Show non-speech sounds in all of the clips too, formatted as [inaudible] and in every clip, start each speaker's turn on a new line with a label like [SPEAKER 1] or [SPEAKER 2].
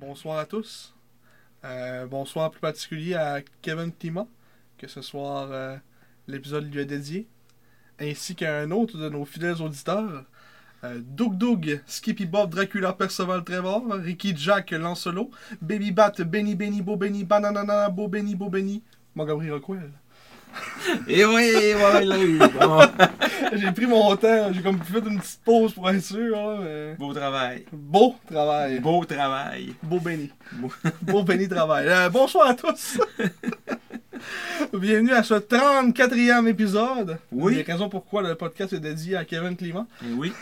[SPEAKER 1] bonsoir à tous. Euh, bonsoir plus particulier à Kevin Climat, que ce soir euh, l'épisode lui est dédié, ainsi qu'à un autre de nos fidèles auditeurs, euh, Doug Doug, Skippy Bob, Dracula, Perceval Trevor, Ricky Jack, Lancelot, Baby Bat, Benny Benny, Bo Benny, Bananana, Bo Benny, Bo Benny, mon Gabriel Rockwell. [laughs]
[SPEAKER 2] Et Eh oui, voilà, il l'a eu. Bon.
[SPEAKER 1] j'ai pris mon temps, j'ai comme fait une petite pause pour être sûr. hein, mais...
[SPEAKER 2] Beau travail.
[SPEAKER 1] Beau travail.
[SPEAKER 2] Beau travail.
[SPEAKER 1] Beau béni.
[SPEAKER 2] Beau-
[SPEAKER 1] Beau béni travail. Euh, bonsoir à tous. Bienvenue à ce 34e épisode.
[SPEAKER 2] Oui.
[SPEAKER 1] Il y a raison pourquoi le podcast est dédié à Kevin Clément.
[SPEAKER 2] Et oui.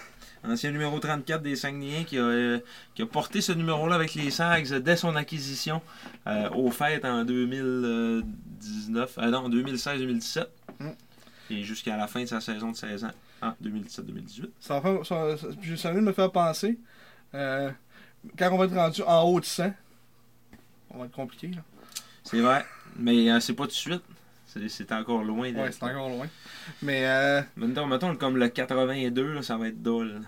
[SPEAKER 2] Ancien numéro 34 des Saguenayens qui a, euh, qui a porté ce numéro-là avec les Sags dès son acquisition euh, aux fêtes en 2019, euh, non, 2016-2017.
[SPEAKER 1] Mm.
[SPEAKER 2] Et jusqu'à la fin de sa saison de 16 ans, Ah, en 2017-2018.
[SPEAKER 1] Ça va faire- ça- ça- je- ça vient de me faire penser. euh, quand on va être rendu en haut de 100, on va être compliqué. là.
[SPEAKER 2] C'est vrai, mais euh, c'est pas tout de suite. C'est- C'est encore loin. de-
[SPEAKER 1] Ouais, c'est encore loin. Mais euh,
[SPEAKER 2] Mettons, mettons, comme le 82, là, ça va être dole.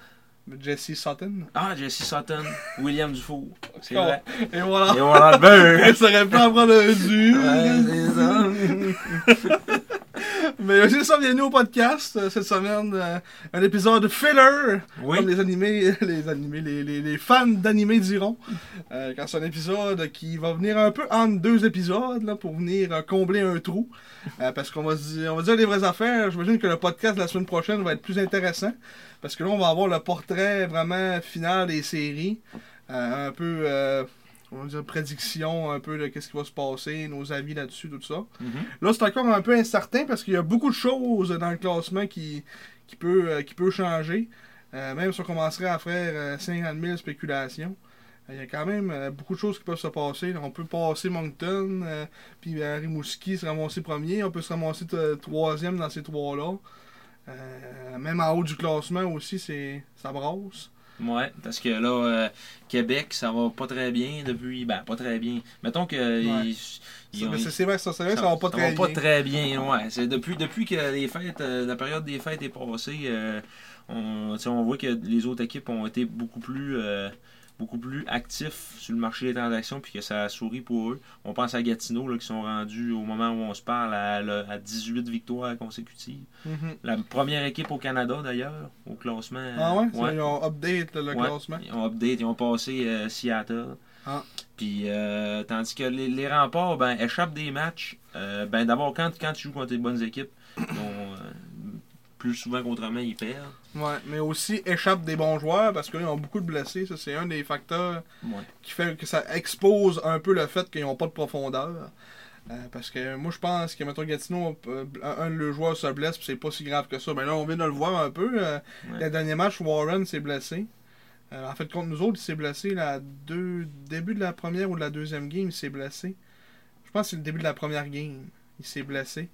[SPEAKER 1] Jesse Sutton.
[SPEAKER 2] Ah, Jesse Sutton, William Dufour. C'est vrai.
[SPEAKER 1] Et voilà.
[SPEAKER 2] Et voilà
[SPEAKER 1] [laughs]
[SPEAKER 2] le [laughs] beurre.
[SPEAKER 1] Ça aurait pu en prendre un du.
[SPEAKER 2] Ouais, c'est ça.
[SPEAKER 1] Mais euh, c'est ça, bienvenue au podcast euh, cette semaine. euh, un épisode filler, comme
[SPEAKER 2] Oui,
[SPEAKER 1] les animés, [laughs] les animés, les, les, les fans d'animés diront. Euh, quand c'est un épisode qui va venir un peu entre deux épisodes là, pour venir euh, combler un trou. Euh, parce qu'on va, se dire- on va dire les vraies affaires. J'imagine que le podcast de la semaine prochaine va être plus intéressant. Parce que là, on va avoir le portrait vraiment final des séries. Euh, un peu, euh, on va dire, prédiction un peu de qu'est-ce qui va se passer, nos avis là-dessus, tout ça.
[SPEAKER 2] Mhm.
[SPEAKER 1] Là, c'est encore un peu incertain parce qu'il y a beaucoup de choses dans le classement qui, qui, peut, euh, qui peut changer. Euh, même si on commencerait à faire euh, 50 000 spéculations, euh, il y a quand même euh, beaucoup de choses qui peuvent se passer. là. on peut passer Moncton, euh, puis euh, Rimouski se ramasser premier. On peut se ramasser euh, troisième dans ces trois-là. Euh, même en haut du classement aussi, c'est ça brosse.
[SPEAKER 2] Ouais, parce que là, euh, Québec, ça va pas très bien depuis. Ben, pas très bien. Mettons que.
[SPEAKER 1] Ouais.
[SPEAKER 2] ils- ils
[SPEAKER 1] Ça-
[SPEAKER 2] ont-
[SPEAKER 1] mais C'est c'est vrai, ça, c'est vrai,
[SPEAKER 2] ça-
[SPEAKER 1] ça, va pas très bien.
[SPEAKER 2] bien, ouais. C'est depuis, depuis que les fêtes, euh, la période des fêtes est passée, euh, on, tu sais, on voit que les autres équipes ont été beaucoup plus. euh, beaucoup plus actifs sur le marché des transactions puis que ça sourit pour eux. On pense à Gatineau là, qui sont rendus au moment où on se parle à, là, à 18 victoires consécutives.
[SPEAKER 1] Mhm.
[SPEAKER 2] La première équipe au Canada d'ailleurs au classement.
[SPEAKER 1] Ah ouais,
[SPEAKER 2] euh,
[SPEAKER 1] Ça, ils ont update là, le
[SPEAKER 2] Ouais,
[SPEAKER 1] classement.
[SPEAKER 2] Ils ont update, ils ont passé euh, Seattle.
[SPEAKER 1] Ah.
[SPEAKER 2] Puis, euh, tandis que les, les remparts, ben, échappent des matchs. Euh, ben, d'abord, quand, quand tu joues contre des bonnes équipes, ils ont, euh, plus souvent qu'autrement, ils perdent.
[SPEAKER 1] Ouais, mais aussi échappe des bons joueurs parce qu'ils ont beaucoup de blessés. Ça, c'est un des facteurs
[SPEAKER 2] Ouais.
[SPEAKER 1] qui fait que ça expose un peu le fait qu'ils n'ont pas de profondeur. Euh, parce que moi, je pense que, mettons, Gatineau, euh, un de leurs joueurs se blesse, puis c'est pas si grave que ça. Mais là, on vient de le voir un peu. euh,
[SPEAKER 2] Ouais.
[SPEAKER 1] Le dernier match, Warren s'est blessé. Euh, en fait, contre nous autres, il s'est blessé la deux... début de la première ou de la deuxième game, il s'est blessé. Je pense que c'est le début de la première game. Il s'est blessé.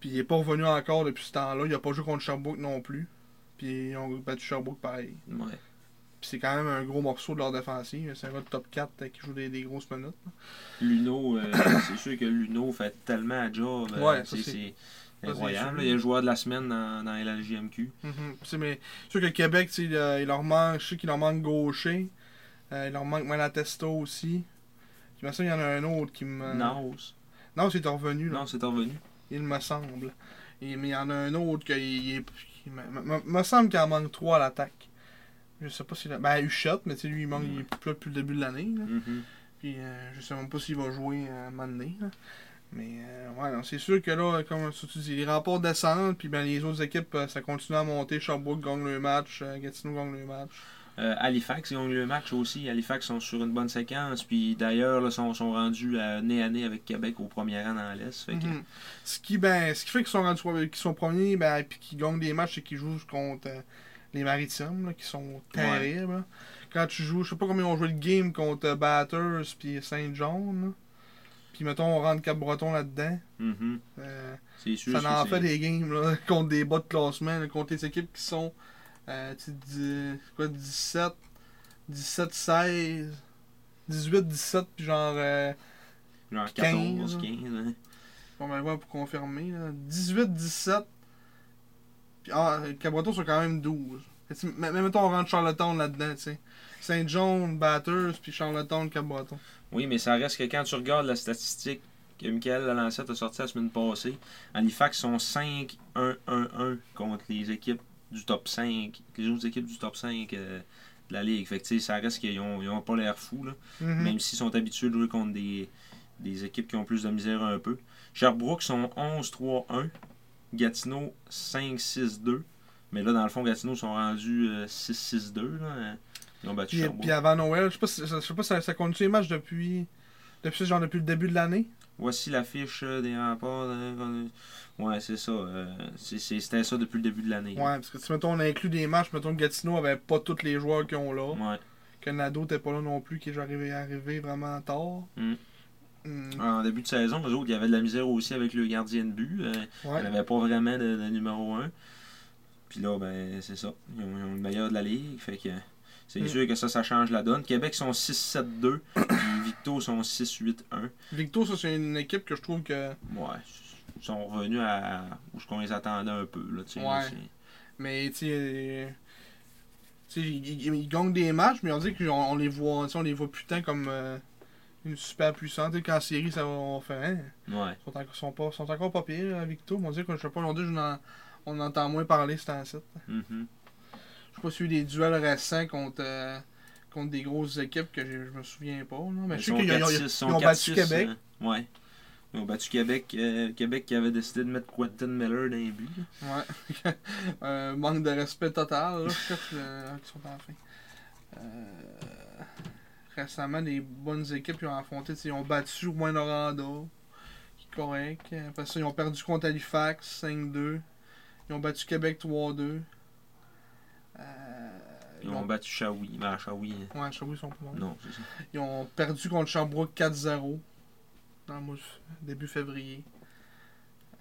[SPEAKER 1] Puis il est pas revenu encore depuis ce temps-là. Il a pas joué contre Sherbrooke non plus. Puis ils ont battu Sherbrooke pareil.
[SPEAKER 2] Ouais.
[SPEAKER 1] Puis c'est quand même un gros morceau de leur défensive. C'est un gars de top 4 euh, qui joue des, des grosses minutes.
[SPEAKER 2] Luno, euh, [coughs] c'est sûr que Luno fait tellement à job. euh,
[SPEAKER 1] Ouais, ça,
[SPEAKER 2] c'est,
[SPEAKER 1] c'est-
[SPEAKER 2] c'est
[SPEAKER 1] c'est
[SPEAKER 2] incroyable.
[SPEAKER 1] sûr.
[SPEAKER 2] là. Il est joueur de la semaine dans, dans LLJMQ.
[SPEAKER 1] Mhm. C'est mais sûr que le Québec, tu sais, il, euh, il leur manque, je sais qu'il leur manque gaucher. Euh, il leur manque Malatesto aussi. Puis, il me semble qu'il y en a un autre qui me.
[SPEAKER 2] Nance.
[SPEAKER 1] Non, c'est revenu, là.
[SPEAKER 2] Non, c'est revenu.
[SPEAKER 1] Il me semble. Et- mais il y en a un autre qui il est. il me- me me semble qu'il en manque trois à l'attaque. Je sais pas si. Ben, Huchette, mais tu sais, lui, il manque il est plus là depuis le début de l'année. là.
[SPEAKER 2] Mhm.
[SPEAKER 1] Puis euh, je sais même pas s'il va jouer euh, à un moment donné, là. Mais euh, ouais, non, c'est sûr que là, comme tu dis, les remports descendent, puis ben, les autres équipes, euh, ça continue à monter. Sherbrooke gagne le match, euh, Gatineau gagne le match.
[SPEAKER 2] Euh, Halifax, ils ont eu le match aussi. Halifax sont sur une bonne séquence. Puis d'ailleurs, là, sont, sont rendus à, nez à nez avec Québec au premier rang dans l'Est. Fait que,
[SPEAKER 1] Mhm. ce, qui, ben, ce qui fait qu'ils sont, rendus- qu'ils sont premiers ben, et qu'ils gagnent des matchs et qu'ils jouent contre euh, les Maritimes, là, qui sont terribles. là. Quand tu joues, je sais pas combien on joue le game contre euh, Batters puis Saint-John. là. Puis mettons, on rentre Cap-Breton là-dedans.
[SPEAKER 2] mhm.
[SPEAKER 1] Euh,
[SPEAKER 2] C'est sûr.
[SPEAKER 1] ça
[SPEAKER 2] que
[SPEAKER 1] en
[SPEAKER 2] c'est-
[SPEAKER 1] fait des games là, [laughs] contre des bas de classement, là, contre des équipes qui sont euh, tu sais, dix- quoi, 17, 17, 16, 18, 17, puis genre. euh,
[SPEAKER 2] Genre
[SPEAKER 1] 15,
[SPEAKER 2] 14, 15. hein.
[SPEAKER 1] On va le voir pour confirmer. là. 18, 17. Puis, ah, Cabreton sont quand même 12. Fait que tu- mais- mais mettons, on rentre Charlottetown là-dedans, tu sais. Saint-John, Batters, puis Charlottetown, Cabreton.
[SPEAKER 2] Oui, mais ça reste que quand tu regardes la statistique que Michael Lalancette a sortie la semaine passée, Halifax sont 5-1-1-1 contre les équipes du top 5, les autres équipes du top 5 euh, de la Ligue. Fait que, tu sais, ça reste qu'ils n'ont pas l'air fous, là,
[SPEAKER 1] Mhm.
[SPEAKER 2] même s'ils sont habitués de jouer contre des, des équipes qui ont plus de misère un peu. Sherbrooke sont 11-3-1, Gatineau 5-6-2, mais là, dans le fond, Gatineau sont rendus euh, 6-6-2. là. Ils ont battu
[SPEAKER 1] Puis, euh,
[SPEAKER 2] Sherbrooke.
[SPEAKER 1] puis avant Noël, je sais pas si, je sais pas si ça, ça continue les matchs depuis. Depuis, genre, depuis le début de l'année.
[SPEAKER 2] Voici l'affiche euh, des remparts. euh, qu'on a- ouais, c'est ça. euh, c'est- c'est- C'était ça depuis le début de l'année.
[SPEAKER 1] Ouais, parce que si, mettons, on inclut des matchs, mettons, que Gatineau avait pas tous les joueurs qui ont là.
[SPEAKER 2] Ouais.
[SPEAKER 1] Que Nadeau était pas là non plus, qui est genre arrivé, arrivé vraiment tard.
[SPEAKER 2] Mhm.
[SPEAKER 1] Mhm.
[SPEAKER 2] En début de saison, eux autres, il y avait de la misère aussi avec le gardien de but. euh, Il n'y
[SPEAKER 1] Ouais.
[SPEAKER 2] avait pas vraiment de, de numéro 1. Puis là, ben, c'est ça. Ils ont, ils ont le meilleur de la ligue. Fait que c'est
[SPEAKER 1] Mm.
[SPEAKER 2] sûr que ça, ça change la donne. Québec sont 6-7-2. [coughs] puis Victo sont 6-8-1.
[SPEAKER 1] Victo, ça, c'est une équipe que je trouve que.
[SPEAKER 2] Ouais. Ils sont revenus à où ce qu'on les attendait un peu. Là, tu sais, là,
[SPEAKER 1] Ouais.
[SPEAKER 2] c'est-
[SPEAKER 1] Mais tu sais, euh, tu sais, ils, ils- ils gagnent des matchs, mais on dit qu'on on les voit, tu sais, on les voit putain comme euh, une super puissante. Tu sais, Qu'en série, ça va on fait hein,
[SPEAKER 2] ouais.
[SPEAKER 1] Ils sont, en- sont, pas, sont encore pas pires, hein, Victo. Mais On dit que je sais pas, aujourd'hui, je n'en- on entend moins parler cet temps-ci.
[SPEAKER 2] Mhm.
[SPEAKER 1] Je sais pas s'il y a eu des duels récents contre, euh, contre des grosses équipes que j'ai- je me souviens pas. non, Mais
[SPEAKER 2] Ils
[SPEAKER 1] je sais
[SPEAKER 2] sont
[SPEAKER 1] qu'ils ont-
[SPEAKER 2] 4-6,
[SPEAKER 1] ils
[SPEAKER 2] sont
[SPEAKER 1] ont, ils ont battu
[SPEAKER 2] 4-6,
[SPEAKER 1] Québec.
[SPEAKER 2] euh, ouais. Ils ont battu Québec. euh, Québec qui avait décidé de mettre Quentin Miller dans les buts. là.
[SPEAKER 1] Ouais. [laughs] Euh, manque de respect total. Là, je cherche le... ah, qui sont en fin. Euh, Récemment, des bonnes équipes qui ont affronté. tu sais, Ils ont battu au moins Noranda. qui est Correct. Après ça, ils ont perdu contre Halifax 5-2. Ils ont battu Québec 3-2. Euh,
[SPEAKER 2] Ils ont battu Shawi. Mais à Shawi, euh,
[SPEAKER 1] Ouais, je sais pas où ils sont pas bons.
[SPEAKER 2] non, c'est ça.
[SPEAKER 1] Ils ont perdu contre Sherbrooke 4-0 dans le mois de f- début février.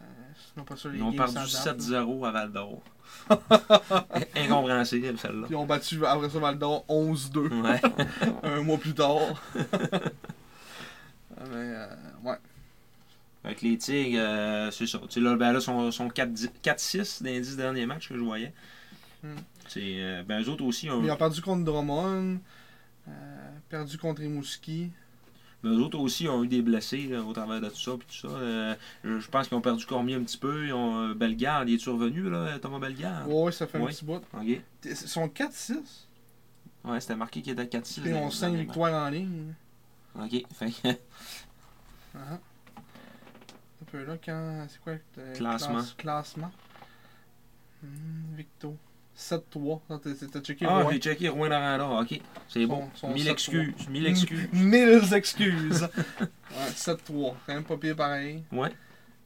[SPEAKER 1] Euh, sinon, pas ça, les
[SPEAKER 2] Ils ont
[SPEAKER 1] games,
[SPEAKER 2] perdu
[SPEAKER 1] ça date, là.
[SPEAKER 2] 7-0 à Val d'Or.
[SPEAKER 1] [laughs]
[SPEAKER 2] Incompréhensible celle-là.
[SPEAKER 1] Puis ils ont battu après ça Val d'Or 11-2
[SPEAKER 2] Ouais. Hmm.
[SPEAKER 1] un mois plus tard.
[SPEAKER 2] [laughs]
[SPEAKER 1] Mais euh, ouais.
[SPEAKER 2] Avec les Tigres, euh, c'est ça. Tu sais, là, ben là, sont, sont 4-10 4-6 dans les 10 derniers matchs que je voyais.
[SPEAKER 1] Hmm.
[SPEAKER 2] C'est, euh, ben eux autres aussi, ont-
[SPEAKER 1] Ils ont perdu contre Drummond, euh, perdu contre Rimouski.
[SPEAKER 2] ben, eux autres aussi ont eu des blessés là, au travers de tout ça. puis tout ça. Euh, je je pense qu'ils ont perdu Cormier un petit peu. Ils ont euh, Bellegarde, il est revenu, là, Thomas Bellegarde.
[SPEAKER 1] Ouais, ça fait un
[SPEAKER 2] Ah. Ouais.
[SPEAKER 1] petit bout.
[SPEAKER 2] Ok.
[SPEAKER 1] T- Ils sont 4-6.
[SPEAKER 2] Ouais, c'était marqué qu'il était à 4-6.
[SPEAKER 1] Ils ont 5
[SPEAKER 2] dernièrement.
[SPEAKER 1] victoires en ligne.
[SPEAKER 2] Ok, fait que
[SPEAKER 1] Ah. Un peu là, quand. C'est quoi euh,
[SPEAKER 2] Classement.
[SPEAKER 1] classe- classement. Hmm, Victo. 7-3. Non, t'as- T'as t'as checké
[SPEAKER 2] [laughs] Ah,
[SPEAKER 1] ouais.
[SPEAKER 2] j'ai checké Rouen Aranda, ok. C'est bon.
[SPEAKER 1] Son- son
[SPEAKER 2] mille
[SPEAKER 1] 7-3.
[SPEAKER 2] excuses, mille excuses.
[SPEAKER 1] [laughs] Mille excuses. [laughs] ouais, 7-3. Quand même pas pire pareil.
[SPEAKER 2] Ouais,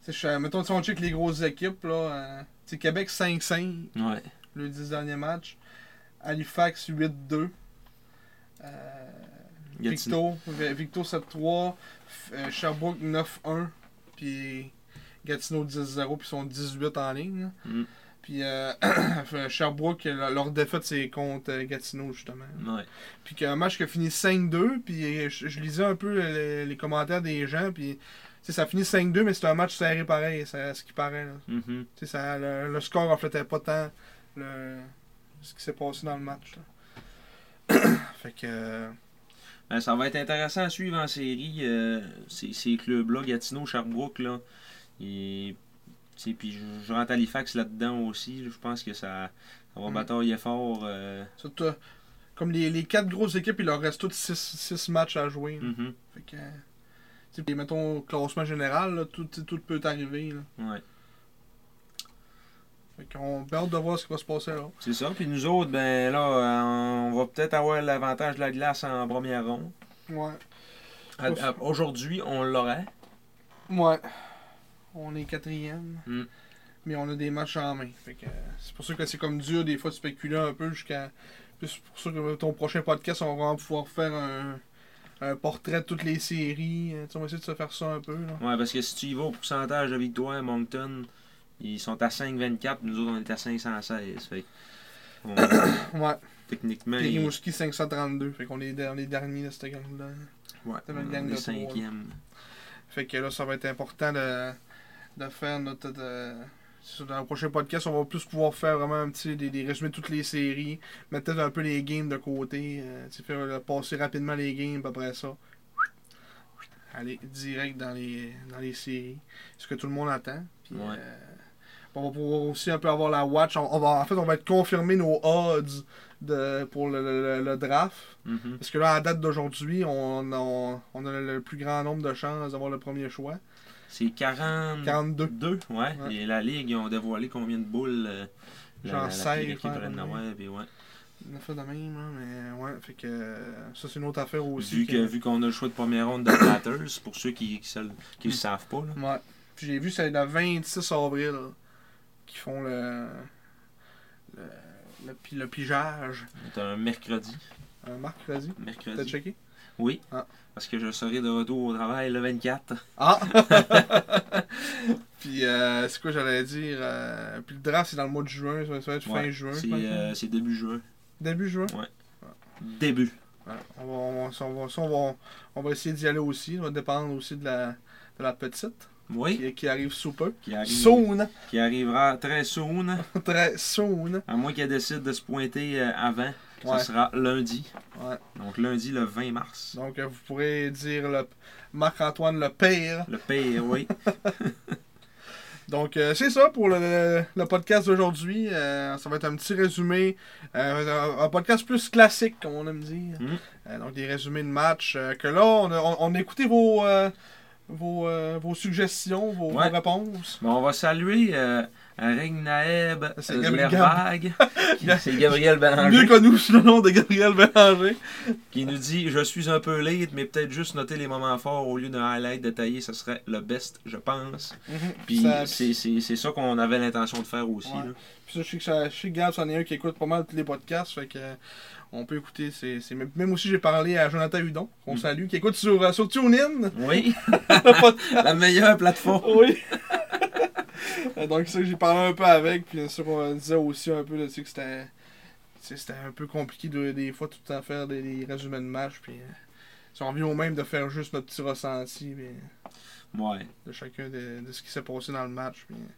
[SPEAKER 1] T'sais, je fais- mettons, si on check les grosses équipes, là, euh, t'sais, Québec 5-5,
[SPEAKER 2] ouais.
[SPEAKER 1] le 10 dernier match. Halifax 8-2. Euh,
[SPEAKER 2] Gatineau.
[SPEAKER 1] Victo, Vi- Victo 7-3. F- euh, Sherbrooke 9-1. Puis Gatineau 10-0, puis ils sont 18 en ligne. là.
[SPEAKER 2] Mm.
[SPEAKER 1] Puis euh, [clears throat] fait, Sherbrooke, le- leur défaite, c'est contre euh, Gatineau, justement.
[SPEAKER 2] Ouais.
[SPEAKER 1] Puis qu'un match qui a fini 5-2, puis euh, je, je lisais un peu euh, les, les commentaires des gens, puis t'sais, ça finit 5-2, mais c'est un match serré pareil, ça, ce qui paraît. Là.
[SPEAKER 2] Mhm.
[SPEAKER 1] Tu sais, ça, le, le score reflétait pas tant le, ce qui s'est passé dans le match. là. [clears throat] fait que. euh,
[SPEAKER 2] Ben, ça va être intéressant à suivre en série euh, ces, ces clubs-là, Gatineau, Sherbrooke. Là. Et, tu sais, puis je, je rentre Halifax là-dedans aussi. Je pense que ça, ça va
[SPEAKER 1] Mm.
[SPEAKER 2] batailler fort. euh,
[SPEAKER 1] surtout, euh, comme les, les quatre grosses équipes, il leur reste toutes six, six matchs à jouer. là.
[SPEAKER 2] mhm.
[SPEAKER 1] Fait que. euh, tu sais, puis mettons, au classement général, là, tout, tout peut arriver. là.
[SPEAKER 2] Ouais.
[SPEAKER 1] Fait qu'on a hâte de voir ce qui va se passer là.
[SPEAKER 2] C'est ça. Puis nous autres, ben là, euh, on va peut-être avoir l'avantage de la glace en première ronde.
[SPEAKER 1] Ouais.
[SPEAKER 2] À- à- Aujourd'hui, on l'aurait.
[SPEAKER 1] Ouais. On est quatrième.
[SPEAKER 2] Mm.
[SPEAKER 1] Mais on a des matchs en main. Fait que, euh, c'est pour ça que c'est comme dur des fois de spéculer un peu jusqu'à. Puis C'est pour ça que ton prochain podcast, on va vraiment pouvoir faire un, un portrait de toutes les séries. Euh, tu sais, On va essayer de se faire ça un peu. Là.
[SPEAKER 2] Ouais, parce que si tu y vas au pourcentage de victoire, Moncton, ils sont à 5,24, nous autres, on est à 516. Fait que, on-
[SPEAKER 1] Ouais.
[SPEAKER 2] techniquement,
[SPEAKER 1] Puis
[SPEAKER 2] ils-
[SPEAKER 1] Rimouski 532. Fait qu'on est dans les derniers de cette gang-là.
[SPEAKER 2] ouais,
[SPEAKER 1] t'as une
[SPEAKER 2] on
[SPEAKER 1] gang de
[SPEAKER 2] est
[SPEAKER 1] trois,
[SPEAKER 2] cinquième.
[SPEAKER 1] Fait que là, ça va être important de, de faire notre. de- sur- dans le prochain podcast, on va plus pouvoir faire vraiment un petit des, des résumés de toutes les séries, mettre peut-être un peu les games de côté, euh, tu sais, faire euh, passer rapidement les games, puis après ça. Aller direct dans les, dans les séries. Ce que tout le monde attend. Puis,
[SPEAKER 2] Ouais.
[SPEAKER 1] euh, on va pouvoir aussi un peu avoir la watch. On, on va, en fait, on va être confirmer nos odds de, pour le- le- le- le draft.
[SPEAKER 2] Mhm.
[SPEAKER 1] Parce que là, à la date d'aujourd'hui, on, on, on a le plus grand nombre de chances d'avoir le premier choix.
[SPEAKER 2] C'est 40...
[SPEAKER 1] 42.
[SPEAKER 2] Deux, ouais.
[SPEAKER 1] Ouais.
[SPEAKER 2] Et la Ligue, ils ont dévoilé combien de boules. euh, la-
[SPEAKER 1] Genre
[SPEAKER 2] la- la
[SPEAKER 1] seize,
[SPEAKER 2] Ligue qui
[SPEAKER 1] ouais,
[SPEAKER 2] prennent,
[SPEAKER 1] ouais.
[SPEAKER 2] ouais, puis ouais.
[SPEAKER 1] On a fait de même, hein, mais ouais, fait que euh, ça, c'est une autre affaire aussi.
[SPEAKER 2] Vu que- vu qu'on a le choix de première ronde de batters, pour ceux qui ne le
[SPEAKER 1] Mm.
[SPEAKER 2] savent pas, là.
[SPEAKER 1] Ouais. Puis j'ai vu, c'est le 26 avril là, qui font le. le, le, pi- le pigeage.
[SPEAKER 2] c'est un mercredi.
[SPEAKER 1] Euh, Marc, vas-y. T'as
[SPEAKER 2] mercredi.
[SPEAKER 1] checké
[SPEAKER 2] Oui,
[SPEAKER 1] Ah.
[SPEAKER 2] parce que je serai de retour au travail le 24.
[SPEAKER 1] Ah [laughs] Puis euh, c'est quoi j'allais dire euh, Puis le draft, c'est dans le mois de juin, ça va- ça va être fin
[SPEAKER 2] Ouais,
[SPEAKER 1] juin.
[SPEAKER 2] C'est
[SPEAKER 1] je pense.
[SPEAKER 2] euh, c'est début juin.
[SPEAKER 1] Début juin
[SPEAKER 2] Début.
[SPEAKER 1] Ouais, On va, on, va, ça, on, va, ça, on va- on va essayer d'y aller aussi. Ça va dépendre aussi de la, de la petite
[SPEAKER 2] Oui.
[SPEAKER 1] qui, qui arrive sous peu.
[SPEAKER 2] Qui, arrive-
[SPEAKER 1] Soon!
[SPEAKER 2] qui arrivera très soon.
[SPEAKER 1] Très soon!
[SPEAKER 2] À moins qu'elle décide de se pointer euh, avant.
[SPEAKER 1] Ouais.
[SPEAKER 2] Ça sera lundi.
[SPEAKER 1] Ouais.
[SPEAKER 2] Donc lundi le 20 mars.
[SPEAKER 1] Donc euh, vous pourrez dire le Marc-Antoine le pire.
[SPEAKER 2] Le pire, oui.
[SPEAKER 1] Donc euh, c'est ça pour le, le podcast d'aujourd'hui. Euh, ça va être un petit résumé. euh, un- un podcast plus classique, comme on aime dire.
[SPEAKER 2] Mhm.
[SPEAKER 1] Euh, donc des résumés de matchs. euh, que là, on a, on, on a écouté vos, euh, vos, euh, vos suggestions, vos, vos
[SPEAKER 2] Ouais.
[SPEAKER 1] réponses.
[SPEAKER 2] Bon, on va saluer euh, Ring Naeb,
[SPEAKER 1] C'est
[SPEAKER 2] euh,
[SPEAKER 1] Gabriel. [laughs]
[SPEAKER 2] Lervague, qui- c'est Gabriel
[SPEAKER 1] Mieux
[SPEAKER 2] Bélanger,
[SPEAKER 1] [laughs] connu sous le nom de Gabriel Bélanger.
[SPEAKER 2] qui nous dit Je suis un peu late, mais peut-être juste noter les moments forts au lieu d'un highlight détaillé, ce serait le best, je pense. Puis
[SPEAKER 1] Mhm. Ça-
[SPEAKER 2] c'est c'est- c'est ça qu'on avait l'intention de faire aussi.
[SPEAKER 1] Ouais.
[SPEAKER 2] là.
[SPEAKER 1] Puis ça, je sais que ça, je sais que Gab, c'en est un qui écoute pas mal tous les podcasts, fait que euh, on peut écouter. C'est, c'est- Même aussi, j'ai parlé à Jonathan Hudon, qu'on
[SPEAKER 2] Mm.
[SPEAKER 1] salue, qui écoute sur, euh, sur TuneIn. [laughs]
[SPEAKER 2] Oui,
[SPEAKER 1] le pod-
[SPEAKER 2] [laughs] la meilleure plateforme.
[SPEAKER 1] oui. [laughs] Euh, Donc, ça, j'ai parlé un peu avec, puis bien sûr, on disait aussi un peu là, tu sais, que c'était, tu sais, c'était un peu compliqué de, des fois tout le temps faire des, des résumés de match, puis euh, ils ont envie au même de faire juste notre petit ressenti mais,
[SPEAKER 2] Ouais,
[SPEAKER 1] de chacun de, de ce qui s'est passé dans le match. puis, euh,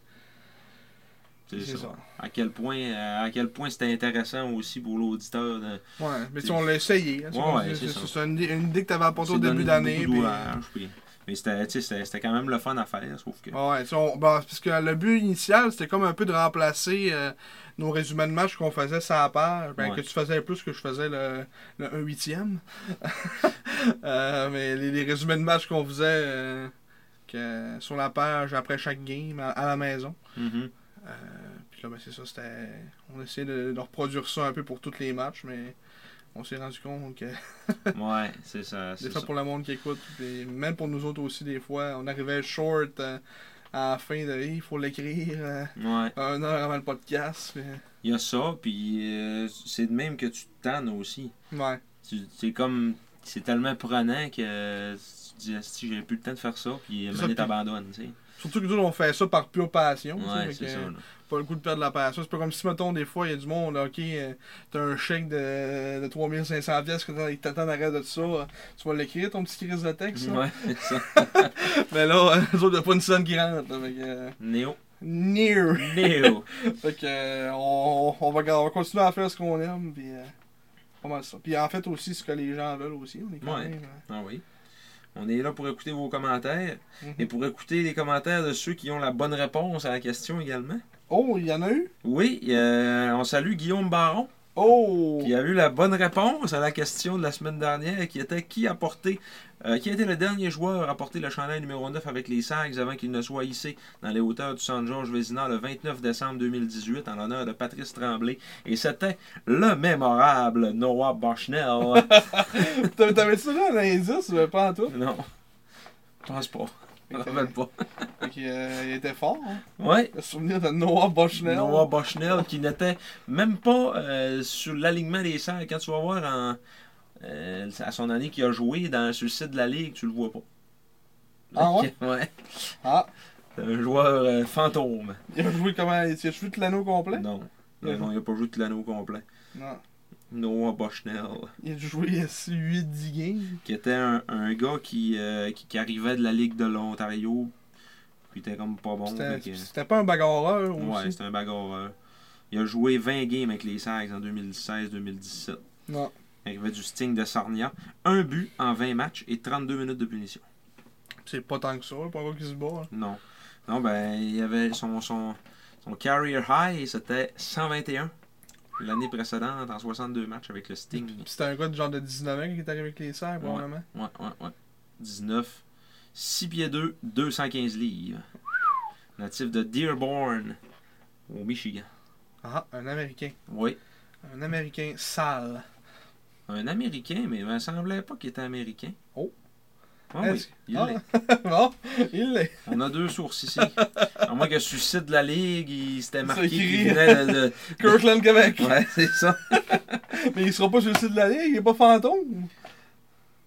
[SPEAKER 2] c'est ça. À quel point, euh, à quel point c'était intéressant aussi pour l'auditeur. de-
[SPEAKER 1] Ouais, mais tu sais, on l'a essayé. hein, tu sais,
[SPEAKER 2] Ouais,
[SPEAKER 1] on-
[SPEAKER 2] ouais,
[SPEAKER 1] c'est,
[SPEAKER 2] c'est ça.
[SPEAKER 1] c'est une, idée- une idée que t'avais apportée au
[SPEAKER 2] c'est
[SPEAKER 1] début
[SPEAKER 2] donné
[SPEAKER 1] d'année.
[SPEAKER 2] beaucoup
[SPEAKER 1] puis-
[SPEAKER 2] d'ouvrage, puis- mais c'était tu sais, c'était- c'était quand même le fun à faire, sauf que.
[SPEAKER 1] Ouais, tu sais, on- bah, parce que le but initial, c'était comme un peu de remplacer euh, nos résumés de match qu'on faisait ça à part, ben,
[SPEAKER 2] Ouais.
[SPEAKER 1] que tu faisais plus que je faisais le, le 1 huitième. [laughs] Euh, mais les, les résumés de match qu'on faisait euh, que, sur la page après chaque game à, à la maison.
[SPEAKER 2] Mhm.
[SPEAKER 1] [laughs] Euh, puis là, ben, c'est ça, c'était... On essayait de, de reproduire ça un peu pour tous les matchs, mais on s'est rendu compte que
[SPEAKER 2] Ouais, c'est ça.
[SPEAKER 1] Des
[SPEAKER 2] c'est
[SPEAKER 1] fois
[SPEAKER 2] ça.
[SPEAKER 1] pour le monde qui écoute, puis même pour nous autres aussi, des fois, on arrivait short euh, à la fin de il faut l'écrire euh,
[SPEAKER 2] Ouais.
[SPEAKER 1] un heure avant le podcast. puis- euh,
[SPEAKER 2] Il y a ça, puis euh, c'est de même que tu te tannes aussi.
[SPEAKER 1] Ouais,
[SPEAKER 2] Tu- C'est comme. C'est tellement prenant que euh, tu te dis, si j'ai plus le temps de faire ça, puis
[SPEAKER 1] ça,
[SPEAKER 2] Mané
[SPEAKER 1] puis-
[SPEAKER 2] t'abandonne, tu sais.
[SPEAKER 1] surtout que nous autres, on fait ça par pure passion. tu sais,
[SPEAKER 2] Ouais,
[SPEAKER 1] fait
[SPEAKER 2] c'est
[SPEAKER 1] que,
[SPEAKER 2] ça.
[SPEAKER 1] euh,
[SPEAKER 2] là.
[SPEAKER 1] Pas le coup de perdre la passion. C'est pas comme si, mettons, des fois, il y a du monde, ok, euh, t'as un chèque de, de 3500 pièces que t'as- il t'attend derrière de ça, euh, tu vas l'écrire ton petit crise de texte. là.
[SPEAKER 2] Ouais, c'est ça.
[SPEAKER 1] Mais là, euh, [laughs] les autres, il a pas une scène qui rentre. Là, fait que, euh,
[SPEAKER 2] Néo.
[SPEAKER 1] near.
[SPEAKER 2] Néo.
[SPEAKER 1] Fait que euh, on, on va, on va continuer à faire ce qu'on aime puis euh, pas mal ça. Puis en fait aussi ce que les gens veulent aussi, on est quand
[SPEAKER 2] Ouais.
[SPEAKER 1] même, hein.
[SPEAKER 2] Ah oui. On est là pour écouter vos commentaires
[SPEAKER 1] euh, mhm.
[SPEAKER 2] et pour écouter les commentaires de ceux qui ont la bonne réponse à la question également.
[SPEAKER 1] Oh, il y en a eu?
[SPEAKER 2] Oui, euh, on salue Guillaume Baron
[SPEAKER 1] Oh!
[SPEAKER 2] Puis il y a eu la bonne réponse à la question de la semaine dernière qui était qui a porté, euh, qui a été le dernier joueur à porter le chandail numéro 9 avec les Sags avant qu'il ne soit hissé dans les hauteurs du San Georges Vézina le 29 décembre 2018 en l'honneur de Patrice Tremblay. Et c'était le mémorable Noah [laughs] Bushnell.
[SPEAKER 1] [laughs] T'avais- T'avais-tu là un indice ou pas en
[SPEAKER 2] [laughs]
[SPEAKER 1] tout?
[SPEAKER 2] non, je pense pas. Je me rappelle pas.
[SPEAKER 1] Fait qu'il, euh, il était fort, hein?
[SPEAKER 2] Ouais.
[SPEAKER 1] Le souvenir de Noah Bushnell.
[SPEAKER 2] Noah Bushnell qui n'était même pas euh, sur l'alignement des salles. Quand tu vas voir en, euh, à son année qu'il a joué dans, sur le site de la Ligue, tu le vois pas.
[SPEAKER 1] Ah ouais?
[SPEAKER 2] [laughs] Ouais.
[SPEAKER 1] Ah,
[SPEAKER 2] C'est un joueur euh, fantôme.
[SPEAKER 1] il a joué comment? Il a joué tout l'anneau complet?
[SPEAKER 2] Non. Non, non, il n'a pas joué tout l'anneau complet.
[SPEAKER 1] Non.
[SPEAKER 2] Noah Bushnell,
[SPEAKER 1] Il a joué 8-10 games.
[SPEAKER 2] qui était un, un gars qui, euh, qui, qui arrivait de la Ligue de l'Ontario, puis il était comme pas bon. fait
[SPEAKER 1] C'était
[SPEAKER 2] que-
[SPEAKER 1] c'était pas un bagarreur
[SPEAKER 2] ouais,
[SPEAKER 1] aussi?
[SPEAKER 2] c'était un bagarreur. Il a joué 20 games avec les Sags en 2016-2017.
[SPEAKER 1] Non.
[SPEAKER 2] Arrivé du Sting de Sarnia. Un but en 20 matchs et 32 minutes de punition.
[SPEAKER 1] C'est pas tant que ça, pas quoi qu'il se bat. hein.
[SPEAKER 2] Non. Non, ben, il y avait son, son, son career high, c'était 121. L'année précédente, en 62 matchs avec le Sting.
[SPEAKER 1] Puis c'était un gars de genre de 19 ans qui est arrivé avec les serres, probablement.
[SPEAKER 2] Ouais, ouais, ouais. 19. 6 pieds 2, 215 livres. Natif de Dearborn, au Michigan.
[SPEAKER 1] Ah, un Américain.
[SPEAKER 2] Oui.
[SPEAKER 1] Un Américain sale. [laughs]
[SPEAKER 2] Un Américain, mais il me semblait pas qu'il était américain.
[SPEAKER 1] Oh.
[SPEAKER 2] Ah oui,
[SPEAKER 1] Est-ce-
[SPEAKER 2] il
[SPEAKER 1] Ah.
[SPEAKER 2] l'est.
[SPEAKER 1] bon, il l'est.
[SPEAKER 2] On a deux sources ici. À moins que Suicide de la Ligue, il s'était marqué
[SPEAKER 1] écrit.
[SPEAKER 2] qu'il venait
[SPEAKER 1] [laughs]
[SPEAKER 2] de. de-
[SPEAKER 1] Kirkland, Québec.
[SPEAKER 2] Ouais, c'est ça.
[SPEAKER 1] Mais il sera pas sur le site de la Ligue, il est pas fantôme.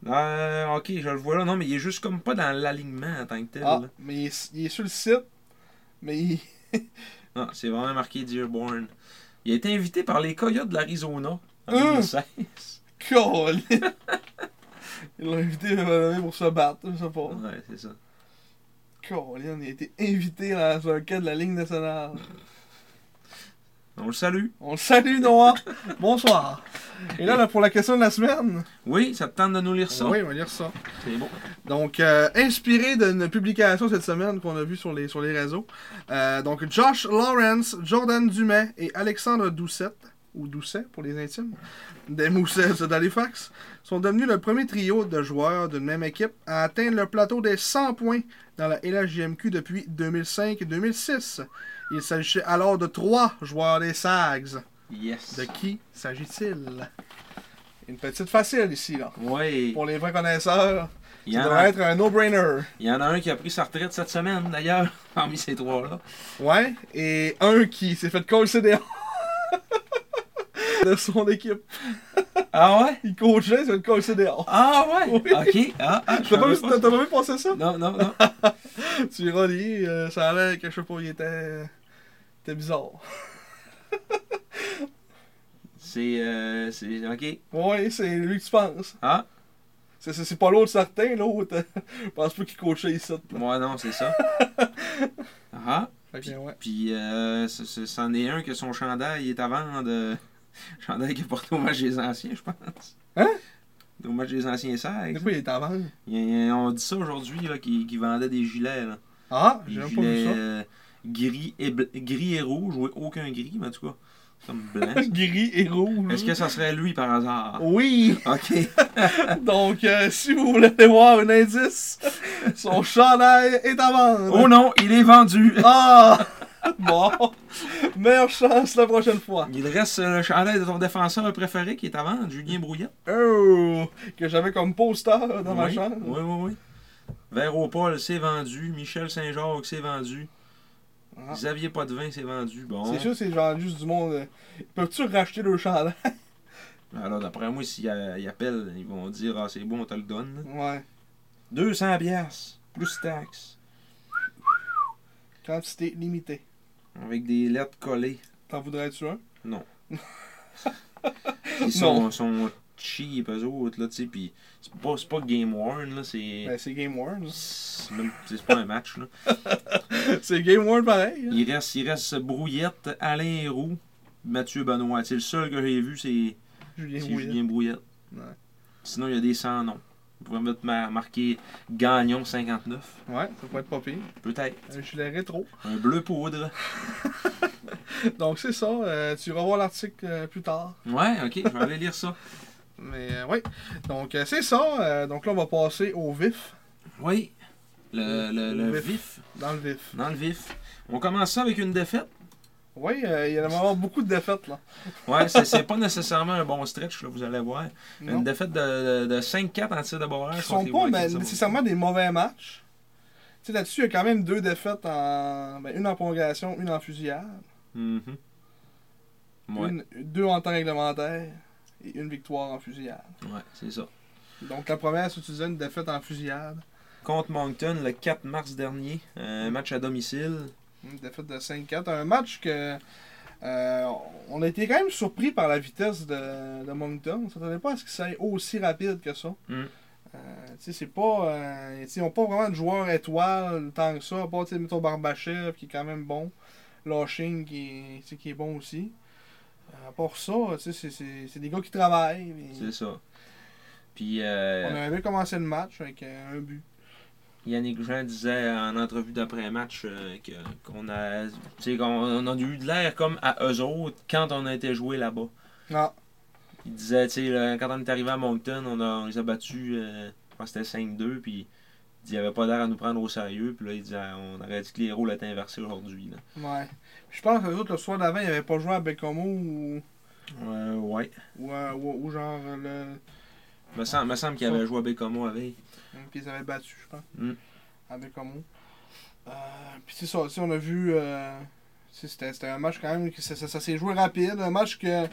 [SPEAKER 2] Euh, ok, je le vois là. Non, mais il est juste comme pas dans l'alignement en tant que tel.
[SPEAKER 1] Ah,
[SPEAKER 2] là.
[SPEAKER 1] mais il est, il est sur le site. Mais il...
[SPEAKER 2] Non, c'est vraiment marqué Dearborn. Il a été invité par les Coyotes de l'Arizona en
[SPEAKER 1] Hein?
[SPEAKER 2] 2016.
[SPEAKER 1] Colin. [laughs] Ils l'ont invité euh, pour se battre, je sais pas.
[SPEAKER 2] Ouais, c'est ça.
[SPEAKER 1] Colin, il a été invité dans un cas de la Ligue nationale.
[SPEAKER 2] On le salue.
[SPEAKER 1] On le salue, Noah. Bonsoir. Et là, là, pour la question de la semaine.
[SPEAKER 2] Oui, ça te tente de nous lire ça.
[SPEAKER 1] Oui, on va lire ça.
[SPEAKER 2] C'est bon.
[SPEAKER 1] Donc, euh, inspiré d'une publication cette semaine qu'on a vue sur les, sur les réseaux. Euh, donc, Josh Lawrence, Jordan Dumais et Alexandre Doucette, ou Doucet pour les intimes, des Moussets d'Halifax, sont devenus le premier trio de joueurs d'une même équipe à atteindre le plateau des 100 points dans la LHJMQ depuis 2005 et 2006. Il s'agissait alors de trois joueurs des Sags.
[SPEAKER 2] Yes.
[SPEAKER 1] De qui s'agit-il Une petite facile ici, là.
[SPEAKER 2] Oui.
[SPEAKER 1] Pour les vrais connaisseurs,
[SPEAKER 2] Il y,
[SPEAKER 1] ça
[SPEAKER 2] en
[SPEAKER 1] devrait
[SPEAKER 2] a,
[SPEAKER 1] être un no-brainer.
[SPEAKER 2] il y en a un qui a pris sa retraite cette semaine, d'ailleurs, [laughs] parmi ces trois-là.
[SPEAKER 1] Ouais, et un qui s'est fait coacher dehors [laughs] de son équipe.
[SPEAKER 2] Ah ouais?
[SPEAKER 1] Il coachait, il s'est fait coacher dehors.
[SPEAKER 2] Ah ouais?
[SPEAKER 1] [laughs] Oui.
[SPEAKER 2] Ok. Ah, ah, je
[SPEAKER 1] T'as pas,
[SPEAKER 2] savais
[SPEAKER 1] vu- t'as- t'as pas vu passer ça?
[SPEAKER 2] Non, non, non.
[SPEAKER 1] Tu iras lire, euh, ça allait que je sais pas, il était. C'était bizarre.
[SPEAKER 2] C'est. Euh, c'est. Ok.
[SPEAKER 1] Ouais, c'est lui que tu penses.
[SPEAKER 2] Ah,
[SPEAKER 1] C'est, c'est, c'est pas l'autre certain, l'autre. [laughs] euh, Je pense pas qu'il coachait ici. là.
[SPEAKER 2] moi non,
[SPEAKER 1] [laughs]
[SPEAKER 2] c'est ça. Ah,
[SPEAKER 1] Fait que, ouais.
[SPEAKER 2] puis euh, c- c- c'en est un que son chandail est à vendre. euh, [laughs] chandail qu'il porte au match des anciens, je pense.
[SPEAKER 1] Hein?
[SPEAKER 2] Au match des anciens
[SPEAKER 1] Du
[SPEAKER 2] sacs.
[SPEAKER 1] coup, il est avant.
[SPEAKER 2] on dit ça aujourd'hui là, qu'ils qu'ils vendaient des gilets. Là.
[SPEAKER 1] Ah,
[SPEAKER 2] Des
[SPEAKER 1] j'ai même pas
[SPEAKER 2] gilets
[SPEAKER 1] vu ça.
[SPEAKER 2] euh, gris, et bl- gris et rouge, oui, aucun gris, mais en tout cas, comme
[SPEAKER 1] [laughs]
[SPEAKER 2] blanc. ça.
[SPEAKER 1] Gris et rouge.
[SPEAKER 2] Est-ce que ça serait lui par hasard?
[SPEAKER 1] Oh. Oui!
[SPEAKER 2] Ok.
[SPEAKER 1] Donc, euh, si vous voulez aller voir un indice, son chandail est à vendre.
[SPEAKER 2] Oh non, il est vendu!
[SPEAKER 1] Ah! [laughs] Bon! Meilleure chance la prochaine fois.
[SPEAKER 2] [laughs] Il reste euh, le chandail de ton défenseur préféré qui est à vendre, Julien Brouillat.
[SPEAKER 1] Oh! Que j'avais comme poster dans ma
[SPEAKER 2] oui.
[SPEAKER 1] chambre.
[SPEAKER 2] Oui, oui, oui. Véropol, c'est vendu. Michel Saint-Jacques, c'est vendu.
[SPEAKER 1] Ah.
[SPEAKER 2] Xavier Potvin, c'est vendu. Bon.
[SPEAKER 1] C'est sûr, c'est genre juste du monde. euh, Peux-tu racheter le chandail?
[SPEAKER 2] Alors, d'après moi, s'ils euh, ils appellent, ils vont dire Ah, c'est bon, on te le donne. là.
[SPEAKER 1] Ouais.
[SPEAKER 2] 200 piastres, plus taxes,
[SPEAKER 1] Quantité limitée.
[SPEAKER 2] avec des lettres collées.
[SPEAKER 1] T'en voudrais-tu un? [laughs]
[SPEAKER 2] Ils sont,
[SPEAKER 1] Non.
[SPEAKER 2] sont cheap, eux autres, là, tu sais. Puis, c'est pas, c'est pas Game Worn, là, c'est.
[SPEAKER 1] Ben, c'est Game World.
[SPEAKER 2] C'est même- c'est pas un match, là.
[SPEAKER 1] [laughs] c'est Game World pareil. hein.
[SPEAKER 2] Il reste, il reste Brouillette, Alain Héroux, Mathieu Benoît. C'est le seul que j'ai vu, c'est.
[SPEAKER 1] Julien
[SPEAKER 2] C'est
[SPEAKER 1] Bouillet.
[SPEAKER 2] Julien Brouillette.
[SPEAKER 1] Ouais.
[SPEAKER 2] Sinon, il y a des sans noms. Je pourrais mettre mar- marqué Gagnon 59.
[SPEAKER 1] Ouais, ça pourrait être pas pire.
[SPEAKER 2] Peut-être.
[SPEAKER 1] Un gilet rétro.
[SPEAKER 2] Un bleu poudre.
[SPEAKER 1] Donc c'est ça, euh, tu revois l'article euh, plus tard.
[SPEAKER 2] Ouais, ok, je vais aller lire ça.
[SPEAKER 1] Mais euh, oui, donc euh, c'est ça. Euh, donc là, on va passer au vif.
[SPEAKER 2] Oui. Le, le- le vif.
[SPEAKER 1] Dans le vif.
[SPEAKER 2] Dans le vif. On commence ça avec une défaite.
[SPEAKER 1] Oui, euh, il y en a avoir beaucoup de défaites là.
[SPEAKER 2] Ouais, c'est- c'est pas nécessairement un bon stretch, là, vous allez voir.
[SPEAKER 1] Non.
[SPEAKER 2] Une défaite de, de 5-4 en tir de barrage.
[SPEAKER 1] Qui
[SPEAKER 2] contre
[SPEAKER 1] sont
[SPEAKER 2] les
[SPEAKER 1] pas
[SPEAKER 2] Rockets
[SPEAKER 1] ben,
[SPEAKER 2] de Saint-Louis.
[SPEAKER 1] nécessairement des mauvais matchs. Tu sais, là-dessus, il y a quand même deux défaites en. ben, une en prolongation, une en fusillade.
[SPEAKER 2] Mhm. Ouais,
[SPEAKER 1] Une- deux en temps réglementaire et une victoire en fusillade.
[SPEAKER 2] ouais, c'est ça.
[SPEAKER 1] Donc la première, c'est tu disais, une défaite en fusillade.
[SPEAKER 2] Contre Moncton le 4 mars dernier, euh, un match à domicile.
[SPEAKER 1] Une défaite de 5-4. Un match que. euh, on a été quand même surpris par la vitesse de, de Moncton. On s'attendait pas à ce que ça aille aussi rapide que ça.
[SPEAKER 2] Mm.
[SPEAKER 1] Euh, tu sais, c'est pas. euh, tu sais, ils n'ont pas vraiment de joueurs étoiles tant que ça, à part, tu sais, mettons Barbachev qui est quand même bon. Lashing qui, est- tu sais, qui est bon aussi. Euh, À part ça, tu sais, c'est- c'est c'est des gars qui travaillent. mais
[SPEAKER 2] C'est ça. Puis euh,
[SPEAKER 1] On avait commencé le match avec euh, un but.
[SPEAKER 2] Yannick Jean disait en entrevue d'après-match euh, que- qu'on a, tu sais, qu'on on a eu de l'air comme à eux autres quand on a été joué là-bas.
[SPEAKER 1] Non,
[SPEAKER 2] Il disait, tu sais, là, quand on est arrivé à Moncton, on, a, on les a battus, euh, je pense que c'était 5-2, puis il n'y avait pas l'air à nous prendre au sérieux. Puis là, il disait, on aurait dit que les rôles étaient inversés aujourd'hui. là.
[SPEAKER 1] ouais. Puis je pense que les autres, le soir d'avant, ils n'avaient pas joué à Bécomo ou,
[SPEAKER 2] Euh, ouais.
[SPEAKER 1] ou, à- ou- ou genre euh, le.
[SPEAKER 2] Me semble, me semble qu'il avait joué à Bécomo avec.
[SPEAKER 1] Puis ils avaient battu, je pense.
[SPEAKER 2] Mm.
[SPEAKER 1] À Bécomo. Euh, puis c'est ça, aussi, on a vu. euh, tu sais, c'était, c'était un match quand même. qui- Ça, ça- ça s'est joué rapide. Un match que.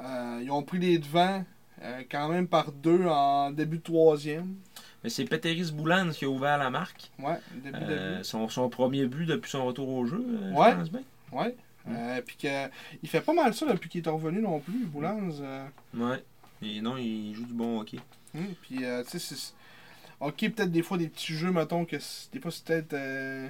[SPEAKER 1] euh, ils ont pris les devants euh, quand même par deux en début de troisième.
[SPEAKER 2] Mais c'est Peteris Boulan qui a ouvert la marque.
[SPEAKER 1] Ouais, début,
[SPEAKER 2] Euh,
[SPEAKER 1] début.
[SPEAKER 2] son, son premier but depuis son retour au jeu, euh,
[SPEAKER 1] Ouais.
[SPEAKER 2] je pense bien.
[SPEAKER 1] Ouais.
[SPEAKER 2] Mm.
[SPEAKER 1] Euh, puis que, il fait pas mal ça depuis qu'il est revenu non plus, Boulans. euh,
[SPEAKER 2] Ouais. Et non, il joue du bon hockey.
[SPEAKER 1] Hum, Puis, euh, tu sais, c'est- c'est- Ok, peut-être des fois des petits jeux, mettons, que c'est- des fois c'est peut-être. euh,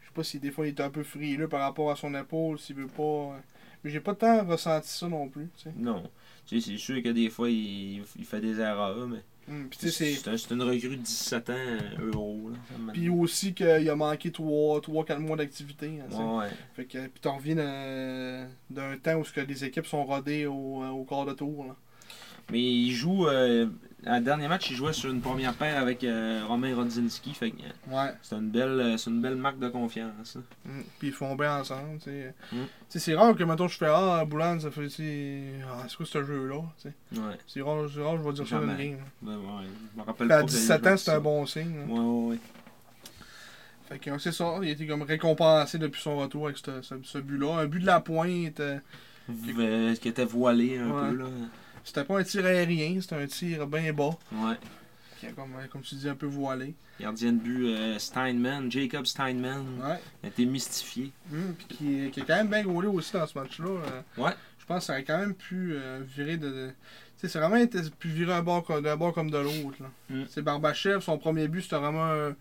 [SPEAKER 1] Je sais pas si des fois il est un peu frileux par rapport à son épaule, s'il veut pas. euh, Mais j'ai pas tant ressenti ça non plus, tu sais.
[SPEAKER 2] Non. Tu sais, c'est sûr que des fois, il, il fait des erreurs, mais
[SPEAKER 1] Hum, Puis, tu
[SPEAKER 2] c'est,
[SPEAKER 1] sais, c'est.
[SPEAKER 2] c'est un- c'est une recrue de 17 ans, euh, euro. Là, ça me-
[SPEAKER 1] Puis aussi qu'il a manqué 3-4 mois d'activité. hein, tu sais.
[SPEAKER 2] ouais.
[SPEAKER 1] Fait que, puis t'en reviens d'un- d'un temps où ce que les équipes sont rodées au, euh, au quart de tour. Là.
[SPEAKER 2] Mais il joue. Euh, à dernier match, il jouait sur une première paire avec euh, Romain Rodzinski. Fait que, euh,
[SPEAKER 1] Ouais.
[SPEAKER 2] c'est, une belle, euh, c'est une belle marque de confiance. là.
[SPEAKER 1] Mm. Puis ils font bien ensemble, tu sais.
[SPEAKER 2] Mm.
[SPEAKER 1] Tu sais, c'est rare que, mettons, je fais Ah, Boulan, ça fait, tu sais, ah, c'est quoi ce jeu-là, tu sais.
[SPEAKER 2] Ouais.
[SPEAKER 1] C'est rare, c'est rare, je vais dire ça dans le
[SPEAKER 2] Jamais.
[SPEAKER 1] game.
[SPEAKER 2] Ben, ouais. Je me rappelle
[SPEAKER 1] Puis à
[SPEAKER 2] pas que j'avais
[SPEAKER 1] 17
[SPEAKER 2] joué
[SPEAKER 1] ans,
[SPEAKER 2] avec
[SPEAKER 1] c'est
[SPEAKER 2] ça.
[SPEAKER 1] un bon signe. là.
[SPEAKER 2] Ouais, ouais, ouais.
[SPEAKER 1] Fait que euh, c'est ça, il a été comme récompensé depuis son retour avec ce, ce- ce but-là. Un but de la pointe, euh,
[SPEAKER 2] Euh, qui était voilé un
[SPEAKER 1] Ouais.
[SPEAKER 2] peu. là.
[SPEAKER 1] c'était pas un tir aérien, c'était un tir bien bas,
[SPEAKER 2] Ouais.
[SPEAKER 1] qui est comme, euh, comme tu dis, un peu voilé.
[SPEAKER 2] Gardien de but euh, Steinman, Jacob Steinman,
[SPEAKER 1] Ouais.
[SPEAKER 2] a été mystifié.
[SPEAKER 1] Mm, Puis qui, est- qui est quand même bien gaulé aussi dans ce match-là. euh.
[SPEAKER 2] Ouais.
[SPEAKER 1] Je pense que ça aurait quand même pu euh, virer de. de- Tu sais, c'est vraiment été pu virer un bord co- d'un bord comme de l'autre. là.
[SPEAKER 2] Mm.
[SPEAKER 1] C'est Barbachev, son premier but, c'était vraiment un,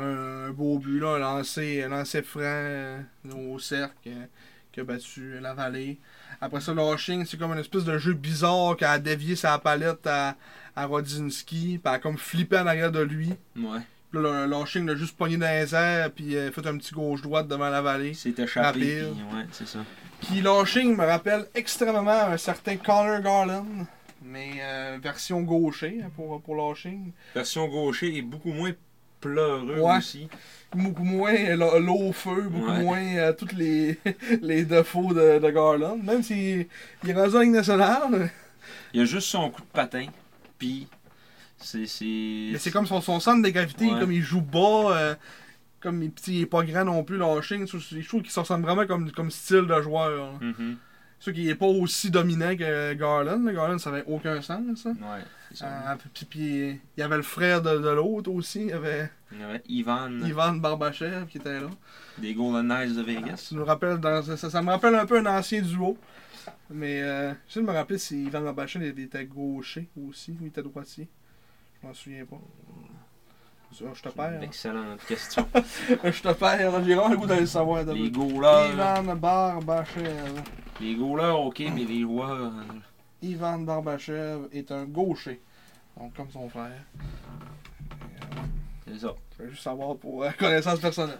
[SPEAKER 1] un beau but, là, un lancer, un lancer franc euh, au cercle euh, qui a battu la vallée. Après ça, le rushing, c'est comme une espèce de jeu bizarre qui a dévié sa palette à, à Rodzinski, puis elle a comme flippé en arrière de lui.
[SPEAKER 2] Ouais.
[SPEAKER 1] Puis là, le Lashing l'a juste pogné dans les airs, puis euh, fait un petit gauche-droite devant la vallée.
[SPEAKER 2] Il s'est échappé.
[SPEAKER 1] Rapide.
[SPEAKER 2] puis, ouais, c'est ça.
[SPEAKER 1] Puis Lashing me rappelle extrêmement un certain Connor Garland, mais euh, version gaucher hein, pour, pour Lashing.
[SPEAKER 2] Version gaucher est beaucoup moins pleureux
[SPEAKER 1] Ouais.
[SPEAKER 2] aussi.
[SPEAKER 1] Beaucoup moins euh, l'eau l'eau au feu, beaucoup
[SPEAKER 2] Ouais.
[SPEAKER 1] moins euh, tous les, [laughs] les défauts de, de Garland. Même s'il il est rendu en Ligue nationale,
[SPEAKER 2] Il a juste son coup de patin. Puis, c'est.
[SPEAKER 1] mais c'est comme son, son centre de gravité,
[SPEAKER 2] Ouais.
[SPEAKER 1] comme il joue bas, euh, comme il, petit, il est pas grand non plus, Lashing. Je trouve qu'il s'en ressemble vraiment comme, comme style de joueur. là.
[SPEAKER 2] Mhm.
[SPEAKER 1] C'est sûr qu'il est pas aussi dominant que Garland. là. Garland, ça avait aucun sens. hein. ça.
[SPEAKER 2] Ouais, c'est ça.
[SPEAKER 1] Euh, puis, puis il y avait le frère de, de l'autre aussi, il y avait
[SPEAKER 2] Il y avait Ivan,
[SPEAKER 1] Ivan Ah, Barbachev qui était là.
[SPEAKER 2] des Golden Knights de Vegas.
[SPEAKER 1] Ça, nous rappelle dans- ça, ça me rappelle un peu un ancien duo. Mais euh, j'essaie de me rappeler si Ivan Barbachev il était gaucher aussi, ou il était droitier. Je m'en souviens pas. Ça, Je te
[SPEAKER 2] C'est une
[SPEAKER 1] perds.
[SPEAKER 2] Excellente
[SPEAKER 1] [laughs]
[SPEAKER 2] question.
[SPEAKER 1] hein. [laughs] Je te perds, là, j'ai vraiment le goût d'aller le savoir.
[SPEAKER 2] les
[SPEAKER 1] David.
[SPEAKER 2] goalers.
[SPEAKER 1] Ivan Barbachev.
[SPEAKER 2] Les goalers, ok, mais les joueurs. euh,
[SPEAKER 1] Ivan Barbachev est un gaucher. Donc, comme son frère.
[SPEAKER 2] C'est ça.
[SPEAKER 1] Je veux juste savoir pour euh, [laughs] connaissance personnelle.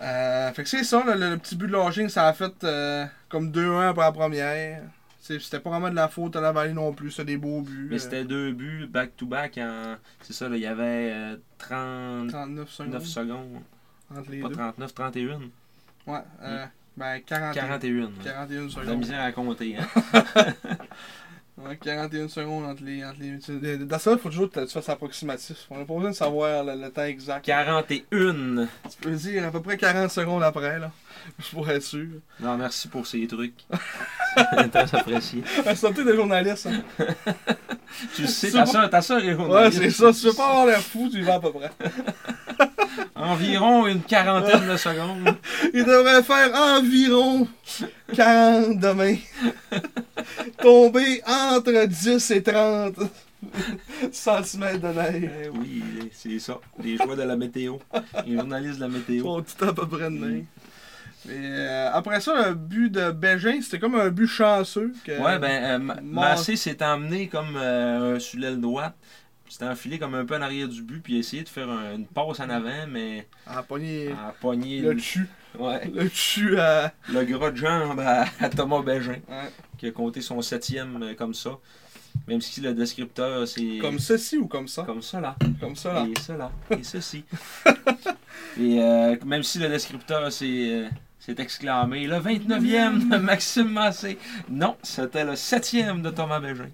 [SPEAKER 1] Euh, fait que c'est ça, le, le- le petit but de lodging, ça a fait euh, comme 2-1 après la première. C'est- C'était pas vraiment de la faute à la vallée non plus, c'était des beaux buts. euh,
[SPEAKER 2] Mais c'était deux buts back-to-back en. C'est ça, là, il y avait euh, 39
[SPEAKER 1] 39 secondes
[SPEAKER 2] secondes.
[SPEAKER 1] entre les
[SPEAKER 2] Pas Hmm.
[SPEAKER 1] deux.
[SPEAKER 2] 39, 31.
[SPEAKER 1] Ouais, euh, ben 41,
[SPEAKER 2] 41. ouais.
[SPEAKER 1] 41
[SPEAKER 2] De la
[SPEAKER 1] secondes.
[SPEAKER 2] misère à compter, hein. [laughs]
[SPEAKER 1] Ouais, 41 secondes entre les. Entre les tu- de- de- dans ça, il faut toujours que tu fasses approximatif. On n'a pas besoin de savoir le, le temps exact.
[SPEAKER 2] 41!
[SPEAKER 1] Tu peux dire à peu près 40 secondes après, là. [laughs] Je pourrais être sûr.
[SPEAKER 2] Non, merci pour ces
[SPEAKER 1] [laughs]
[SPEAKER 2] trucs. [laughs] C'est très apprécié.
[SPEAKER 1] La santé des journalistes. hein.
[SPEAKER 2] Tu sais,
[SPEAKER 1] C'est
[SPEAKER 2] ta
[SPEAKER 1] bon.
[SPEAKER 2] soeur, ta soeur est
[SPEAKER 1] Ouais,
[SPEAKER 2] journaliste.
[SPEAKER 1] c'est ça. Si tu veux pas avoir l'air fou, tu y vas à peu près.
[SPEAKER 2] Environ une
[SPEAKER 1] [laughs]
[SPEAKER 2] quarantaine de secondes.
[SPEAKER 1] Il devrait faire environ 40
[SPEAKER 2] [laughs]
[SPEAKER 1] demain. Tomber entre 10 et 30 cm de neige.
[SPEAKER 2] Eh oui, c'est ça. Les choix de la météo. Les journalistes de la météo.
[SPEAKER 1] Bon, tout à peu près de neige. Mais euh, après ça, le but de Bégin, c'était comme un but chanceux. Que...
[SPEAKER 2] Ouais, ben, euh, Ma-
[SPEAKER 1] Mon-
[SPEAKER 2] Massé s'est emmené comme euh, sur l'aile droite. S'est enfilé comme un peu en arrière du but, puis a essayé de faire un- une passe en avant, mais
[SPEAKER 1] À pogner
[SPEAKER 2] a pogné
[SPEAKER 1] le
[SPEAKER 2] le,
[SPEAKER 1] tu.
[SPEAKER 2] ouais,
[SPEAKER 1] Le tu à.
[SPEAKER 2] le gros de jambe à, à Thomas Bégin,
[SPEAKER 1] Ouais.
[SPEAKER 2] qui a compté son septième euh, comme ça. Même si le descripteur, c'est
[SPEAKER 1] Comme ceci ou comme ça
[SPEAKER 2] comme ça, là.
[SPEAKER 1] Comme ça, là.
[SPEAKER 2] Et cela, et
[SPEAKER 1] [laughs]
[SPEAKER 2] ceci. et euh, même si le descripteur s'est euh, s'est exclamé, le
[SPEAKER 1] [laughs]
[SPEAKER 2] 29e de Maxime Massé. Non, c'était le 7e de Thomas Bégin.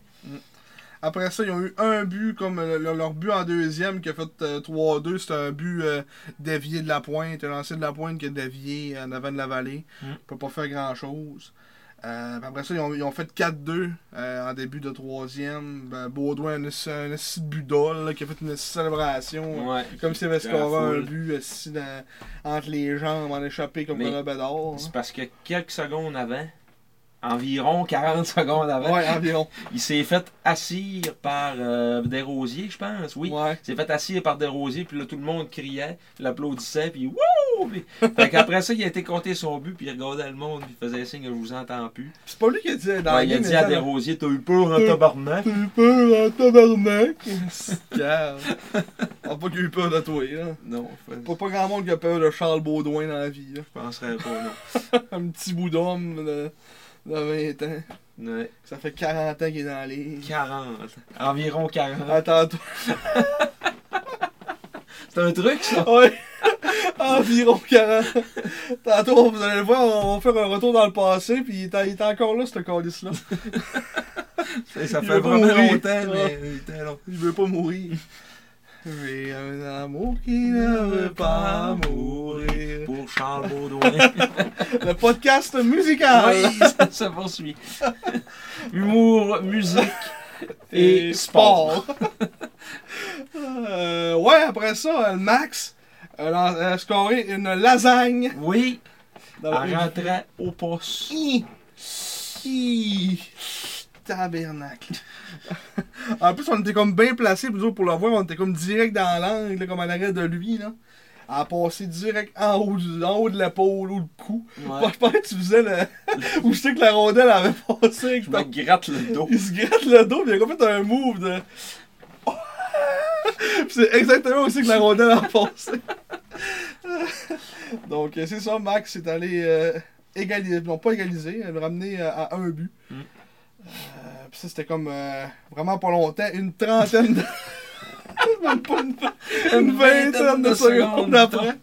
[SPEAKER 1] Après ça, ils ont eu un but, comme le- le- leur but en deuxième qui a fait euh, 3-2. C'était un but euh, dévié de la pointe, un lancer de la pointe qui a dévié en avant de la vallée.
[SPEAKER 2] Mm.
[SPEAKER 1] On peut pas faire grand-chose. Euh, puis après ça, ils ont, ils ont fait 4-2 euh, en début de troisième. Ben, Baudouin, un assi- un assis de but d'ol, là, qui a fait une assi- célébration.
[SPEAKER 2] Ouais.
[SPEAKER 1] Comme s'il avait
[SPEAKER 2] Dans la
[SPEAKER 1] scoré un
[SPEAKER 2] foule.
[SPEAKER 1] but assis dans- entre les jambes, en échappé comme hein.
[SPEAKER 2] Mais-
[SPEAKER 1] Conor Bedard.
[SPEAKER 2] C'est parce que quelques secondes avant, environ 40 secondes avant,
[SPEAKER 1] Ouais, environ.
[SPEAKER 2] il s'est fait assir par euh, Desrosiers, je pense, oui.
[SPEAKER 1] Ouais.
[SPEAKER 2] Il s'est fait assir par Desrosiers, puis là, tout le monde criait, l'applaudissait, puis wouh! Puis- Fait qu'après ça, il a été compté son but, puis il regardait le monde, puis il faisait signe que je vous entends plus.
[SPEAKER 1] C'est pas lui qui a dit dans la
[SPEAKER 2] Ouais, il a
[SPEAKER 1] game,
[SPEAKER 2] dit à
[SPEAKER 1] dans-
[SPEAKER 2] Desrosiers, t'as eu peur en
[SPEAKER 1] Euh,
[SPEAKER 2] tabarnak.
[SPEAKER 1] T'as eu peur en tabarnak! Calme. On a Ah, pas qu'il eu peur de toi, là.
[SPEAKER 2] Non, je
[SPEAKER 1] Pas, pas grand monde qui a peur de Charles Baudouin dans la vie, là.
[SPEAKER 2] penserais pas, non.
[SPEAKER 1] Un petit bout d'homme de, de 20 ans.
[SPEAKER 2] Ouais,
[SPEAKER 1] Ça fait 40 ans qu'il est dans les.
[SPEAKER 2] 40. Environ 40.
[SPEAKER 1] Attends-toi.
[SPEAKER 2] C'est un truc, [laughs] ça?
[SPEAKER 1] Ouais! [laughs] Environ 40. Tantôt, vous allez le voir, on va faire un retour dans le passé, puis il est, il est encore là, ce calice-là.
[SPEAKER 2] Ça
[SPEAKER 1] Il
[SPEAKER 2] fait
[SPEAKER 1] a
[SPEAKER 2] vraiment
[SPEAKER 1] mouru.
[SPEAKER 2] longtemps, mais il était long.
[SPEAKER 1] Il veut pas mourir. J'ai un amour qui ne veut pas mourir.
[SPEAKER 2] Pour Charles [laughs] Baudouin.
[SPEAKER 1] Le podcast musical!
[SPEAKER 2] Ah Oui, [laughs] ça, ça poursuit. Humour, musique et sport.
[SPEAKER 1] [laughs] Euh, ouais, après ça, euh, le Max euh, lan- a scoré une lasagne.
[SPEAKER 2] Oui,
[SPEAKER 1] Dans
[SPEAKER 2] en rentrant au poste.
[SPEAKER 1] Hi! Hi! Tabernacle. [laughs] en plus, on était comme bien placés nous autres, pour le voir. On était comme direct dans l'angle, là, comme à l'arrêt de lui. Là. À passer direct en haut, du- en haut de l'épaule ou le cou.
[SPEAKER 2] Ouais.
[SPEAKER 1] Je pensais que tu faisais le. [laughs] Où je sais que la rondelle avait passé. avec
[SPEAKER 2] Je
[SPEAKER 1] ton-
[SPEAKER 2] me gratte
[SPEAKER 1] [laughs]
[SPEAKER 2] le dos.
[SPEAKER 1] il se gratte le dos, puis il a comme fait un move de. [laughs] Puis c'est exactement aussi que la rondelle a passé. [laughs] Donc, euh, c'est ça, Max est allé euh, égaliser, non pas égaliser, euh, le ramener euh, à un but.
[SPEAKER 2] Mm.
[SPEAKER 1] Euh, puis ça, c'était comme euh, vraiment pas longtemps, une trentaine de. [laughs] Même pas une, une vingtaine de secondes après.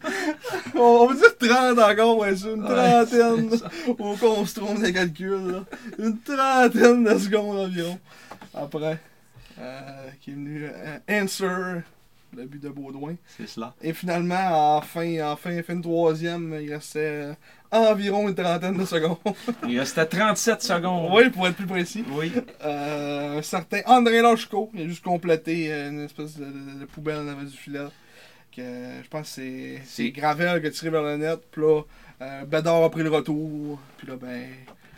[SPEAKER 1] On, [laughs] on va dire 30 encore, ouais, c'est une
[SPEAKER 2] Ouais,
[SPEAKER 1] trentaine.
[SPEAKER 2] c'est ça.
[SPEAKER 1] Au construit des calculs, là. Une trentaine de secondes environ. Après, euh, qui est venu euh, answer le but de Baudouin.
[SPEAKER 2] C'est cela.
[SPEAKER 1] Et finalement, en fin, en fin, fin de troisième, il restait euh, environ une trentaine de secondes.
[SPEAKER 2] Il restait 37 secondes.
[SPEAKER 1] oui, pour être plus précis.
[SPEAKER 2] Oui.
[SPEAKER 1] Euh, un certain André Lochko, il a juste complété euh, une espèce de, de- de poubelle en avant du filet. Que, euh, je pense que c'est- c'est
[SPEAKER 2] Si.
[SPEAKER 1] Gravel qui a tiré vers le net. Puis là, euh, Bédard a pris le retour. Puis là, ben.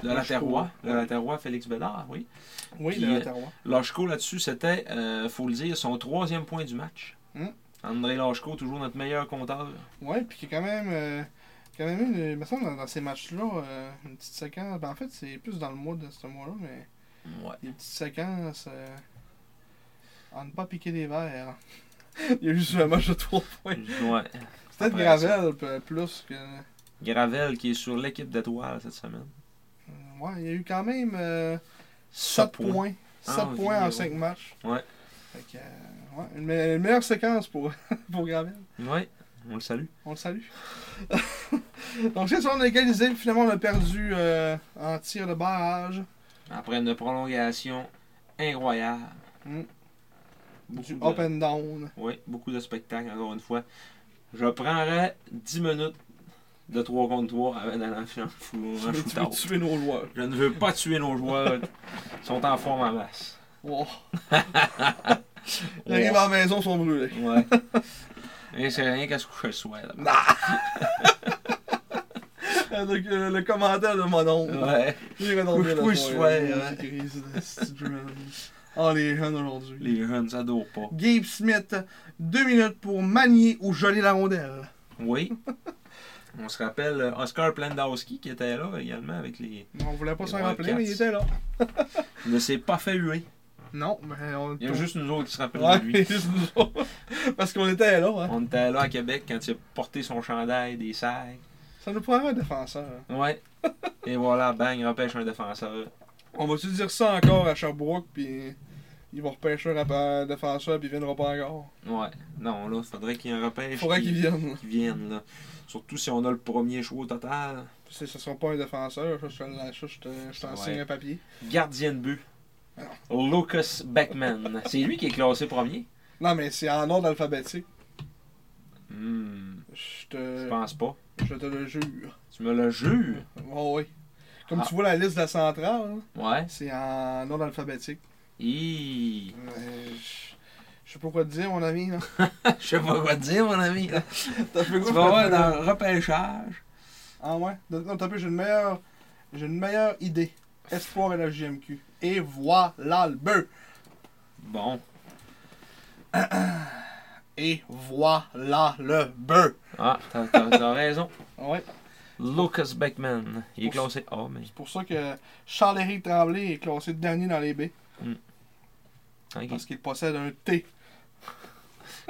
[SPEAKER 2] Le Laterrois. Le Laterrois, Félix Bédard, oui.
[SPEAKER 1] Oui,
[SPEAKER 2] Puis,
[SPEAKER 1] le
[SPEAKER 2] euh,
[SPEAKER 1] Laterrois.
[SPEAKER 2] Lachko là-dessus, c'était, euh, faut le dire, son troisième point du match.
[SPEAKER 1] Hmm.
[SPEAKER 2] André Lachko, toujours notre meilleur compteur.
[SPEAKER 1] Ouais, puis qui a quand même, euh, quand même eu, il me semble, dans, dans ces matchs-là, euh, une petite séquence. Ben, en fait, c'est plus dans le mois de ce mois-là, mais
[SPEAKER 2] Ouais.
[SPEAKER 1] des petites séquences. euh, À ne pas piquer des verres. [laughs] Il y a juste un match de 3 points.
[SPEAKER 2] Ouais.
[SPEAKER 1] Peut-être
[SPEAKER 2] Après
[SPEAKER 1] Gravel p- plus que.
[SPEAKER 2] Gravel qui est sur l'équipe d'étoiles cette semaine.
[SPEAKER 1] Mm, Ouais, il y a eu quand même euh, 7
[SPEAKER 2] Sept
[SPEAKER 1] points. 7
[SPEAKER 2] Ah, oui,
[SPEAKER 1] points en
[SPEAKER 2] oui.
[SPEAKER 1] 5 matchs.
[SPEAKER 2] Ouais.
[SPEAKER 1] Fait que, euh, ouais, une, me- une meilleure séquence pour, [laughs] pour Gravel.
[SPEAKER 2] Ouais, on le salue.
[SPEAKER 1] On le salue. [laughs] Donc, c'est ça, on a égalisé. Finalement, on a perdu euh, en tir de barrage.
[SPEAKER 2] Après une prolongation incroyable.
[SPEAKER 1] Mm.
[SPEAKER 2] Beaucoup
[SPEAKER 1] Du
[SPEAKER 2] de-
[SPEAKER 1] up and down.
[SPEAKER 2] Oui, beaucoup de spectacles, encore une fois. Je prendrais 10 minutes de 3 contre 3 avant d'aller en fou- en
[SPEAKER 1] Tu veux- tu veux
[SPEAKER 2] shootout.
[SPEAKER 1] tuer nos joueurs.
[SPEAKER 2] Je ne veux pas tuer nos joueurs. Ils sont en forme en masse.
[SPEAKER 1] [laughs] Wow. Ils arrivent à la maison, ils sont brûlés.
[SPEAKER 2] Ouais. Et c'est rien qu'à ce que je souhaite.
[SPEAKER 1] Donc, euh, [laughs] le commentaire de mon oncle.
[SPEAKER 2] Ouais.
[SPEAKER 1] J'ai retombé
[SPEAKER 2] Couche-couche, ouais,
[SPEAKER 1] euh,
[SPEAKER 2] ouais.
[SPEAKER 1] Oh, les jeunes aujourd'hui.
[SPEAKER 2] Les jeunes, ça dort pas.
[SPEAKER 1] Gabe Smith, deux minutes pour manier ou geler la rondelle.
[SPEAKER 2] Oui. On se rappelle euh, Oscar Plandowski qui était là également avec les.
[SPEAKER 1] On voulait pas
[SPEAKER 2] Les
[SPEAKER 1] s'en rappeler,
[SPEAKER 2] Wildcats.
[SPEAKER 1] mais il était là.
[SPEAKER 2] Il ne s'est pas fait huer.
[SPEAKER 1] Non, mais on
[SPEAKER 2] Il y a juste nous autres qui se rappellent
[SPEAKER 1] Ouais,
[SPEAKER 2] de lui.
[SPEAKER 1] [laughs] juste nous autres. Parce qu'on était là. Hein.
[SPEAKER 2] On était là à Québec quand il a porté son chandail des sacs.
[SPEAKER 1] Ça nous prendrait un défenseur.
[SPEAKER 2] Ouais. Et voilà, bang, repêche un défenseur.
[SPEAKER 1] On va-tu dire ça encore à Sherbrooke, puis ils vont repêcher un rap- un défenseur, puis il viendra pas encore.
[SPEAKER 2] Ouais. Non, là, faudrait qu'il y ait un repêche.
[SPEAKER 1] Faudrait qu'il vienne.
[SPEAKER 2] Qui vienne, là. Surtout si on a le premier choix au total.
[SPEAKER 1] Ce ne sera pas un défenseur, ça, je te le- ça, je te- je t'en
[SPEAKER 2] Ouais.
[SPEAKER 1] signe un papier.
[SPEAKER 2] Gardien de but. Lucas Beckman. C'est lui qui est classé premier.
[SPEAKER 1] Non, mais c'est en ordre alphabétique.
[SPEAKER 2] Hmm,
[SPEAKER 1] Je
[SPEAKER 2] je
[SPEAKER 1] te,
[SPEAKER 2] pense pas.
[SPEAKER 1] je te le jure.
[SPEAKER 2] Tu me le jures?
[SPEAKER 1] Oh, oui. Comme
[SPEAKER 2] Ah.
[SPEAKER 1] tu vois la liste de la centrale, hein,
[SPEAKER 2] Ouais.
[SPEAKER 1] c'est en ordre alphabétique.
[SPEAKER 2] Hi. [laughs]
[SPEAKER 1] Euh, je je sais pas quoi te dire, mon ami. Là.
[SPEAKER 2] Je sais pas quoi te dire, mon ami. tu
[SPEAKER 1] T'as fait
[SPEAKER 2] vas
[SPEAKER 1] quoi, je
[SPEAKER 2] voir
[SPEAKER 1] peux-
[SPEAKER 2] dans le repêchage.
[SPEAKER 1] Ah ouais? Non, t'as peu, j'ai une meilleure. J'ai une meilleure idée. Espoir et la JMQ. Et voilà le bœuf!
[SPEAKER 2] Bon.
[SPEAKER 1] Et voilà le bœuf! Ah
[SPEAKER 2] Ah, t'as- t'as t'as raison.
[SPEAKER 1] Ouais,
[SPEAKER 2] Lucas Beckman. Il est
[SPEAKER 1] Pour-
[SPEAKER 2] classé A, mais.
[SPEAKER 1] c'est pour ça que Charles-Éric Tremblay est classé dernier dans les B.
[SPEAKER 2] ok,
[SPEAKER 1] Parce qu'il possède un T.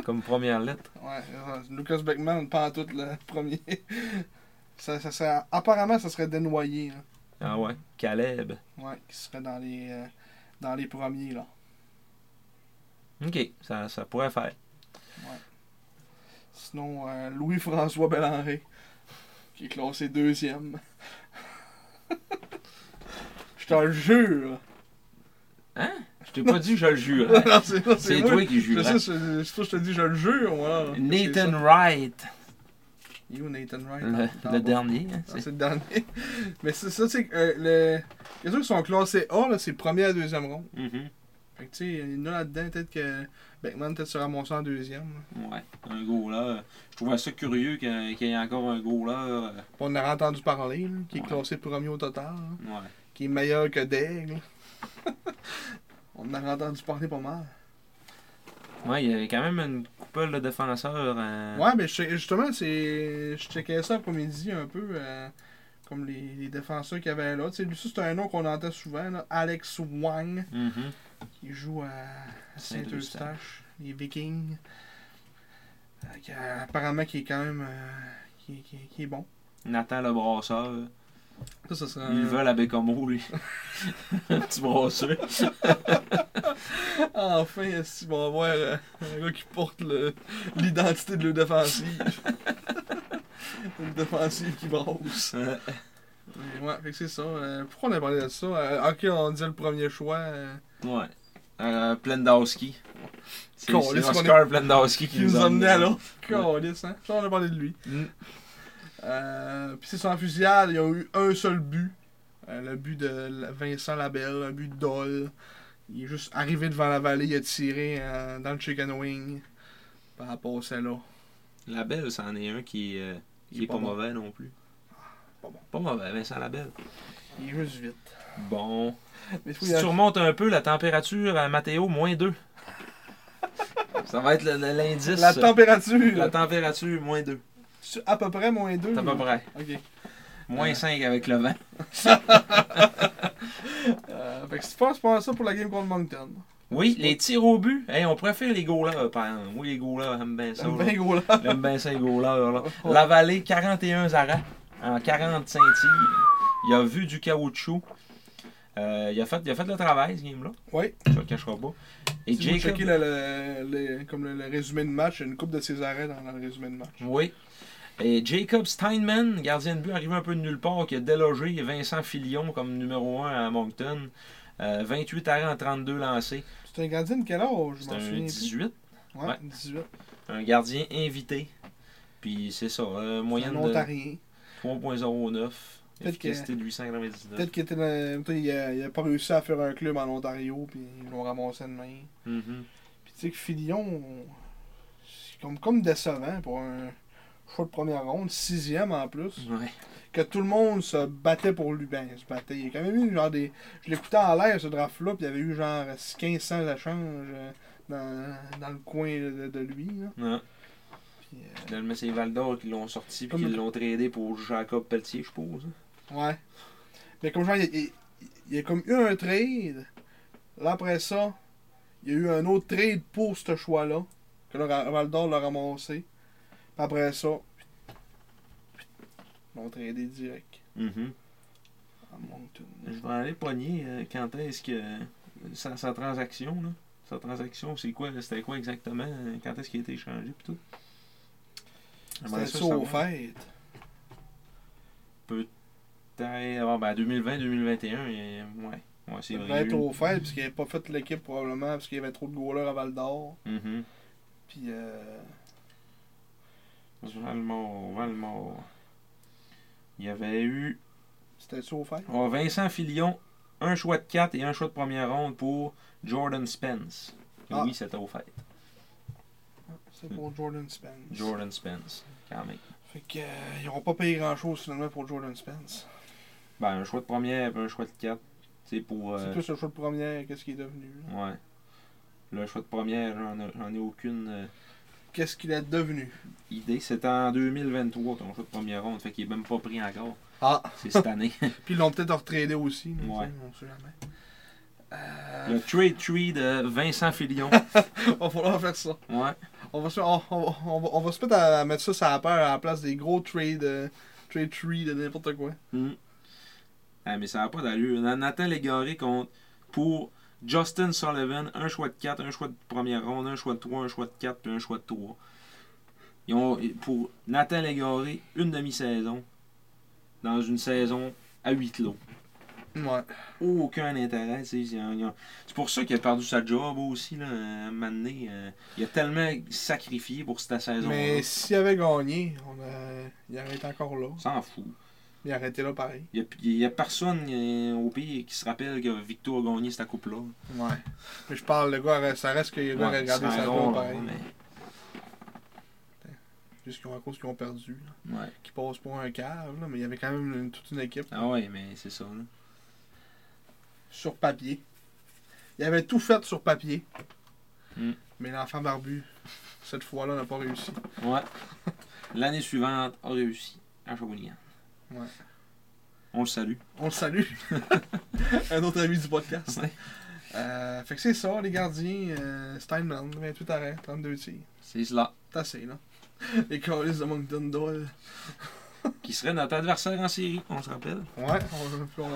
[SPEAKER 2] Comme première lettre.
[SPEAKER 1] Ouais, euh, Lucas Beckman, pas en tout le premier. [laughs] ça, ça serait, apparemment, ça serait dénoyé. Là.
[SPEAKER 2] Ah ouais. Caleb.
[SPEAKER 1] Ouais, qui serait dans les, euh, dans les premiers. là.
[SPEAKER 2] Ok, ça, ça pourrait faire.
[SPEAKER 1] Sinon, euh, Louis-François Bellenré, qui est classé deuxième. Je te le jure!
[SPEAKER 2] Je t'ai pas dit, je le [laughs] jure.
[SPEAKER 1] [laughs] Non, c'est non,
[SPEAKER 2] C'est
[SPEAKER 1] moi.
[SPEAKER 2] toi qui jure.
[SPEAKER 1] Je sais, c'est c'est toi, je te dis, je le jure, moi. là.
[SPEAKER 2] Nathan Wright.
[SPEAKER 1] C'est ça. You, Nathan Wright.
[SPEAKER 2] Le,
[SPEAKER 1] dans- dans-
[SPEAKER 2] le dernier. hein,
[SPEAKER 1] dans-
[SPEAKER 2] c'est-
[SPEAKER 1] C'est le dernier. [laughs] Mais c'est ça, tu sais, que, euh, le... les autres qui sont classés A, là, c'est premier à deuxième ronde.
[SPEAKER 2] Mhm.
[SPEAKER 1] Fait que, tu sais, il y en a là-dedans, peut-être que Beckman, peut-être sera mon en deuxième. là.
[SPEAKER 2] Ouais, un goaler. Je trouvais ça curieux que- qu'il y ait encore un goaler. euh,
[SPEAKER 1] Puis On en a entendu parler, là, qui est
[SPEAKER 2] Ouais.
[SPEAKER 1] classé premier au total, là,
[SPEAKER 2] Ouais.
[SPEAKER 1] qui est meilleur que Daigle. [laughs] On en a entendu parler pas mal.
[SPEAKER 2] Ouais, il y avait quand même une coupole de défenseurs. euh,
[SPEAKER 1] Ouais, mais je- justement, c'est. Je checkais ça après-midi un peu. euh, comme les, les défenseurs qu'il y avait là. Tu sais, lui, ça, c'est un nom qu'on entend souvent. là, Alex Wang.
[SPEAKER 2] mhm.
[SPEAKER 1] qui joue à Saint-Eustache. Les Vikings. Euh, qui a- apparemment, qui est quand même. euh, qui, qui- qui est bon.
[SPEAKER 2] Nathan le brasseur.
[SPEAKER 1] Ça, ça serait.
[SPEAKER 2] Ils le veulent à Bécamo, [laughs] lui. un petit brasseur.
[SPEAKER 1] Enfin, est-ce qu'ils vont avoir euh, un gars qui porte le- l'identité de leur [laughs] défensive? Une défensive qui brosse.
[SPEAKER 2] Euh,
[SPEAKER 1] Mais ouais, fait que c'est ça. Euh, pourquoi on a parlé de ça? Euh, ok, on disait le premier choix. euh,
[SPEAKER 2] Ouais. Euh, Plendowski. C'est
[SPEAKER 1] Con,
[SPEAKER 2] c'est
[SPEAKER 1] laisse qu'on
[SPEAKER 2] Oscar Plendowski
[SPEAKER 1] qui nous a amenés à
[SPEAKER 2] là.
[SPEAKER 1] l'autre. Câlisse, hein? Ça, on a parlé de lui.
[SPEAKER 2] Mm.
[SPEAKER 1] Euh, Puis c'est son fusillade, ils ont eu un seul but. Euh, le but de Vincent Labelle, un but d'Ol. Il est juste arrivé devant la vallée, il a tiré euh, dans le chicken wing. Par rapport à celle-là.
[SPEAKER 2] Labelle, c'en est un qui, est, euh, qui
[SPEAKER 1] Il est
[SPEAKER 2] est pas,
[SPEAKER 1] pas bon.
[SPEAKER 2] mauvais non plus.
[SPEAKER 1] Pas bon.
[SPEAKER 2] Pas mauvais, Vincent Labelle.
[SPEAKER 1] Il est juste vite.
[SPEAKER 2] Bon.
[SPEAKER 1] Mais
[SPEAKER 2] Si tu remontes un peu la température à Mathéo, moins 2. Ça va être le- le- l'indice.
[SPEAKER 1] la
[SPEAKER 2] ça.
[SPEAKER 1] température,
[SPEAKER 2] La température, moins 2.
[SPEAKER 1] c'est à peu près moins 2.
[SPEAKER 2] À peu près.
[SPEAKER 1] Ok.
[SPEAKER 2] Moins 5 avec le vent.
[SPEAKER 1] Euh, fait que si tu penses pas à ça pour la game contre Moncton.
[SPEAKER 2] Oui, les tirs au but. Hey, on pourrait faire les goalers, par exemple. Oui, les goalers, j'aime bien ça.
[SPEAKER 1] J'aime
[SPEAKER 2] là.
[SPEAKER 1] bien gros là.
[SPEAKER 2] J'aime bien ça, les goalers. Là. La vallée, 41 arrêts en 45 tirs. Il a vu du caoutchouc. Euh, il, a fait, il a fait le travail, ce game-là.
[SPEAKER 1] Oui.
[SPEAKER 2] Je le cacherai pas. Et
[SPEAKER 1] Si vous
[SPEAKER 2] Jacob.
[SPEAKER 1] checkez le, le- le- comme le, le résumé de match, il y a une coupe de ses arrêts dans le résumé de match.
[SPEAKER 2] Oui. Et Jacob Steinman, gardien de but arrivé un peu de nulle part, qui a délogé Vincent Filion comme numéro 1 à Moncton. Euh, 28 arrêts en 32 lancés.
[SPEAKER 1] C'est un gardien de quel âge Je
[SPEAKER 2] C'est
[SPEAKER 1] m'en
[SPEAKER 2] un
[SPEAKER 1] souviens. plus.
[SPEAKER 2] 18.
[SPEAKER 1] Ouais,
[SPEAKER 2] ouais.
[SPEAKER 1] 18.
[SPEAKER 2] Un gardien invité. Puis c'est ça, euh,
[SPEAKER 1] Un
[SPEAKER 2] moyenne de
[SPEAKER 1] ontarien.
[SPEAKER 2] 3.09.
[SPEAKER 1] Peut-être que-
[SPEAKER 2] Efficacité de 899.
[SPEAKER 1] Peut-être qu'il était dans- peut-être qu'il a, il a pas réussi à faire un club en Ontario, puis ils l'ont ramassé de main.
[SPEAKER 2] Mhm.
[SPEAKER 1] Puis tu sais que Filion, c'est comme, comme décevant pour un choix de première ronde, sixième en plus,
[SPEAKER 2] Ouais.
[SPEAKER 1] que tout le monde se battait pour lui. Ben, il se battait. Il y a quand même eu genre des. Je l'écoutais en l'air ce draft-là, puis il y avait eu genre 1500 échanges euh, dans, dans le coin de, de lui. là.
[SPEAKER 2] Non.
[SPEAKER 1] Puis, euh,
[SPEAKER 2] Finalement, c'est Valdor qui l'ont sorti puis
[SPEAKER 1] Comme-
[SPEAKER 2] qui l'ont tradé pour Jacob Pelletier, je suppose. hein.
[SPEAKER 1] Ouais. Mais comme genre, il, il- il y a comme eu un trade. Là, après ça, il y a eu un autre trade pour ce choix-là. Que là, Valdor l'a ramassé. Puis après ça, ils l'ont tradé direct
[SPEAKER 2] Mhm.
[SPEAKER 1] à Moncton.
[SPEAKER 2] Je vais aller pogner euh, quand est-ce que. euh, Sa, sa transaction, là. Sa transaction, c'est quoi C'était quoi exactement euh, Quand est-ce qu'il a été échangé, plutôt
[SPEAKER 1] C'était ça aux fêtes.
[SPEAKER 2] Ah, ben 2020-2021, et... euh, ouais. Ouais, c'est
[SPEAKER 1] Il
[SPEAKER 2] vrai.
[SPEAKER 1] devait
[SPEAKER 2] il y
[SPEAKER 1] être
[SPEAKER 2] a eu-
[SPEAKER 1] aux fêtes, puisqu'il n'avait pas fait l'équipe probablement, parce qu'il y avait trop de goalers à Val d'Or.
[SPEAKER 2] Mhm.
[SPEAKER 1] Puis, euh,
[SPEAKER 2] Valmore, Valmore. Il y avait eu
[SPEAKER 1] c'était ça aux fêtes.
[SPEAKER 2] On a Vincent Filion, un choix de 4 et un choix de première ronde pour Jordan Spence. Et
[SPEAKER 1] Ah.
[SPEAKER 2] Oui, c'était au fait.
[SPEAKER 1] C'est pour Jordan Spence.
[SPEAKER 2] Jordan Spence, quand même.
[SPEAKER 1] Fait que, euh, ils n'auront pas payé grand-chose finalement pour Jordan Spence.
[SPEAKER 2] Ben, un choix de première et un choix de 4. C'est pour. euh,
[SPEAKER 1] C'est plus le choix de première, qu'est-ce qu'il est devenu. là.
[SPEAKER 2] Ouais. Le choix de première, j'en ai- j'en ai aucune euh,
[SPEAKER 1] qu'est-ce qu'il est devenu.
[SPEAKER 2] idée. C'était en 2023, ton choix de première ronde. Fait qu'il est même pas pris encore.
[SPEAKER 1] Ah.
[SPEAKER 2] C'est cette année.
[SPEAKER 1] Puis ils l'ont peut-être retraité aussi. mais
[SPEAKER 2] Ouais.
[SPEAKER 1] tu sais, On sait jamais. [laughs]
[SPEAKER 2] Le trade tree de Vincent Filion.
[SPEAKER 1] va falloir faire ça.
[SPEAKER 2] Ouais.
[SPEAKER 1] On va se, on, on- on va, on va se mettre à mettre ça sur la peur à la place des gros trades, euh, trade tree de n'importe quoi.
[SPEAKER 2] Mm. Ah, mais ça n'a pas d'allure. Na- Nathan Légaré contre pour Justin Sullivan, un choix de 4, un choix de première ronde, un choix de 3, un choix de 4, puis un choix de 3. Ils ont, pour Nathan Légaré, une demi-saison dans une saison à 8 lots.
[SPEAKER 1] Ouais.
[SPEAKER 2] Aucun intérêt. tu sais, ils ont- ils ont- C'est pour ça qu'il a perdu sa job aussi, là, à un moment donné. euh, il a tellement sacrifié pour cette saison-là.
[SPEAKER 1] Mais s'il avait gagné, on a... il aurait été encore là.
[SPEAKER 2] On s'en fout.
[SPEAKER 1] Il aurait été là pareil.
[SPEAKER 2] Il n'y a, personne euh, au pays qui se rappelle que Victor a gagné cette coupe-là.
[SPEAKER 1] Ouais. Mais je parle, le gars, ça reste qu'il
[SPEAKER 2] Ouais,
[SPEAKER 1] aurait regardé
[SPEAKER 2] c'est
[SPEAKER 1] ça
[SPEAKER 2] drôle, hein.
[SPEAKER 1] là pareil.
[SPEAKER 2] ouais,
[SPEAKER 1] Juste qu'ils ont- à cause qu'ils ont perdu. là.
[SPEAKER 2] mais- ouais.
[SPEAKER 1] Qu'ils passent pour un cave, là, mais il y avait quand même une- toute une équipe
[SPEAKER 2] Ah ouais, mais c'est ça. là.
[SPEAKER 1] sur papier. Il avait tout fait sur papier.
[SPEAKER 2] Mm.
[SPEAKER 1] Mais l'enfant barbu, cette fois-là, n'a pas réussi. [laughs]
[SPEAKER 2] Ouais. L'année suivante, a réussi à Shawinigan.
[SPEAKER 1] Ouais.
[SPEAKER 2] On le salue.
[SPEAKER 1] On le salue. [laughs] un autre ami du podcast.
[SPEAKER 2] Ouais.
[SPEAKER 1] Euh, fait que c'est ça, les gardiens. euh, Steinman, 28 arrêts, 32 tirs.
[SPEAKER 2] C'est cela.
[SPEAKER 1] C'est assez, là. [laughs] Les Cowboys de Moncton Doyle.
[SPEAKER 2] Qui serait notre adversaire en série, on se rappelle.
[SPEAKER 1] Ouais, on- on-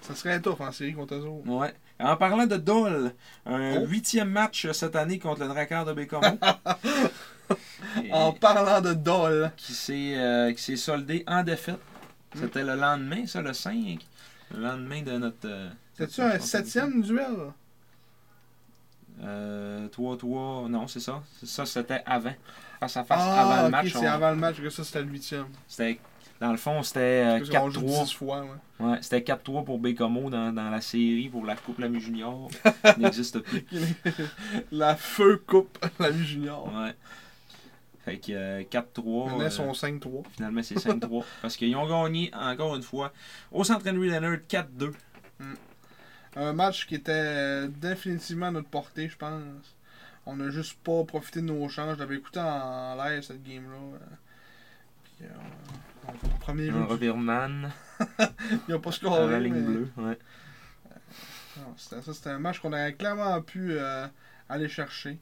[SPEAKER 1] ça serait tough en série contre eux autres.
[SPEAKER 2] Ouais. En parlant de Dole, un
[SPEAKER 1] Oh.
[SPEAKER 2] huitième match cette année contre le Drakkar de
[SPEAKER 1] [laughs]
[SPEAKER 2] Bécomo. Et-
[SPEAKER 1] En parlant de Doyle,
[SPEAKER 2] qui s'est euh, qui s'est soldé en défaite. C'était le lendemain, ça, le 5. Le lendemain de notre. euh,
[SPEAKER 1] c'est-tu
[SPEAKER 2] notre
[SPEAKER 1] un
[SPEAKER 2] conférence.
[SPEAKER 1] septième duel?
[SPEAKER 2] Euh, 3-3, non, c'est ça. C'est Ça, c'était avant. Face à face, avant
[SPEAKER 1] Ah,
[SPEAKER 2] le
[SPEAKER 1] ok,
[SPEAKER 2] match.
[SPEAKER 1] c'est
[SPEAKER 2] on-
[SPEAKER 1] avant le match que ça, c'était le huitième.
[SPEAKER 2] C'était, dans le fond, c'était euh,
[SPEAKER 1] Parce qu'on joue 10
[SPEAKER 2] 4-3.
[SPEAKER 1] fois, ouais.
[SPEAKER 2] Ouais, c'était 4-3 pour Bécomo dans, dans la série pour la Coupe
[SPEAKER 1] [laughs]
[SPEAKER 2] Lamy Junior. Il n'existe plus.
[SPEAKER 1] La feu coupe la vie junior.
[SPEAKER 2] Ouais. Fait que euh, 4-3.
[SPEAKER 1] Maintenant,
[SPEAKER 2] euh,
[SPEAKER 1] ils sont 5-3.
[SPEAKER 2] Finalement, c'est 5-3.
[SPEAKER 1] [laughs]
[SPEAKER 2] parce qu'ils ont gagné encore une fois au centre Henry Leonard 4-2.
[SPEAKER 1] Un match qui était euh, définitivement à notre portée, je pense. On n'a juste pas profité de nos chances. Je l'avais écouté en live cette game-là. euh. Puis, euh, on- premier jeu,
[SPEAKER 2] Un Robert Mann,
[SPEAKER 1] il n'a pas
[SPEAKER 2] à la
[SPEAKER 1] scoré.
[SPEAKER 2] ligne
[SPEAKER 1] Oh, mais
[SPEAKER 2] bleue. Ouais.
[SPEAKER 1] Non, Ah, c'était- ça, c'était un match qu'on aurait clairement pu euh, aller chercher.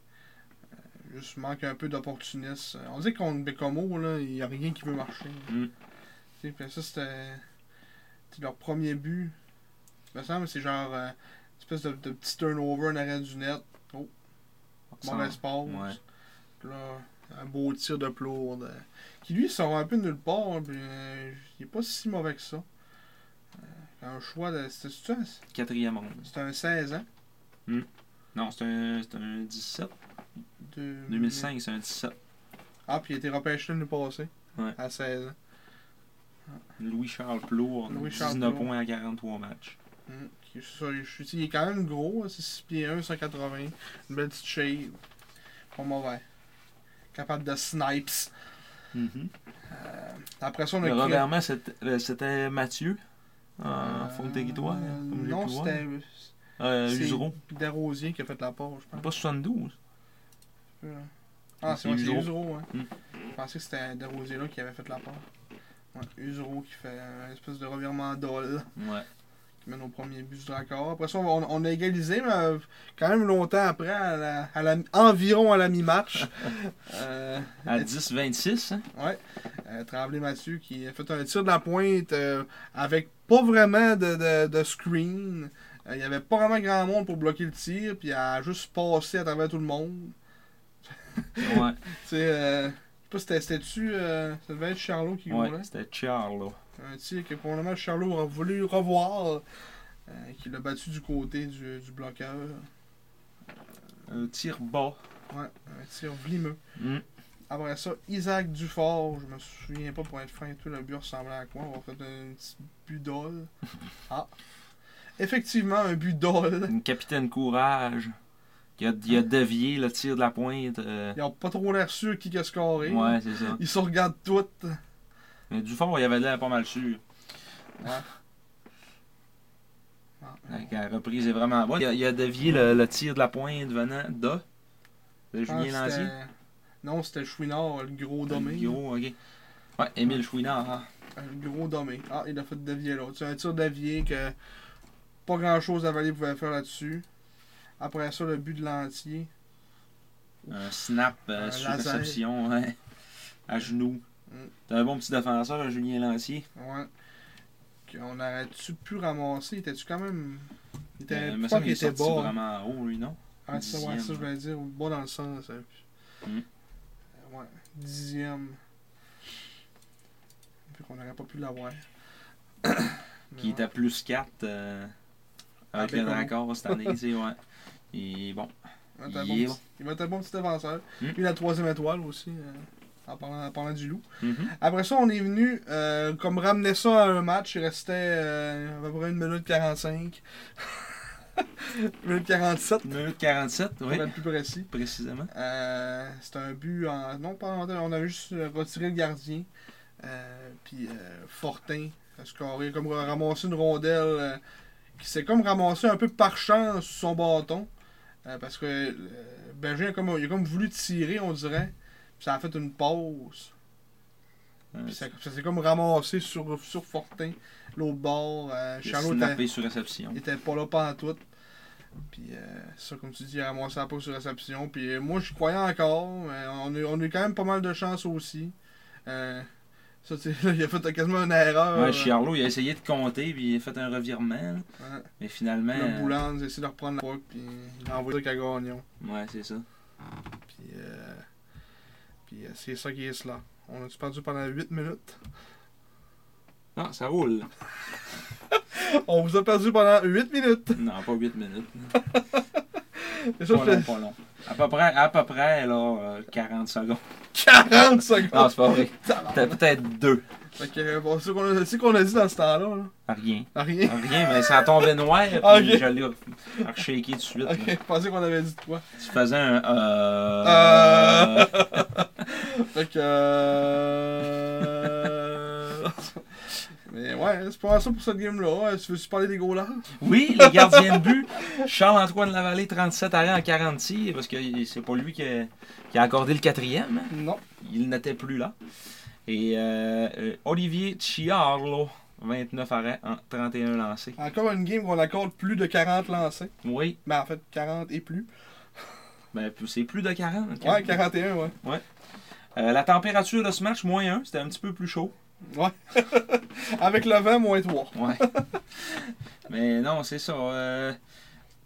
[SPEAKER 1] Euh, Juste manque un peu d'opportunisme. On dit qu'on Bécomo, là, il n'y a rien qui peut marcher.
[SPEAKER 2] Mm.
[SPEAKER 1] Tu sais, puis ça, c'était c'était leur premier but. Il me semble que c'est genre euh, une espèce de, de petit turnover en arrière du net. Oh,
[SPEAKER 2] Ça-
[SPEAKER 1] mauvaise pause.
[SPEAKER 2] ouais.
[SPEAKER 1] Puis Là, un beau tir de plourde. euh, Qui lui sort un peu de nulle part. hein, puis, euh, il est pas si mauvais que ça. Euh, un choix de. C'était c'était un-
[SPEAKER 2] Quatrième ronde.
[SPEAKER 1] c'était un hein, 16 ans.
[SPEAKER 2] Non, c'est un, c'est un 17.
[SPEAKER 1] de-
[SPEAKER 2] 2005, c'est un 17.
[SPEAKER 1] Ah, puis il a été repêché l'année passée.
[SPEAKER 2] Ouais.
[SPEAKER 1] À 16 ans.
[SPEAKER 2] Louis-Charles Plour,
[SPEAKER 1] Louis-Charles
[SPEAKER 2] 19
[SPEAKER 1] Plourde.
[SPEAKER 2] points à 43 matchs.
[SPEAKER 1] Hum, qui- ça, je suis- il est quand même gros, hein, c'est 6 pieds 1, 180. Une belle petite shape. Pas mauvais. Capable de snipes. Après ça, on a
[SPEAKER 2] Le
[SPEAKER 1] créé-
[SPEAKER 2] revirement, c'était euh, c'était Mathieu, en
[SPEAKER 1] Euh,
[SPEAKER 2] faute territoire, hein, comme j'ai
[SPEAKER 1] Non,
[SPEAKER 2] pu voir.
[SPEAKER 1] c'était
[SPEAKER 2] Euh,
[SPEAKER 1] c'est
[SPEAKER 2] Usereau.
[SPEAKER 1] Desrosiers qui a fait la part, je pense.
[SPEAKER 2] Pas 72.
[SPEAKER 1] Euh, Ah,
[SPEAKER 2] C'est
[SPEAKER 1] c'est vrai, c'est
[SPEAKER 2] Usereau.
[SPEAKER 1] Usereau, hein.
[SPEAKER 2] Hum.
[SPEAKER 1] Je pensais que c'était Desrosiers là qui avait fait la part. Ouais, Usereau qui fait un espèce de revirement d'ol.
[SPEAKER 2] Ouais.
[SPEAKER 1] qui mène au premier but du Drakkar. Après ça, on, on a égalisé, mais euh, quand même longtemps après, à la- à la- environ à la mi-match. Euh,
[SPEAKER 2] À
[SPEAKER 1] [laughs]
[SPEAKER 2] 10-26, hein?
[SPEAKER 1] ouais, euh, Tremblay Mathieu qui a fait un tir de la pointe euh, avec pas vraiment de, de- de screen. Euh, Il n'y avait pas vraiment grand monde pour bloquer le tir, puis il a juste passé à travers tout le monde.
[SPEAKER 2] Ouais.
[SPEAKER 1] Tu sais, euh, je sais pas si c'était- c'était-tu, euh, ça devait être Charlot qui roulait.
[SPEAKER 2] ouais. C'était Charles, là.
[SPEAKER 1] Un tir que probablement Charlot aurait voulu revoir, euh, qui l'a battu du côté du, du bloqueur.
[SPEAKER 2] Un tir bas.
[SPEAKER 1] Ouais, un tir vlimeux.
[SPEAKER 2] Mm.
[SPEAKER 1] Après ça, Isaac Dufort, je me souviens pas pour être franc et tout, le but ressemblait à quoi On va faire un petit but
[SPEAKER 2] [laughs]
[SPEAKER 1] d'ol. Ah Effectivement, un but d'ol.
[SPEAKER 2] Une capitaine courage. qui a,
[SPEAKER 1] Ah.
[SPEAKER 2] il a dévié le tir de la pointe. euh,
[SPEAKER 1] Ils ont pas trop l'air sûrs qui a scoré.
[SPEAKER 2] Ouais, c'est ça.
[SPEAKER 1] Ils se regardent toutes.
[SPEAKER 2] Mais Dufort, il avait l'air pas mal sûr.
[SPEAKER 1] Ah,
[SPEAKER 2] Fait que La reprise est vraiment bonne. Il a, il a dévié le, le tir de la pointe venant de, de
[SPEAKER 1] je pense
[SPEAKER 2] Julien
[SPEAKER 1] que
[SPEAKER 2] Lanzier.
[SPEAKER 1] Ah, c'était- Non, c'était Chouinard, le gros domé.
[SPEAKER 2] Gros, ok. Ouais, Émile Chouinard. hein.
[SPEAKER 1] Le gros domé. Ah, il a fait d'avier l'autre. C'est un tir d'avier que pas grand chose à Vallée pouvait faire là-dessus. Après ça, le but de l'entier.
[SPEAKER 2] Un snap euh,
[SPEAKER 1] Un
[SPEAKER 2] sur
[SPEAKER 1] laser.
[SPEAKER 2] réception, ouais. À genoux.
[SPEAKER 1] Mm.
[SPEAKER 2] T'as un bon petit défenseur, Julien Lancier.
[SPEAKER 1] Ouais. Qu'on aurait-tu pu ramasser? Était-tu quand même. Il
[SPEAKER 2] Euh,
[SPEAKER 1] était
[SPEAKER 2] il me
[SPEAKER 1] pas
[SPEAKER 2] semble
[SPEAKER 1] qu'il
[SPEAKER 2] qu'il est
[SPEAKER 1] était
[SPEAKER 2] sorti
[SPEAKER 1] bas. hein.
[SPEAKER 2] vraiment haut, lui, non?
[SPEAKER 1] Ah, ça, ouais, ça, je
[SPEAKER 2] dixième.
[SPEAKER 1] voulais dire. Bas dans le sens. hein.
[SPEAKER 2] Mm.
[SPEAKER 1] Euh, Ouais. Dixième. Puis qu'on n'aurait pas pu
[SPEAKER 2] [coughs]
[SPEAKER 1] l'avoir. Mais
[SPEAKER 2] Qui
[SPEAKER 1] ouais.
[SPEAKER 2] était à plus 4 avec
[SPEAKER 1] Ah,
[SPEAKER 2] le
[SPEAKER 1] ben,
[SPEAKER 2] raccord cette année, tu sais, ouais. Et
[SPEAKER 1] [laughs]
[SPEAKER 2] bon,
[SPEAKER 1] Ouais, t'as un
[SPEAKER 2] il est
[SPEAKER 1] bon
[SPEAKER 2] bon.
[SPEAKER 1] petit- Il va être un bon petit défenseur.
[SPEAKER 2] Mm.
[SPEAKER 1] Puis la troisième étoile aussi, euh, en, parlant, en parlant du loup.
[SPEAKER 2] Mhm.
[SPEAKER 1] Après ça, on est venu euh, comme ramener ça à un match. Il restait euh, à peu près une minute 45. [laughs] Une minute 47,
[SPEAKER 2] minute 47,
[SPEAKER 1] pour
[SPEAKER 2] oui,
[SPEAKER 1] être plus précis.
[SPEAKER 2] précisément.
[SPEAKER 1] Euh, C'était un but en. Non, pas en On avait juste retiré le gardien. Euh, puis euh, Fortin a scoré, comme ramassé une rondelle euh, qui s'est comme ramassée un peu par chance sous son bâton. Euh, parce que euh, Berger a comme, il a comme voulu tirer, on dirait. Puis ça a fait une pause.
[SPEAKER 2] Euh,
[SPEAKER 1] Puis ça, ça s'est comme ramassé sur, sur Fortin, l'autre bord. Euh,
[SPEAKER 2] il a
[SPEAKER 1] Charlot était,
[SPEAKER 2] snappé sur réception.
[SPEAKER 1] il était pas là pendant tout. Puis euh, ça, comme tu dis, il a ramassé la pause sur réception. Puis euh, moi, je croyais encore. mais on, a, eu- on a eu quand même pas mal de chance aussi. Euh, ça, tu sais, [laughs] là, il a fait quasiment une erreur.
[SPEAKER 2] Ouais, Charlot, il a essayé de compter, puis il a fait un revirement, là.
[SPEAKER 1] Ouais.
[SPEAKER 2] mais finalement.
[SPEAKER 1] hein. Le
[SPEAKER 2] euh,
[SPEAKER 1] Boulan, il a essayé de reprendre la puck. Puis il a envoyé ça qu'à Gagnon.
[SPEAKER 2] euh, Ouais, c'est ça.
[SPEAKER 1] Puis, euh, puis euh, c'est ça qui est cela. On a-tu perdu pendant 8 minutes? [laughs]
[SPEAKER 2] Non, ça roule.
[SPEAKER 1] On vous a perdu pendant 8 minutes! [laughs]
[SPEAKER 2] [laughs] non, pas 8 minutes.
[SPEAKER 1] Et ça, je
[SPEAKER 2] Pas
[SPEAKER 1] fais [laughs]
[SPEAKER 2] long, pas long. À peu près, à peu près là, euh, 40 secondes.
[SPEAKER 1] 40 secondes!
[SPEAKER 2] Non, c'est
[SPEAKER 1] [laughs]
[SPEAKER 2] pas vrai.
[SPEAKER 1] Tabarnak.
[SPEAKER 2] Peut- Peut-être deux.
[SPEAKER 1] Fait que, euh, bon, c'est ce qu'on a, c'est ce qu'on a dit dans ce temps-là. là.
[SPEAKER 2] Rien.
[SPEAKER 1] Ah, Rien.
[SPEAKER 2] Rien, mais ça a tombé noir,
[SPEAKER 1] [laughs]
[SPEAKER 2] puis
[SPEAKER 1] Ok.
[SPEAKER 2] je l'ai re- re-shaké tout de suite.
[SPEAKER 1] Ok, [laughs]
[SPEAKER 2] là.
[SPEAKER 1] je pensais qu'on avait dit de quoi.
[SPEAKER 2] Tu faisais un. Euh...
[SPEAKER 1] Euh.
[SPEAKER 2] [laughs]
[SPEAKER 1] Fait que. euh, [laughs] Mais ouais, c'est pas mal ça pour cette game-là. Euh, Tu veux-tu parler des goalers
[SPEAKER 2] Oui, le gardien de but, Charles-Antoine Lavallée, 37 arrêts en 40 tirs, parce que c'est pas lui qui a, qui a accordé le quatrième. hein.
[SPEAKER 1] Non.
[SPEAKER 2] Il n'était plus là. Et euh, euh, Olivier Chiarlo, 29 arrêts en 31 lancés.
[SPEAKER 1] Encore une game qu'on accorde plus de 40 lancés.
[SPEAKER 2] Oui,
[SPEAKER 1] Mais en fait, 40 et plus.
[SPEAKER 2] ben, plus- c'est plus de 40. quand
[SPEAKER 1] Ouais,
[SPEAKER 2] même.
[SPEAKER 1] 41, ouais.
[SPEAKER 2] Euh, la température de ce match, moins 1, c'était un petit peu plus chaud.
[SPEAKER 1] Ouais. Avec le vent, moins 3.
[SPEAKER 2] Ouais. mais non, c'est ça. euh,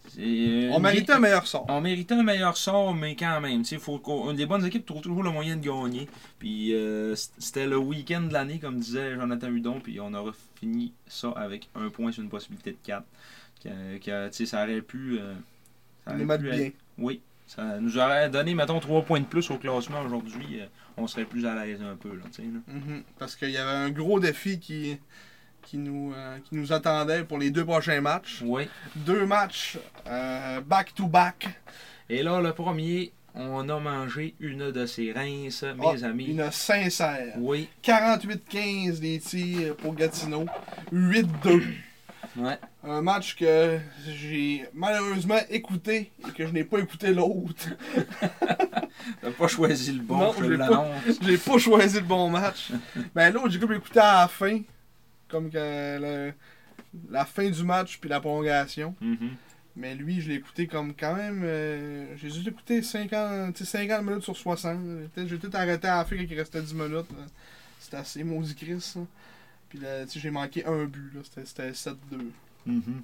[SPEAKER 2] c'est, euh,
[SPEAKER 1] On
[SPEAKER 2] une
[SPEAKER 1] méritait
[SPEAKER 2] game-
[SPEAKER 1] un meilleur sort.
[SPEAKER 2] On méritait un meilleur sort, mais quand même, tu sais, faut qu'on- les bonnes équipes trouvent toujours le moyen de gagner. Puis euh, c- c'était le week-end de l'année, comme disait Jonathan Hudon, puis on aurait fini ça avec un point sur une possibilité de 4. Que, que, tu sais, ça aurait pu. euh, ça
[SPEAKER 1] Les
[SPEAKER 2] aurait
[SPEAKER 1] matchs
[SPEAKER 2] pu être-
[SPEAKER 1] bien.
[SPEAKER 2] Oui, ça nous aurait donné, mettons, 3 points de plus au classement aujourd'hui. euh, on serait plus à l'aise un peu, là, tu sais. là.
[SPEAKER 1] Mhm. Parce qu'il y avait un gros défi qui, qui, nous, euh, qui nous attendait pour les deux prochains matchs.
[SPEAKER 2] Oui.
[SPEAKER 1] Deux matchs euh, back-to-back.
[SPEAKER 2] Et là, le premier, on a mangé une de ces rinces, mes
[SPEAKER 1] Ah,
[SPEAKER 2] amis.
[SPEAKER 1] Une sincère.
[SPEAKER 2] Oui,
[SPEAKER 1] 48-15 des tirs pour Gatineau. 8-2.
[SPEAKER 2] ouais.
[SPEAKER 1] Un match que j'ai malheureusement écouté et que je n'ai pas écouté l'autre. [laughs]
[SPEAKER 2] T'as pas choisi le bon,
[SPEAKER 1] Non,
[SPEAKER 2] je
[SPEAKER 1] je l'ai pas.
[SPEAKER 2] l'annonce.
[SPEAKER 1] J'ai pas choisi le bon match. Ben l'autre, j'ai comme écouté à la fin. Comme que le- la fin du match puis la prolongation.
[SPEAKER 2] Mhm.
[SPEAKER 1] Mais lui, je l'ai écouté comme quand même. euh, j'ai juste écouté 50, tu sais, 50 minutes sur 60. J'ai peut-être- J'ai peut-être arrêté à la fin quand il restait 10 minutes. là. C'était assez maudit Chris. là. Puis là, tu sais, j'ai manqué un but. là. C'était- C'était 7-2.
[SPEAKER 2] Mhm.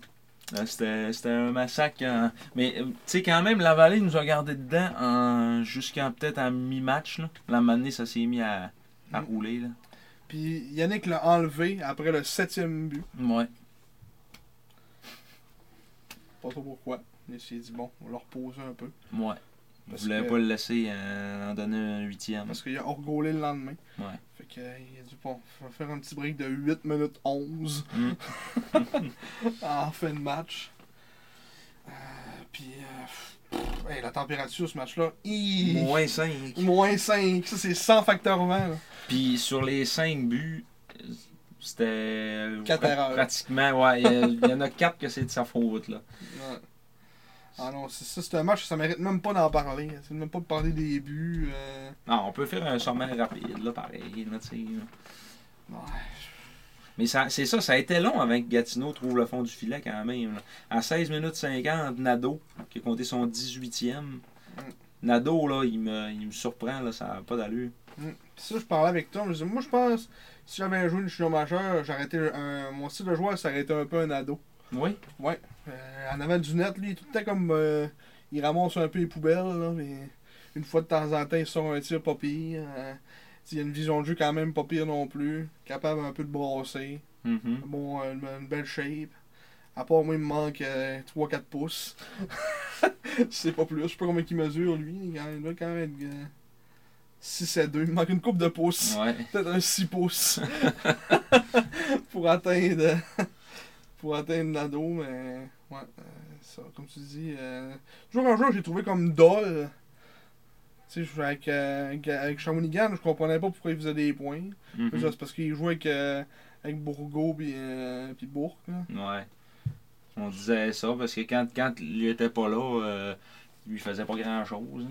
[SPEAKER 2] Euh, C'était c'était un massacre. hein. Mais euh, tu sais, quand même, la vallée nous a gardé dedans en- jusqu'à peut-être à mi-match. là. La manée, ça s'est mis à, à
[SPEAKER 1] Mm.
[SPEAKER 2] rouler. Là.
[SPEAKER 1] Puis Yannick l'a enlevé après le septième but.
[SPEAKER 2] Ouais.
[SPEAKER 1] Pas trop pourquoi. Mais il s'est dit, bon, on va le reposer un peu.
[SPEAKER 2] Ouais. Je
[SPEAKER 1] Parce
[SPEAKER 2] voulais
[SPEAKER 1] que-
[SPEAKER 2] pas le laisser euh, en donner un huitième.
[SPEAKER 1] Parce qu'il a orgolé le lendemain.
[SPEAKER 2] Ouais.
[SPEAKER 1] Fait que, euh, il a dit, bon, on va faire un petit break de 8 minutes 11
[SPEAKER 2] Mm.
[SPEAKER 1] [laughs] en fin de match. Euh, puis, euh, pff, hey, la température ce match-là, hi,
[SPEAKER 2] Moins 5.
[SPEAKER 1] moins 5. Ça, c'est 100 facteurs vent. là.
[SPEAKER 2] Puis sur les 5 buts, euh, c'était euh,
[SPEAKER 1] Quatre erreurs.
[SPEAKER 2] pratiquement, ouais, il y a- il y en a 4 que c'est de sa faute. Là.
[SPEAKER 1] Ouais. Ah non, c'est ça, c'est un match, ça mérite même pas d'en parler. C'est même pas de parler des buts. euh,
[SPEAKER 2] Ah, on peut faire un sommaire rapide, là, pareil. Là, tu sais, là.
[SPEAKER 1] ouais.
[SPEAKER 2] Mais ça- c'est ça, ça a été long avant que Gatineau trouve le fond du filet quand même. là. À 16 minutes 50, Nadeau, qui a compté son 18e.
[SPEAKER 1] Mm.
[SPEAKER 2] Nadeau, là, il me, il me surprend, là, ça n'a pas d'allure.
[SPEAKER 1] Puis ça, je parlais avec Tom. Je disais, moi, je pense, si j'avais joué une junior majeure, j'arrêtais un- mon style de joueur, ça aurait été un peu un ado.
[SPEAKER 2] Oui.
[SPEAKER 1] Euh, en avant du net, lui, il est tout le temps comme. euh, il ramasse un peu les poubelles, là, mais une fois de temps en temps, il sort un tir pas pire. euh, il a une vision de jeu quand même pas pire non plus. Capable un peu de brasser.
[SPEAKER 2] Mhm.
[SPEAKER 1] Bon, euh, une, une belle shape. À part moi, il me manque euh, 3-4 pouces. [laughs] C'est pas plus. Je sais pas combien il mesure, lui. Il doit- il doit quand même être, euh, 6 à 2. Il me manque une coupe de pouces.
[SPEAKER 2] Ouais.
[SPEAKER 1] Peut-être un 6 pouces. [laughs] pour atteindre. Pour atteindre l'ado, mais. Ouais. euh, ça, comme tu dis. euh, toujours un joueur que j'ai trouvé comme dol. Tu sais, je jouais avec, euh, avec, avec Shawinigan, je comprenais pas pourquoi il faisait des points.
[SPEAKER 2] Mhm.
[SPEAKER 1] Ça, C'est parce qu'il jouait avec, euh, avec Bourgo puis, euh, puis Bourg. là.
[SPEAKER 2] Ouais. On disait ça parce que quand, quand il était pas là, euh, il lui faisait pas grand chose.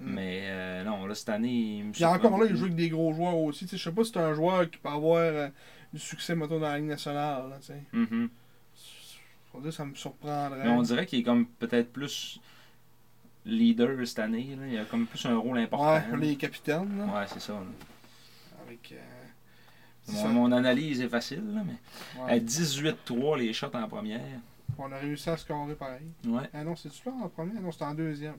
[SPEAKER 1] Mm.
[SPEAKER 2] Mais euh, non, là, cette année, il me
[SPEAKER 1] Puis encore
[SPEAKER 2] surprend
[SPEAKER 1] là, il
[SPEAKER 2] beaucoup.
[SPEAKER 1] joue avec des gros joueurs aussi. Tu sais, Je sais pas si c'est un joueur qui peut avoir euh, du succès, mettons, dans la Ligue nationale. Là, tu sais.
[SPEAKER 2] Mhm.
[SPEAKER 1] Faut dire, ça me surprendrait.
[SPEAKER 2] Mais on dirait qu'il est comme peut-être plus leader cette année. là. Il a comme plus un rôle important.
[SPEAKER 1] ouais,
[SPEAKER 2] là.
[SPEAKER 1] les capitaines. là,
[SPEAKER 2] Ouais, c'est ça. là.
[SPEAKER 1] Avec, euh, c'est
[SPEAKER 2] Mon,
[SPEAKER 1] ça.
[SPEAKER 2] mon analyse est facile, là, mais
[SPEAKER 1] Ouais.
[SPEAKER 2] à 18-3 les shots en première.
[SPEAKER 1] On a réussi à scorer pareil.
[SPEAKER 2] Ouais.
[SPEAKER 1] Ah non, c'est-tu là en premier? Ah non, c'est en deuxième.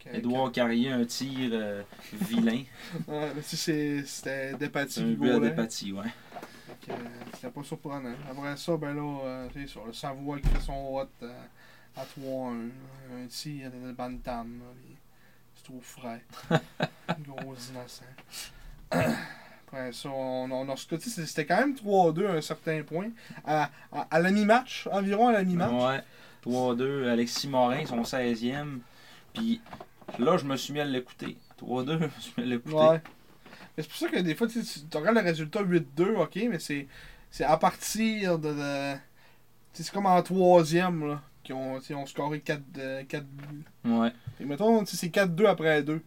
[SPEAKER 1] Que-
[SPEAKER 2] Edouard Carrier, un tir euh,
[SPEAKER 1] [laughs]
[SPEAKER 2] vilain.
[SPEAKER 1] que- Ouais, mais tu sais, c'est- c'était
[SPEAKER 2] C'est
[SPEAKER 1] Dépati
[SPEAKER 2] un
[SPEAKER 1] du
[SPEAKER 2] but à
[SPEAKER 1] Gaulet.
[SPEAKER 2] dépatis, ouais.
[SPEAKER 1] Fait que, euh, C'était pas surprenant. Après ça, ben là, euh, tu sais, sur le Savoie qui fait son hot euh, à 3-1. Un tir de de Bantam. là, puis C'est trop
[SPEAKER 2] [laughs]
[SPEAKER 1] frais. Gros innocent. [coughs] Après ça, on, on a tu sais, C'était quand même 3-2 à un certain point. À, à, à la mi-match, environ à la mi-match.
[SPEAKER 2] Ouais. 3-2, Alexis Morin, son 16e. Puis là, je me suis mis à l'écouter. 3-2, [laughs] je me suis mis à l'écouter.
[SPEAKER 1] Ouais. Mais c'est pour ça que des fois, tu sais, tu- tu regardes le résultat 8-2, ok, mais c'est c'est à partir de. de- tu sais, c'est comme en troisième, là, qu'ils ont, tu sais, ont scoré 4, buts.
[SPEAKER 2] Ouais.
[SPEAKER 1] Fait que mettons, tu sais, c'est 4-2 après 2.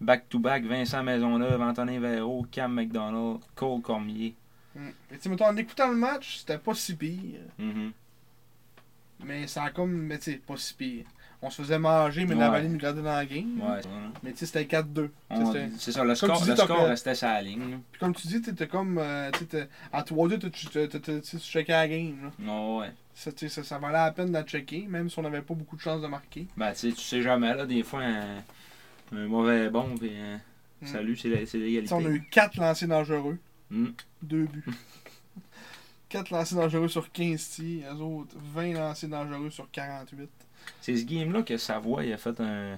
[SPEAKER 2] Back-to-back, Vincent Maisonneuve, Antonin Véro, Cam McDonald, Cole Cormier.
[SPEAKER 1] Mais tu sais, mettons, en écoutant le match, c'était pas si pire.
[SPEAKER 2] Mhm.
[SPEAKER 1] Mais ça a comme. Mais tu sais, pas si pire. On se faisait manger, mais la
[SPEAKER 2] Ouais.
[SPEAKER 1] Lavalée nous gardait dans la game.
[SPEAKER 2] Ouais, c'est vrai.
[SPEAKER 1] Mais tu sais, c'était 4-2. Tu sais,
[SPEAKER 2] On-
[SPEAKER 1] c'était-
[SPEAKER 2] C'est ça, le
[SPEAKER 1] Mm-hmm. Comme
[SPEAKER 2] score,
[SPEAKER 1] tu dis,
[SPEAKER 2] le
[SPEAKER 1] t'as
[SPEAKER 2] score
[SPEAKER 1] fait-
[SPEAKER 2] restait sa ligne. là.
[SPEAKER 1] Puis comme tu dis, t'étais comme. euh, tu sais, t'es- à 3-2, t'as- tu t'as- t'as- t'as- tu sais, tu checkais la game. Là.
[SPEAKER 2] Non, ouais.
[SPEAKER 1] Ça, tu sais, ça, ça valait la peine de la checker, même si on n'avait pas beaucoup de chances de marquer.
[SPEAKER 2] Ben, tu sais, tu sais jamais, là, des fois, un, un mauvais bon, puis un
[SPEAKER 1] Mm.
[SPEAKER 2] salut, c'est la- c'est
[SPEAKER 1] Tu
[SPEAKER 2] l'égalité.
[SPEAKER 1] sais, on a eu 4 lancers dangereux,
[SPEAKER 2] Mm.
[SPEAKER 1] 2
[SPEAKER 2] [laughs]
[SPEAKER 1] buts. 4 lancers dangereux sur 15 tirs, les autres 20 lancers dangereux sur 48.
[SPEAKER 2] C'est ce game-là que Savoie, il a fait un.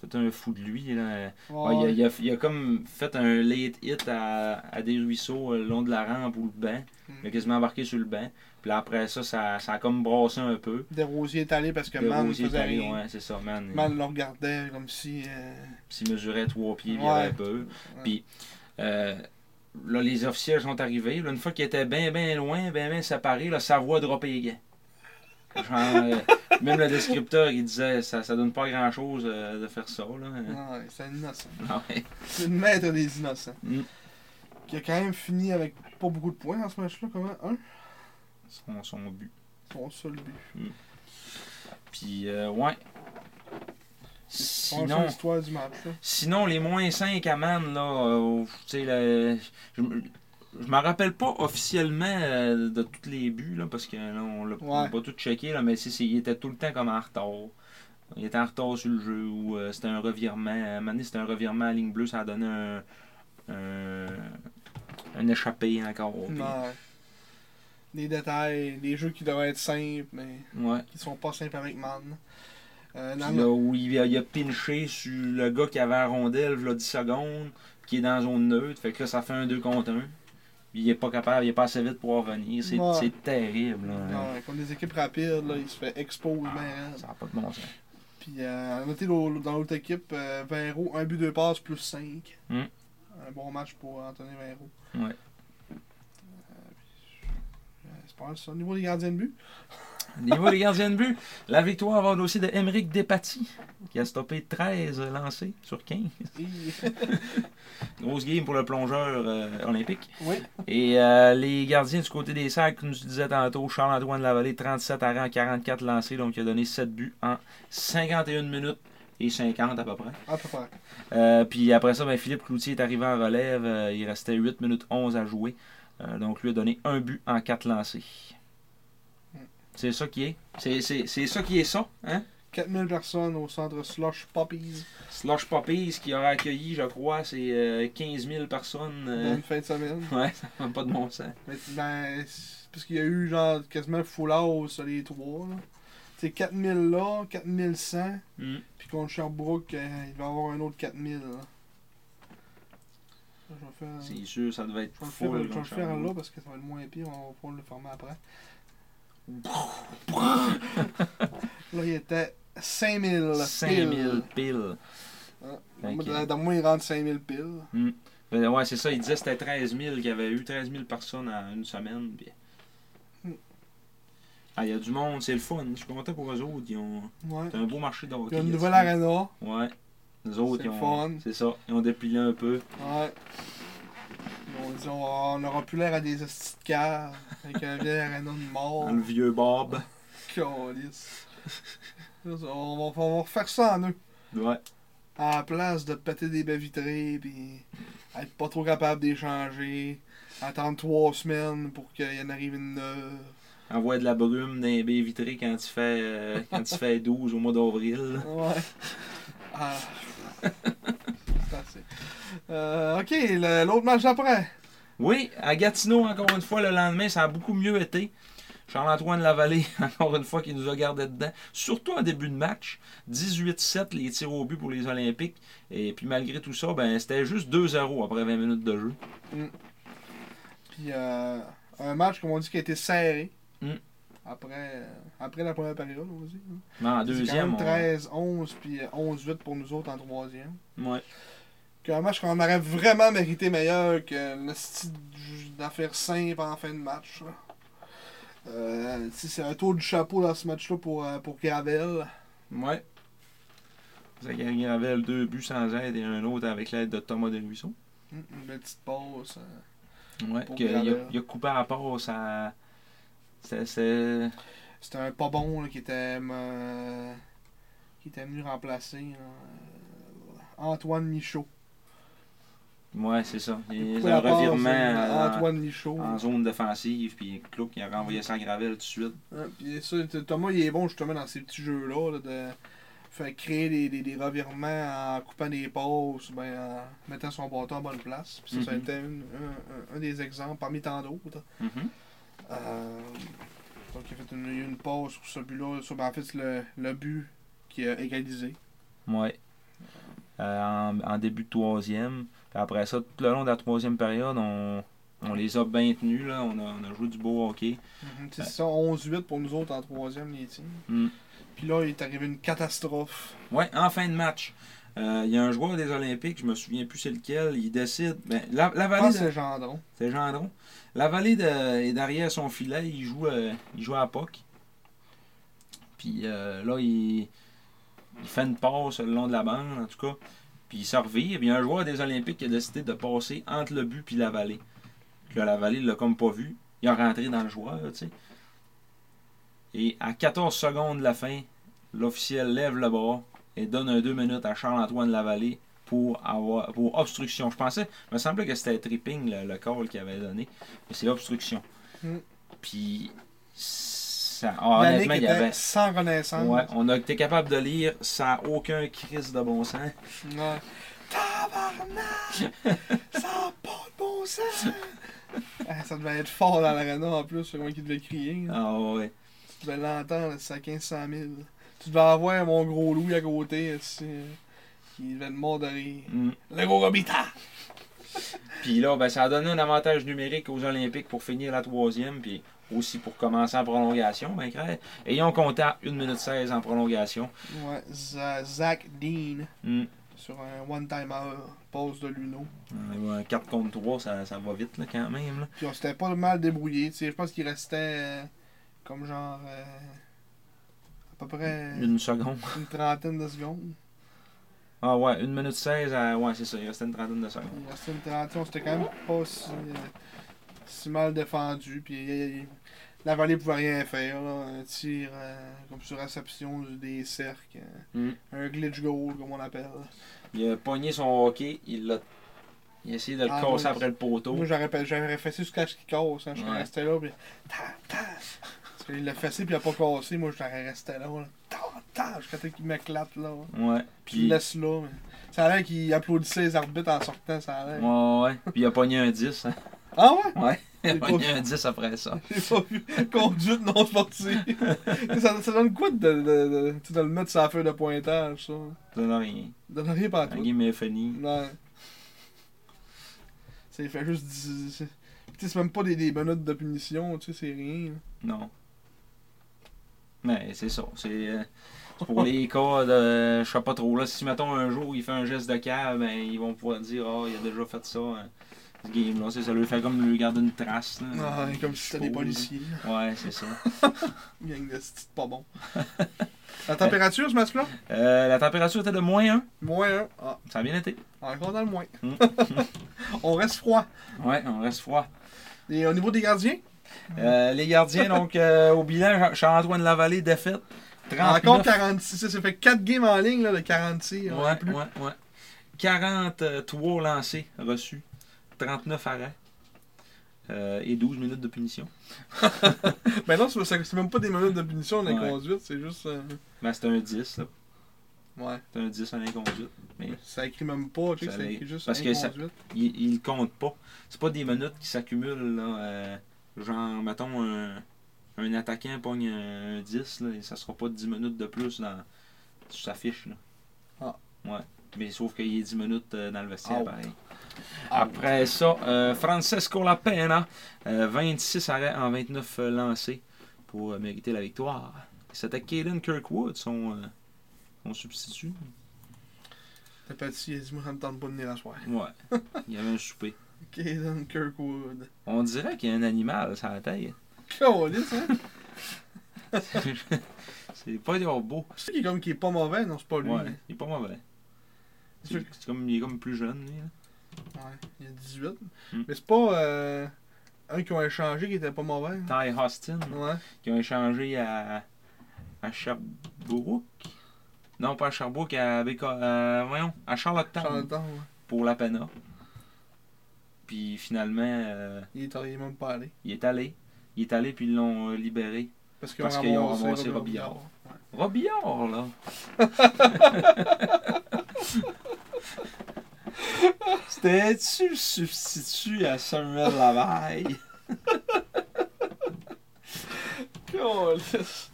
[SPEAKER 2] Fait un fou de lui. Là. Ouais,
[SPEAKER 1] Ah, Ouais.
[SPEAKER 2] il, a, il a- il a comme fait un late hit à, à des ruisseaux euh, le long de la rampe ou le banc. Il a
[SPEAKER 1] Mm.
[SPEAKER 2] quasiment embarqué sur le banc. Puis là, après ça, ça, ça a comme brassé un peu.
[SPEAKER 1] Desrosiers est allé parce que
[SPEAKER 2] Le
[SPEAKER 1] Man ne
[SPEAKER 2] Rosier est
[SPEAKER 1] faisait
[SPEAKER 2] allé,
[SPEAKER 1] rien.
[SPEAKER 2] ouais, c'est ça, man.
[SPEAKER 1] Man le regardait comme si. euh,
[SPEAKER 2] S'il mesurait trois pieds, il y
[SPEAKER 1] Ouais.
[SPEAKER 2] avait peu. Puis, euh, là, les officiers sont arrivés. Là, une fois qu'ils étaient bien, bien loin, bien, bien séparés, là, Savoie a droppé les gants. Genre,
[SPEAKER 1] [laughs]
[SPEAKER 2] euh, même le descripteur, il disait, ça, ça donne pas grand-chose euh, de faire ça, là.
[SPEAKER 1] Non, c'est un innocent.
[SPEAKER 2] [laughs] Ouais.
[SPEAKER 1] C'est le maître des innocents.
[SPEAKER 2] Mm.
[SPEAKER 1] Qui a quand même fini avec pas beaucoup de points dans ce match-là, comment Un
[SPEAKER 2] Son, son but.
[SPEAKER 1] Son seul but.
[SPEAKER 2] Puis, euh, ouais.
[SPEAKER 1] Son seul
[SPEAKER 2] Sinon,
[SPEAKER 1] histoire du match. là.
[SPEAKER 2] sinon, les moins 5 à Man, là, euh, tu sais, le- je me- je me rappelle pas officiellement euh, de tous les buts, là, parce que là, on l'a on l'a
[SPEAKER 1] Ouais.
[SPEAKER 2] pas tout checké, là, mais c'est c'est- il était tout le temps comme en retard. Il était en retard sur le jeu, ou euh, c'était un revirement. À un moment donné, c'était un revirement à ligne bleue, ça a donné un, un, un échappé encore. puis-
[SPEAKER 1] Non. Des détails, des jeux qui devraient être simples, mais
[SPEAKER 2] ouais.
[SPEAKER 1] qui sont pas simples avec Man. Euh,
[SPEAKER 2] Puis
[SPEAKER 1] dans
[SPEAKER 2] là où il a, il a pinché sur le gars qui avait la rondelle, v'là 10 secondes, qui est dans la zone neutre. Fait que là, ça fait un 2 contre 1. Puis il est pas capable, il est pas assez vite pour revenir. C'est
[SPEAKER 1] Ouais.
[SPEAKER 2] c'est terrible.
[SPEAKER 1] le-
[SPEAKER 2] Là.
[SPEAKER 1] non, contre Ah des équipes rapides, là, il se fait expose ben raide.
[SPEAKER 2] Ah, Ça n'a pas de bon sens.
[SPEAKER 1] Puis euh, à noter l'au- dans l'autre équipe, euh, Vero, un but, deux passes, plus 5.
[SPEAKER 2] Mm.
[SPEAKER 1] Un bon match pour Anthony Vero.
[SPEAKER 2] Ouais.
[SPEAKER 1] Euh, C'est pas mal ça. Au niveau des gardiens
[SPEAKER 2] [laughs]
[SPEAKER 1] de but,
[SPEAKER 2] Niveau des gardiens de but, la victoire va aussi de Emeric Despaty, qui a stoppé 13 lancés sur 15.
[SPEAKER 1] et-
[SPEAKER 2] Grosse game pour le plongeur euh, olympique.
[SPEAKER 1] Oui.
[SPEAKER 2] Et euh, les gardiens du côté des sacs, comme je disais tantôt, Charles-Antoine Lavallée, 37 arrêts en 44 lancés, donc il a donné 7 buts en 51 minutes et 50 à peu près.
[SPEAKER 1] à peu près.
[SPEAKER 2] Euh, puis après ça, ben, Philippe Cloutier est arrivé en relève. Euh, il restait 8 minutes 11 à jouer. Euh, donc lui a donné un but en 4 lancés. C'est ça qui est. C'est, c'est- c'est ça qui est ça. Hein?
[SPEAKER 1] 4000 personnes au centre Slush Puppies
[SPEAKER 2] Slush Poppies qui aura accueilli, je crois, c'est euh, 15 000 personnes.
[SPEAKER 1] dans
[SPEAKER 2] euh,
[SPEAKER 1] une fin de semaine.
[SPEAKER 2] [laughs] ouais, ça n'a pas de bon sens.
[SPEAKER 1] Mais ben, c'est parce qu'il y a eu genre quasiment full house sur les trois. là. Tu sais, 4000 là, 4100,
[SPEAKER 2] Mm.
[SPEAKER 1] puis contre Sherbrooke, euh, il va y avoir un autre 4000. là. Ça, Je vais faire.
[SPEAKER 2] C'est sûr, ça devait être
[SPEAKER 1] Ah. Je vais le
[SPEAKER 2] fou.
[SPEAKER 1] faire, je vais le faire là parce que ça va être moins pire, on va pouvoir le former
[SPEAKER 2] [laughs]
[SPEAKER 1] après. là, il était 5000.
[SPEAKER 2] 5000 piles.
[SPEAKER 1] Dans, dans moi, il rentre 5000 piles.
[SPEAKER 2] Ben ouais, c'est ça, il disait que c'était 13 000, qu'il y avait eu 13 000 personnes en une semaine. puis-
[SPEAKER 1] Mm.
[SPEAKER 2] Ah, il y a du monde, c'est le fun. Je suis content pour eux autres. Ils ont...
[SPEAKER 1] Ouais.
[SPEAKER 2] C'est un beau marché d'hockey.
[SPEAKER 1] Il y a une
[SPEAKER 2] là-dessus.
[SPEAKER 1] nouvelle arena.
[SPEAKER 2] Ouais. Les autres,
[SPEAKER 1] C'est
[SPEAKER 2] ils
[SPEAKER 1] le
[SPEAKER 2] ont.
[SPEAKER 1] fun.
[SPEAKER 2] C'est ça, ils ont dépilé un peu.
[SPEAKER 1] Ouais. On dit, on, on aura plus l'air à des hosties de cœur avec un vieil arena de mort.
[SPEAKER 2] Dans le vieux Bob.
[SPEAKER 1] Câlisse. On va, on va refaire ça en eux.
[SPEAKER 2] Ouais.
[SPEAKER 1] À la place de péter des baies vitrées, puis être pas trop capable d'échanger, attendre trois semaines pour qu'il y en arrive une neuve.
[SPEAKER 2] Envoie de la brume dans les baies vitrées quand il fait, euh, quand il fait 12 au mois d'avril.
[SPEAKER 1] Ouais. Ah. [laughs] C'est assez. Euh, ok, le- l'autre match d'après.
[SPEAKER 2] Oui, à Gatineau, encore une fois, le lendemain, ça a beaucoup mieux été. Charles-Antoine Lavallée, [laughs] encore une fois, qui nous a gardé dedans. Surtout en début de match. 18-7, les tirs au but pour les Olympiques. Et puis malgré tout ça, ben c'était juste 2-0 après 20 minutes de jeu.
[SPEAKER 1] Puis euh, un match, comme on dit, qui a été serré.
[SPEAKER 2] Mm.
[SPEAKER 1] Après, euh, après la première période, on dit. hein.
[SPEAKER 2] Mais en
[SPEAKER 1] C'est quand
[SPEAKER 2] deuxième,
[SPEAKER 1] même 13, 11, puis euh, 11, 8 pour nous autres en troisième.
[SPEAKER 2] on... ouais.
[SPEAKER 1] Que un match qu'on aurait vraiment mérité meilleur que le style d'affaires simple en fin de match. là. Euh, si c'est un tour du chapeau dans ce match-là pour, euh, pour Gravel.
[SPEAKER 2] Ouais. Zachary Gravel, deux buts sans aide et un autre avec l'aide de Thomas Desruisseaux.
[SPEAKER 1] Mm, Une belle petite pause. euh.
[SPEAKER 2] Ouais,
[SPEAKER 1] Pour
[SPEAKER 2] que il, a,
[SPEAKER 1] Gravel.
[SPEAKER 2] il a coupé à part ça. C'est. c'est-
[SPEAKER 1] C'était un pas bon là, qui était euh, qui était venu remplacer là, euh, Antoine Michaud.
[SPEAKER 2] Ouais, c'est ça. Il
[SPEAKER 1] Coupé
[SPEAKER 2] un
[SPEAKER 1] à part,
[SPEAKER 2] revirement
[SPEAKER 1] c'est
[SPEAKER 2] en-
[SPEAKER 1] Antoine Michaud.
[SPEAKER 2] en zone défensive, puis Clouk, il a renvoyé ça en gravel tout de suite.
[SPEAKER 1] Hein, puis ça, t- Thomas, il est bon justement dans ces petits jeux-là là, de faire créer des, des, des revirements en coupant des passes, ben, en mettant son bâton à bonne place. Puis ça, ça a
[SPEAKER 2] Mhm.
[SPEAKER 1] été un, un- un- un des exemples parmi tant d'autres.
[SPEAKER 2] Mhm.
[SPEAKER 1] Euh, donc, il a fait une, il y a eu une passe sur ce but-là. sur- ben, en fait, c'est le, le but qui a égalisé.
[SPEAKER 2] Ouais. Euh, en, en début de troisième. Puis après ça, tout le long de la troisième période, on, on les a bien tenus. Là. On, a, on a joué du beau hockey.
[SPEAKER 1] Mhm, C'est ça, 11-8 pour nous autres en troisième, les teams.
[SPEAKER 2] Mm-hmm. Mm.
[SPEAKER 1] Puis là, il est arrivé une catastrophe.
[SPEAKER 2] Ouais, en fin de match. euh, Il y a un joueur des Olympiques, je me souviens plus c'est lequel, il décide. Ben, la, la
[SPEAKER 1] Je
[SPEAKER 2] vallée,
[SPEAKER 1] pense que
[SPEAKER 2] de-
[SPEAKER 1] Ah, c'est Gendron.
[SPEAKER 2] c'est Gendron. La vallée de- est derrière son filet, il joue, euh, il joue à la POC. Puis euh, là, il, il fait une passe le long de la bande, en tout cas. Puis il se revire. Puis il y a un joueur des Olympiques qui a décidé de passer entre le but puis la vallée. Puis là, la vallée l'a comme pas vu. Il a rentré dans le joueur, tu sais. Et à 14 secondes de la fin, l'officiel lève le bras et donne un 2 minutes à Charles-Antoine Lavallée pour avoir pour obstruction. Je pensais, il me semblait que c'était tripping le, le call qu'il avait donné, mais c'est obstruction.
[SPEAKER 1] Mm.
[SPEAKER 2] Puis ça, ah,
[SPEAKER 1] Yannick
[SPEAKER 2] honnêtement, il y
[SPEAKER 1] était
[SPEAKER 2] avait
[SPEAKER 1] sans renaissance.
[SPEAKER 2] Ouais, on a été capable de lire sans aucun crise de bon sens.
[SPEAKER 1] Ouais. [laughs] Tabarnak! Ça a pas de bon sens! Ah, ça devait être fort dans l'arena en plus, c'est moi qui devais crier. là.
[SPEAKER 2] Ah ouais.
[SPEAKER 1] Tu devais l'entendre, c'est à 1500 000. Tu devais avoir mon gros loup à côté, ici, euh, qui devait te mort de rire.
[SPEAKER 2] Mm.
[SPEAKER 1] Le gros Robita!
[SPEAKER 2] Puis là, ben, ça a donné un avantage numérique aux Olympiques pour finir la troisième, puis aussi pour commencer en prolongation. Ben, crée. ayant compté à 1 minute 16 en prolongation.
[SPEAKER 1] Ouais, Z- Zach Dean
[SPEAKER 2] Mm.
[SPEAKER 1] sur un one-timer, pause de Luno.
[SPEAKER 2] Ouais, ouais, 4 contre 3, ça, ça va vite là, quand même. Là.
[SPEAKER 1] Puis on s'était pas mal débrouillé, tu sais, je pense qu'il restait euh, comme genre euh, à peu près
[SPEAKER 2] Une seconde. [laughs]
[SPEAKER 1] une trentaine de secondes.
[SPEAKER 2] Ah ouais, 1 minute 16, à... ouais, c'est ça, il restait une trentaine de secondes.
[SPEAKER 1] Il restait une trentaine, on s'était quand même pas si, euh, si mal défendu. Puis euh, il- il- la vallée pouvait rien faire. là. Un tir euh, comme sur réception des cercles. euh,
[SPEAKER 2] Mm.
[SPEAKER 1] Un glitch goal, comme on l'appelle.
[SPEAKER 2] Il a pogné son hockey, il l'a. Il a essayé de le
[SPEAKER 1] Ah,
[SPEAKER 2] casser
[SPEAKER 1] ouais.
[SPEAKER 2] après le poteau.
[SPEAKER 1] Moi, j'aurais pas- j'aurais fessé jusqu'à ce qu'il casse. hein. Je
[SPEAKER 2] Ouais.
[SPEAKER 1] restais là. Puis... Ta, ta. Parce qu'il l'a fessé, puis il a pas cassé. Moi, j'aurais resté là. là. Ta, ta, jusqu'à ce qu'il m'éclate là.
[SPEAKER 2] Ouais.
[SPEAKER 1] Puis il
[SPEAKER 2] Puis,
[SPEAKER 1] me laisse là. mais- Ça a l'air qu'il applaudissait les arbitres en sortant. Ça a l'air.
[SPEAKER 2] ouais, ouais. Puis il a pogné un 10. hein.
[SPEAKER 1] Ah ouais?
[SPEAKER 2] Ouais, [laughs] il a
[SPEAKER 1] C'est
[SPEAKER 2] pogné
[SPEAKER 1] pas-
[SPEAKER 2] un 10 après ça.
[SPEAKER 1] J'ai pas vu. Conduite non sportive. ça, ça donne quoi de, de, de- tu sais, de le mettre sur la feuille de pointage, ça?
[SPEAKER 2] Ça donne rien.
[SPEAKER 1] Ça donne rien pas
[SPEAKER 2] La
[SPEAKER 1] tout.
[SPEAKER 2] game est finie.
[SPEAKER 1] Non. Ça fait juste... dix- c'est- Tu sais, c'est même pas des, des minutes de punition, tu sais, c'est rien.
[SPEAKER 2] Non. Mais c'est ça. C'est euh, c'est pour [laughs] les cas de. Je sais pas trop. Là, si mettons un jour il fait un geste de cave, ben, ils vont pouvoir dire Ah, il a déjà fait ça. hein, ce game-là. C'est Ça lui fait comme lui garder une trace. là.
[SPEAKER 1] Ah, comme si c'était des
[SPEAKER 2] Chose.
[SPEAKER 1] policiers.
[SPEAKER 2] Ouais, c'est ça.
[SPEAKER 1] Gang de c'est pas
[SPEAKER 2] [laughs]
[SPEAKER 1] bon. La température, ce match-là?
[SPEAKER 2] Euh, la température était de moins 1.
[SPEAKER 1] Moins 1. Ah,
[SPEAKER 2] Ça a bien été.
[SPEAKER 1] encore dans le moins.
[SPEAKER 2] Mm.
[SPEAKER 1] [laughs] On reste froid.
[SPEAKER 2] Ouais, on reste froid.
[SPEAKER 1] Et au niveau des gardiens?
[SPEAKER 2] Euh, les [laughs] gardiens, donc, euh, au bilan, Jean-Antoine Lavallée, défaite. 39.
[SPEAKER 1] Encore 46. Ça, ça fait 4 games en ligne, là, de 46. on en
[SPEAKER 2] Ouais,
[SPEAKER 1] plus.
[SPEAKER 2] ouais, ouais. 43 lancés reçus, 39 arrêts euh, et 12 minutes de punition.
[SPEAKER 1] Ben non, c'est c'est même pas des minutes de punition en
[SPEAKER 2] Ouais.
[SPEAKER 1] inconduite, c'est juste. euh,
[SPEAKER 2] Mais Ben, c'est un 10, là.
[SPEAKER 1] Ouais.
[SPEAKER 2] C'est un 10 en inconduite.
[SPEAKER 1] Ça écrit même pas, tu sais,
[SPEAKER 2] Ça
[SPEAKER 1] ça écrit
[SPEAKER 2] l'est.
[SPEAKER 1] juste
[SPEAKER 2] Parce que ça-
[SPEAKER 1] inconduite.
[SPEAKER 2] Il, il compte pas. C'est pas des minutes qui s'accumulent, là. euh, genre, mettons, un, un attaquant pogne un 10, là, et ça sera pas 10 minutes de plus dans, sur sa fiche, là.
[SPEAKER 1] Ah.
[SPEAKER 2] Ouais. Mais sauf qu'il y a 10 minutes euh, dans le vestiaire,
[SPEAKER 1] Ah.
[SPEAKER 2] pareil. Après ça, euh, Francesco Lapena, euh, 26 arrêts en 29 lancés pour euh, mériter la victoire. C'était Caden Kirkwood, son, euh, son substitut.
[SPEAKER 1] T'as petit, il a dit, moi, ça me tente pas de venir à soir.
[SPEAKER 2] Ouais, il y avait un souper.
[SPEAKER 1] Kaden Kirkwood.
[SPEAKER 2] On dirait qu'il y a un animal sur la tête. [laughs]
[SPEAKER 1] Calice, hein?
[SPEAKER 2] C'est pas des beau.
[SPEAKER 1] C'est qui est comme qui est pas mauvais, non, c'est pas lui.
[SPEAKER 2] Ouais, il est pas mauvais. C'est
[SPEAKER 1] C'est-
[SPEAKER 2] c'est comme, il est comme plus jeune, lui. là.
[SPEAKER 1] Ouais, il y a 18.
[SPEAKER 2] Mm.
[SPEAKER 1] Mais c'est pas euh, un qui ont échangé qui était pas mauvais. hein.
[SPEAKER 2] Ty Austin,
[SPEAKER 1] Ouais.
[SPEAKER 2] qui ont échangé à, à Sherbrooke. Non, pas à Sherbrooke, à, Béca- à- voyons, à Charlottetown
[SPEAKER 1] Charlottetown, ouais.
[SPEAKER 2] pour la Pena. Puis finalement, euh,
[SPEAKER 1] Il est, il est même pas allé.
[SPEAKER 2] il est allé. Il est allé, puis ils l'ont euh, libéré.
[SPEAKER 1] Parce qu'ils
[SPEAKER 2] Parce qu'ils ont ramassé Robillard. Robillard, là. [laughs] C'était-tu le substitut à Samuel Lavaille?
[SPEAKER 1] Calisse.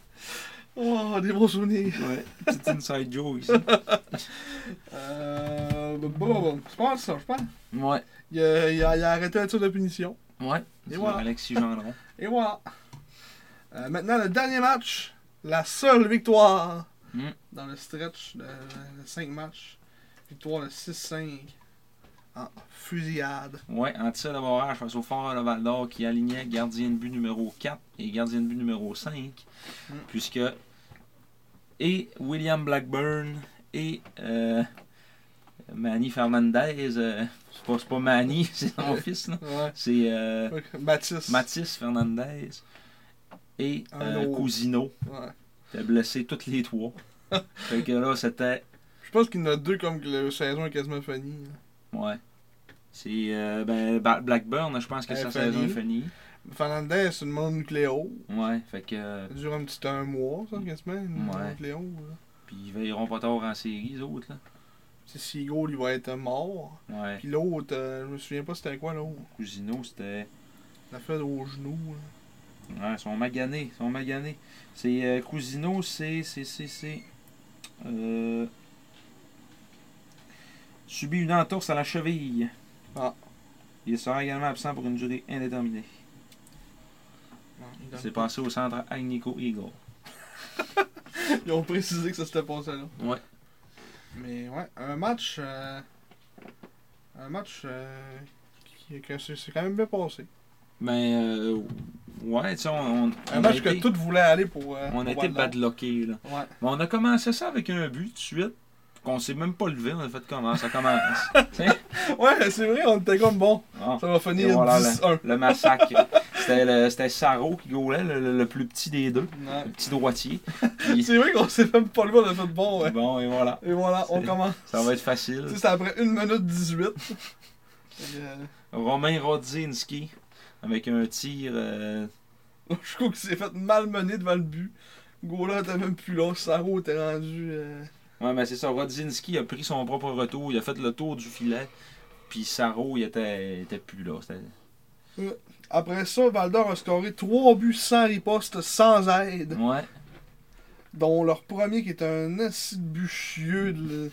[SPEAKER 1] Oh, des bons souvenirs.
[SPEAKER 2] [laughs] Ouais. Petit inside joke ici.
[SPEAKER 1] Euh, bon, bon, bon. Je pense ça, je pense.
[SPEAKER 2] Ouais.
[SPEAKER 1] Il a, il a- il a arrêté un tir de punition.
[SPEAKER 2] Ouais.
[SPEAKER 1] Et voilà.
[SPEAKER 2] Alexis Gendron.
[SPEAKER 1] Et voilà. Euh, maintenant, le dernier match. La seule victoire
[SPEAKER 2] Mm.
[SPEAKER 1] dans le stretch de, 5 matchs. Victoire de 6-5 en fusillade.
[SPEAKER 2] Ouais, en tir d'abordage face au Fort Laval d'Or qui alignait gardien de but numéro 4 et gardien de but numéro 5.
[SPEAKER 1] Mm.
[SPEAKER 2] Puisque et William Blackburn et euh, Manny Fernandez, euh, c'est pas, c'est pas Manny, [laughs] c'est son fils, là.
[SPEAKER 1] Ouais.
[SPEAKER 2] c'est euh,
[SPEAKER 1] Mathis.
[SPEAKER 2] Mathis Fernandez et
[SPEAKER 1] Un
[SPEAKER 2] euh,
[SPEAKER 1] autre.
[SPEAKER 2] Cousino.
[SPEAKER 1] Ouais.
[SPEAKER 2] T'as blessé toutes
[SPEAKER 1] [laughs]
[SPEAKER 2] les trois. fait que là, c'était
[SPEAKER 1] Je pense qu'il y en a deux comme que la saison est quasiment finie. là.
[SPEAKER 2] Ouais. C'est euh, ben, Ba- Blackburn, je pense que
[SPEAKER 1] Elle
[SPEAKER 2] sa
[SPEAKER 1] est
[SPEAKER 2] saison est finie.
[SPEAKER 1] Fernandez, c'est une monde nucléo.
[SPEAKER 2] Ouais, fait que. euh,
[SPEAKER 1] Ça dure un petit un mois, ça, quasiment. Une
[SPEAKER 2] Ouais.
[SPEAKER 1] monde nucléo. là.
[SPEAKER 2] Puis ils veilleront pas tard en série, les autres, là.
[SPEAKER 1] C'est Seagull, il va être mort.
[SPEAKER 2] Ouais.
[SPEAKER 1] Puis l'autre, euh, je me souviens pas c'était quoi l'autre.
[SPEAKER 2] Cousino, c'était.
[SPEAKER 1] La fête au genou. là.
[SPEAKER 2] Ouais, ils sont maganés. Ils sont maganés. C'est. euh, Cousino, c'est. C'est. C'est. c'est, Euh. Subit une entorse à la cheville.
[SPEAKER 1] Ah.
[SPEAKER 2] Il sera également absent pour une durée indéterminée.
[SPEAKER 1] Non, il
[SPEAKER 2] C'est
[SPEAKER 1] donne-
[SPEAKER 2] passé au centre Agnico Eagle.
[SPEAKER 1] Ils ont précisé que ça s'était passé là.
[SPEAKER 2] Ouais.
[SPEAKER 1] Mais ouais, un match. euh, un match. euh, qui, que c'est c'est quand même bien passé.
[SPEAKER 2] Ben, euh, ouais, tu sais, on, on-
[SPEAKER 1] Un
[SPEAKER 2] on a
[SPEAKER 1] match
[SPEAKER 2] été-
[SPEAKER 1] que tout voulait aller pour. euh,
[SPEAKER 2] On a
[SPEAKER 1] pour
[SPEAKER 2] été
[SPEAKER 1] Val-d'Or.
[SPEAKER 2] badlockés, là.
[SPEAKER 1] Ouais.
[SPEAKER 2] Mais on a commencé ça avec un but tout de suite, qu'on s'est même pas levé, on a fait comment ça commence. Tiens.
[SPEAKER 1] Ouais, c'est vrai, on était comme bon.
[SPEAKER 2] Bon,
[SPEAKER 1] Ça va finir
[SPEAKER 2] Et voilà,
[SPEAKER 1] 10-1.
[SPEAKER 2] le massacre. [laughs] C'était le- c'était Saro qui gaulait, le, le- le plus petit des deux,
[SPEAKER 1] Ouais.
[SPEAKER 2] le petit droitier. Puis,
[SPEAKER 1] C'est vrai qu'on s'est même pas levé, on a fait bon, ouais.
[SPEAKER 2] bon, et voilà,
[SPEAKER 1] Et voilà, on
[SPEAKER 2] C'est-
[SPEAKER 1] commence.
[SPEAKER 2] ça va être
[SPEAKER 1] Tu
[SPEAKER 2] facile.
[SPEAKER 1] sais, c'est après 1 minute 18. [laughs] Fait que, euh, [laughs]
[SPEAKER 2] Romain Rodzinski, avec un tir. euh,
[SPEAKER 1] Je trouve qu'il s'est fait malmener devant le but. Gola était même plus là. Saro était rendu. euh,
[SPEAKER 2] Ouais, mais c'est ça, Rodzinski a pris son propre retour, il a fait le tour du filet. Puis Saro, il était, il était plus là. C'était-
[SPEAKER 1] Après ça, Valdor a scoré 3 buts sans riposte, sans aide.
[SPEAKER 2] Ouais,
[SPEAKER 1] Dont leur premier qui est un assis de but chieux. de-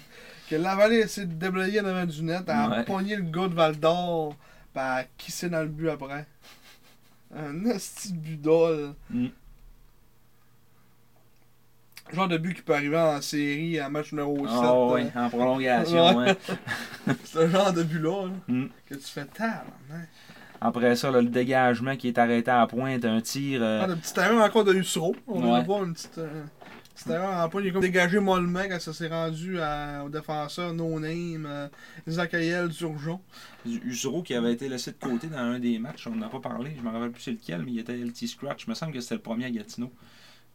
[SPEAKER 1] Que Lavalée a essayé de déblayer en avant du net. Elle a
[SPEAKER 2] Ouais.
[SPEAKER 1] pogné le gars de Valdor. Puis elle a kissé dans le but après. Un assis de but d'ol.
[SPEAKER 2] Mm.
[SPEAKER 1] Genre de but qui peut arriver en série, en match numéro 7.
[SPEAKER 2] oh, ouais, en prolongation.
[SPEAKER 1] Ouais.
[SPEAKER 2] hein.
[SPEAKER 1] Ce genre de but-là. là,
[SPEAKER 2] Mm.
[SPEAKER 1] Que tu fais tard, man.
[SPEAKER 2] Après ça, là, le dégagement qui est arrêté à la pointe, un tir. euh,
[SPEAKER 1] Ah, le petit erreur encore de Husseau. On
[SPEAKER 2] Ouais.
[SPEAKER 1] va voir une petite. Euh, petite erreur en point. Il est comme dégagé mollement quand ça s'est rendu à- au défenseur No Name, euh, Zachariel Durgeon.
[SPEAKER 2] Usuro qui avait été laissé de côté dans un des matchs, on n'en a pas parlé, je me rappelle plus c'est lequel, mais il était LT Scratch, il me semble que c'était le premier à Gatineau.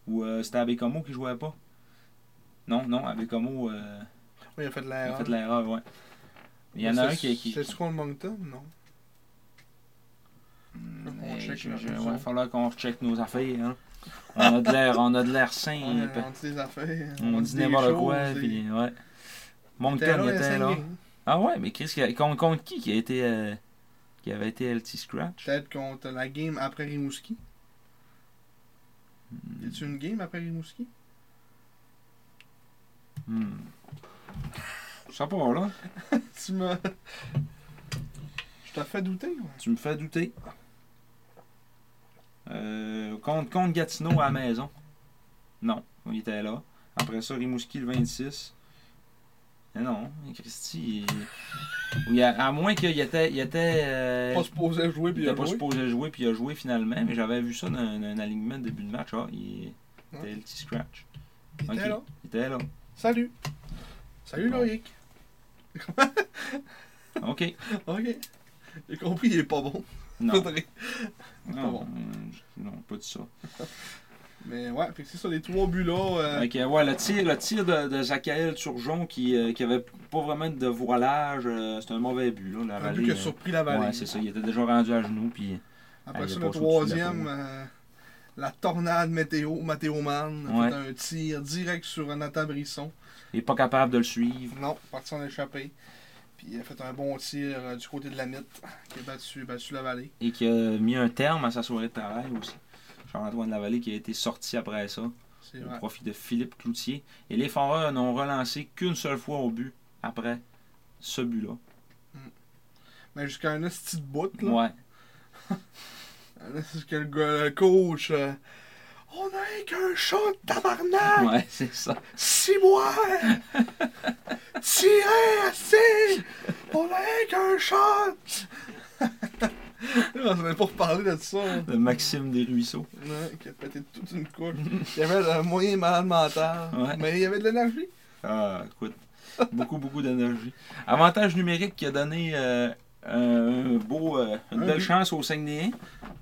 [SPEAKER 2] Ou euh, c'était Abecomo qui jouait pas. Non, non, Abecomo euh,
[SPEAKER 1] Oui, il a fait de
[SPEAKER 2] il
[SPEAKER 1] l'erreur.
[SPEAKER 2] a fait de l'erreur, ouais. Il y en a un qui. qui...
[SPEAKER 1] C'est-tu contre Moncton Non.
[SPEAKER 2] Hmm,
[SPEAKER 1] On
[SPEAKER 2] eh,
[SPEAKER 1] check
[SPEAKER 2] je-
[SPEAKER 1] nos
[SPEAKER 2] je- ouais,
[SPEAKER 1] autres.
[SPEAKER 2] Il va falloir qu'on recheck nos affaires. hein. On a de l'air, on a de l'air sain.
[SPEAKER 1] On on dit des affaires.
[SPEAKER 2] Hum, on dit
[SPEAKER 1] des
[SPEAKER 2] n'importe
[SPEAKER 1] choses,
[SPEAKER 2] quoi,
[SPEAKER 1] et-
[SPEAKER 2] puis ouais.
[SPEAKER 1] Il
[SPEAKER 2] Moncton
[SPEAKER 1] était là,
[SPEAKER 2] il
[SPEAKER 1] il a
[SPEAKER 2] était là.
[SPEAKER 1] saigné.
[SPEAKER 2] Ah ouais, mais Chris, qui- contre, contre qui qui a été euh, qui avait été LT Scratch
[SPEAKER 1] Peut-être contre la game après Rimouski.
[SPEAKER 2] Hum.
[SPEAKER 1] Y a-tu une game après Rimouski
[SPEAKER 2] Hmm. Je sais pas là.
[SPEAKER 1] Tu me. [laughs] Je t'ai fait douter, quoi.
[SPEAKER 2] Tu me fais douter. Euh, contre, contre Gatineau à la maison. Non, il était là. Après ça, Rimouski le 26. Mais non, Christy. il- oui, à, à moins qu'il était. Il était, euh,
[SPEAKER 1] Pas supposé jouer,
[SPEAKER 2] il
[SPEAKER 1] puis il
[SPEAKER 2] était
[SPEAKER 1] a
[SPEAKER 2] pas
[SPEAKER 1] joué.
[SPEAKER 2] supposé jouer, puis il a joué finalement. Mais j'avais vu ça dans un, un alignement de début de match. Ah, il était le petit scratch.
[SPEAKER 1] Il
[SPEAKER 2] Ok.
[SPEAKER 1] était là.
[SPEAKER 2] Il était là.
[SPEAKER 1] Salut. Salut
[SPEAKER 2] Bon.
[SPEAKER 1] Loïc. [laughs]
[SPEAKER 2] OK.
[SPEAKER 1] Ah, Ok. J'ai compris, il est pas bon.
[SPEAKER 2] Non.
[SPEAKER 1] Faudrait-
[SPEAKER 2] Non,
[SPEAKER 1] bon.
[SPEAKER 2] euh, je- non, pas dit ça.
[SPEAKER 1] Mais ouais, fait que c'est ça, les trois buts là. euh,
[SPEAKER 2] Fait que, ouais, le tir, le tir de, de Zachary Turgeon qui, euh, qui avait pas vraiment de voilage, euh, c'était un mauvais but. Là, la
[SPEAKER 1] un
[SPEAKER 2] vallée,
[SPEAKER 1] but qui
[SPEAKER 2] euh,
[SPEAKER 1] a surpris la vallée.
[SPEAKER 2] Ouais, c'est ça. Il était déjà rendu à genoux. Puis,
[SPEAKER 1] Après
[SPEAKER 2] Elle
[SPEAKER 1] ça,
[SPEAKER 2] est
[SPEAKER 1] le
[SPEAKER 2] passée au-dessus de la
[SPEAKER 1] troisième,
[SPEAKER 2] tour.
[SPEAKER 1] euh, la tornade météo, Matteo Mann, a
[SPEAKER 2] Ouais.
[SPEAKER 1] fait un tir direct sur Nathan Brisson.
[SPEAKER 2] il est pas capable de le suivre.
[SPEAKER 1] Non, parti en échappée. Puis il a fait un bon tir euh, du côté de la mythe, qui a battu, battu la vallée.
[SPEAKER 2] Et qui a mis un terme à sa soirée de travail aussi. Charles-Antoine Lavallée qui a été sorti après ça.
[SPEAKER 1] C'est
[SPEAKER 2] au
[SPEAKER 1] vrai.
[SPEAKER 2] profit de Philippe Cloutier. Et les Foreurs n'ont relancé qu'une seule fois au but après ce but-là.
[SPEAKER 1] Mais jusqu'à un petit bout, là.
[SPEAKER 2] Ouais.
[SPEAKER 1] Là, c'est ce que le, gars- le coach. euh, on a qu'un shot, tabarnak!
[SPEAKER 2] Ouais, [laughs] c'est ça.
[SPEAKER 1] Six mois! [laughs] Tirez assez! On a qu'un shot! on s'en est pas reparlé de ça. hein.
[SPEAKER 2] De Maxime Desruisseaux.
[SPEAKER 1] Ouais, qui a pété toute une couche. Il y avait un moyen malade mental.
[SPEAKER 2] Ouais.
[SPEAKER 1] Mais il y avait de l'énergie.
[SPEAKER 2] Ah, écoute. Beaucoup, beaucoup d'énergie. Avantage numérique qui a donné euh, un beau, euh, une
[SPEAKER 1] Un
[SPEAKER 2] belle
[SPEAKER 1] but.
[SPEAKER 2] chance au Saguenay.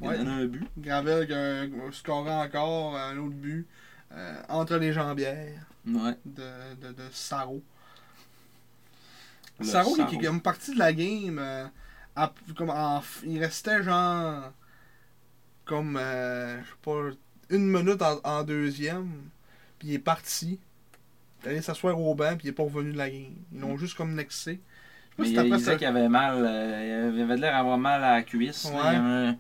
[SPEAKER 2] Il
[SPEAKER 1] Ouais.
[SPEAKER 2] a donné un but.
[SPEAKER 1] Gravel euh, scorant encore un autre but euh, entre les jambières
[SPEAKER 2] Ouais.
[SPEAKER 1] de, de, de Saro.
[SPEAKER 2] Le
[SPEAKER 1] Saro, qui
[SPEAKER 2] Sarro.
[SPEAKER 1] qui est comme parti de la game, euh, à- comme en f- il restait genre comme euh, je sais pas une minute en, en deuxième, puis il est parti. Il est allé s'asseoir au banc, puis il est pas revenu de la game. Ils l'ont juste comme nexé. Je
[SPEAKER 2] Mais
[SPEAKER 1] sais
[SPEAKER 2] il,
[SPEAKER 1] pas si
[SPEAKER 2] il
[SPEAKER 1] t'as
[SPEAKER 2] disait
[SPEAKER 1] fait
[SPEAKER 2] qu'il avait mal. euh, il avait de l'air d'avoir mal à la cuisse. là.
[SPEAKER 1] Ouais.
[SPEAKER 2] Il y avait un-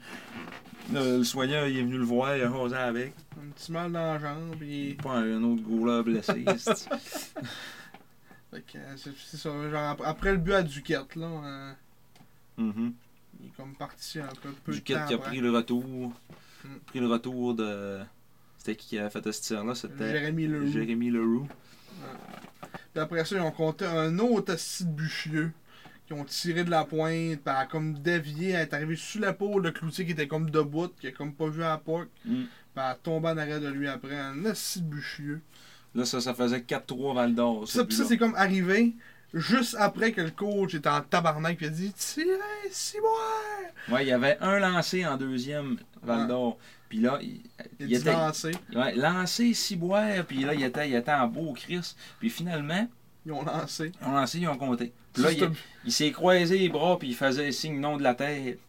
[SPEAKER 2] Le, le soigneur il est venu le voir, il a rasé avec.
[SPEAKER 1] un petit mal dans la jambe, puis
[SPEAKER 2] Pas un, un autre goaler [laughs] blessé. c'est-
[SPEAKER 1] Fait que, euh, c'est c'est ça, genre, ap- après le but à Duquette, là, euh,
[SPEAKER 2] Mhm.
[SPEAKER 1] il est comme parti un peu, peu de
[SPEAKER 2] Duquette
[SPEAKER 1] temps
[SPEAKER 2] qui a
[SPEAKER 1] après.
[SPEAKER 2] pris le retour.
[SPEAKER 1] Mm.
[SPEAKER 2] Pris le retour de. C'était qui qui avait fait ce tir-là C'était
[SPEAKER 1] Jérémy Leroux.
[SPEAKER 2] Jérémy Leroux.
[SPEAKER 1] Puis après ça, ils ont compté un autre assis de bûchieux qui ont tiré de la pointe, puis elle a comme dévié, elle est arrivée sous la peau, le cloutier qui était comme debout, qui a comme pas vu à la POC,
[SPEAKER 2] Mm.
[SPEAKER 1] puis elle a tombé en arrière de lui après, un assis de bûchieux.
[SPEAKER 2] Là, ça, ça faisait 4-3 Val d'Or. ce
[SPEAKER 1] Ça, puis ça,
[SPEAKER 2] but-là.
[SPEAKER 1] c'est comme arrivé juste après que le coach était en tabarnak, puis il a dit « Tirez, si moi!
[SPEAKER 2] Ouais, il y avait un lancé en deuxième Val d'Or. Puis là, il, »
[SPEAKER 1] Il a
[SPEAKER 2] il
[SPEAKER 1] dit «
[SPEAKER 2] était
[SPEAKER 1] Lancez.
[SPEAKER 2] ouais, lancé, ciboire. Puis là, il était, il était en beau Chris. Puis finalement,
[SPEAKER 1] Ils ont lancé.
[SPEAKER 2] ils ont lancé, ils ont compté. Puis là,
[SPEAKER 1] Juste
[SPEAKER 2] il, il s'est croisé les bras, puis il faisait signe non de la tête.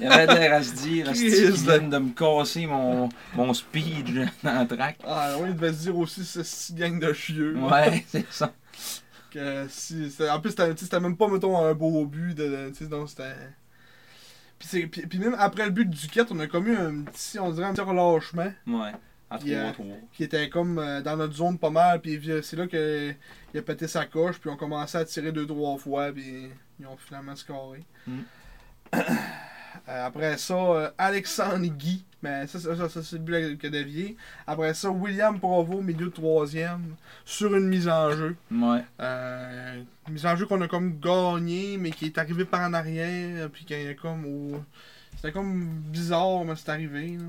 [SPEAKER 2] Il avait l'air à se
[SPEAKER 1] [laughs]
[SPEAKER 2] dire,
[SPEAKER 1] Chris,
[SPEAKER 2] Asti, ils
[SPEAKER 1] là.
[SPEAKER 2] viennent de me casser mon, mon speed dans le track.
[SPEAKER 1] Ah ouais, il devait se dire aussi ce petit gang de chieux.
[SPEAKER 2] Ouais, [laughs] c'est ça.
[SPEAKER 1] Que si, c'était- en plus, c'était tu sais, c'était même pas, mettons, un beau but. De, de- tu sais, donc c'était... Puis, c'est- puis, puis même après le but du Duquette, on a commis un petit, on dirait un petit relâchement
[SPEAKER 2] Ouais. À
[SPEAKER 1] Puis, euh,
[SPEAKER 2] 3-3.
[SPEAKER 1] qui était comme euh, dans notre zone pas mal. Puis vi- c'est là qu'il a pété sa coche, puis on commençait à tirer deux, trois fois, puis ils ont finalement scoré.
[SPEAKER 2] Mm.
[SPEAKER 1] [coughs] Euh, après ça, euh, Alexandre Guy, mais ça, ça, ça, ça, c'est le but que dévié. Après ça, William Provo, milieu de troisième, sur une mise en jeu.
[SPEAKER 2] Ouais.
[SPEAKER 1] Euh, une mise en jeu qu'on a comme gagné, mais qui est arrivé par en arrière, puis qui est comme au... C'était comme bizarre, mais c'est arrivé. Là.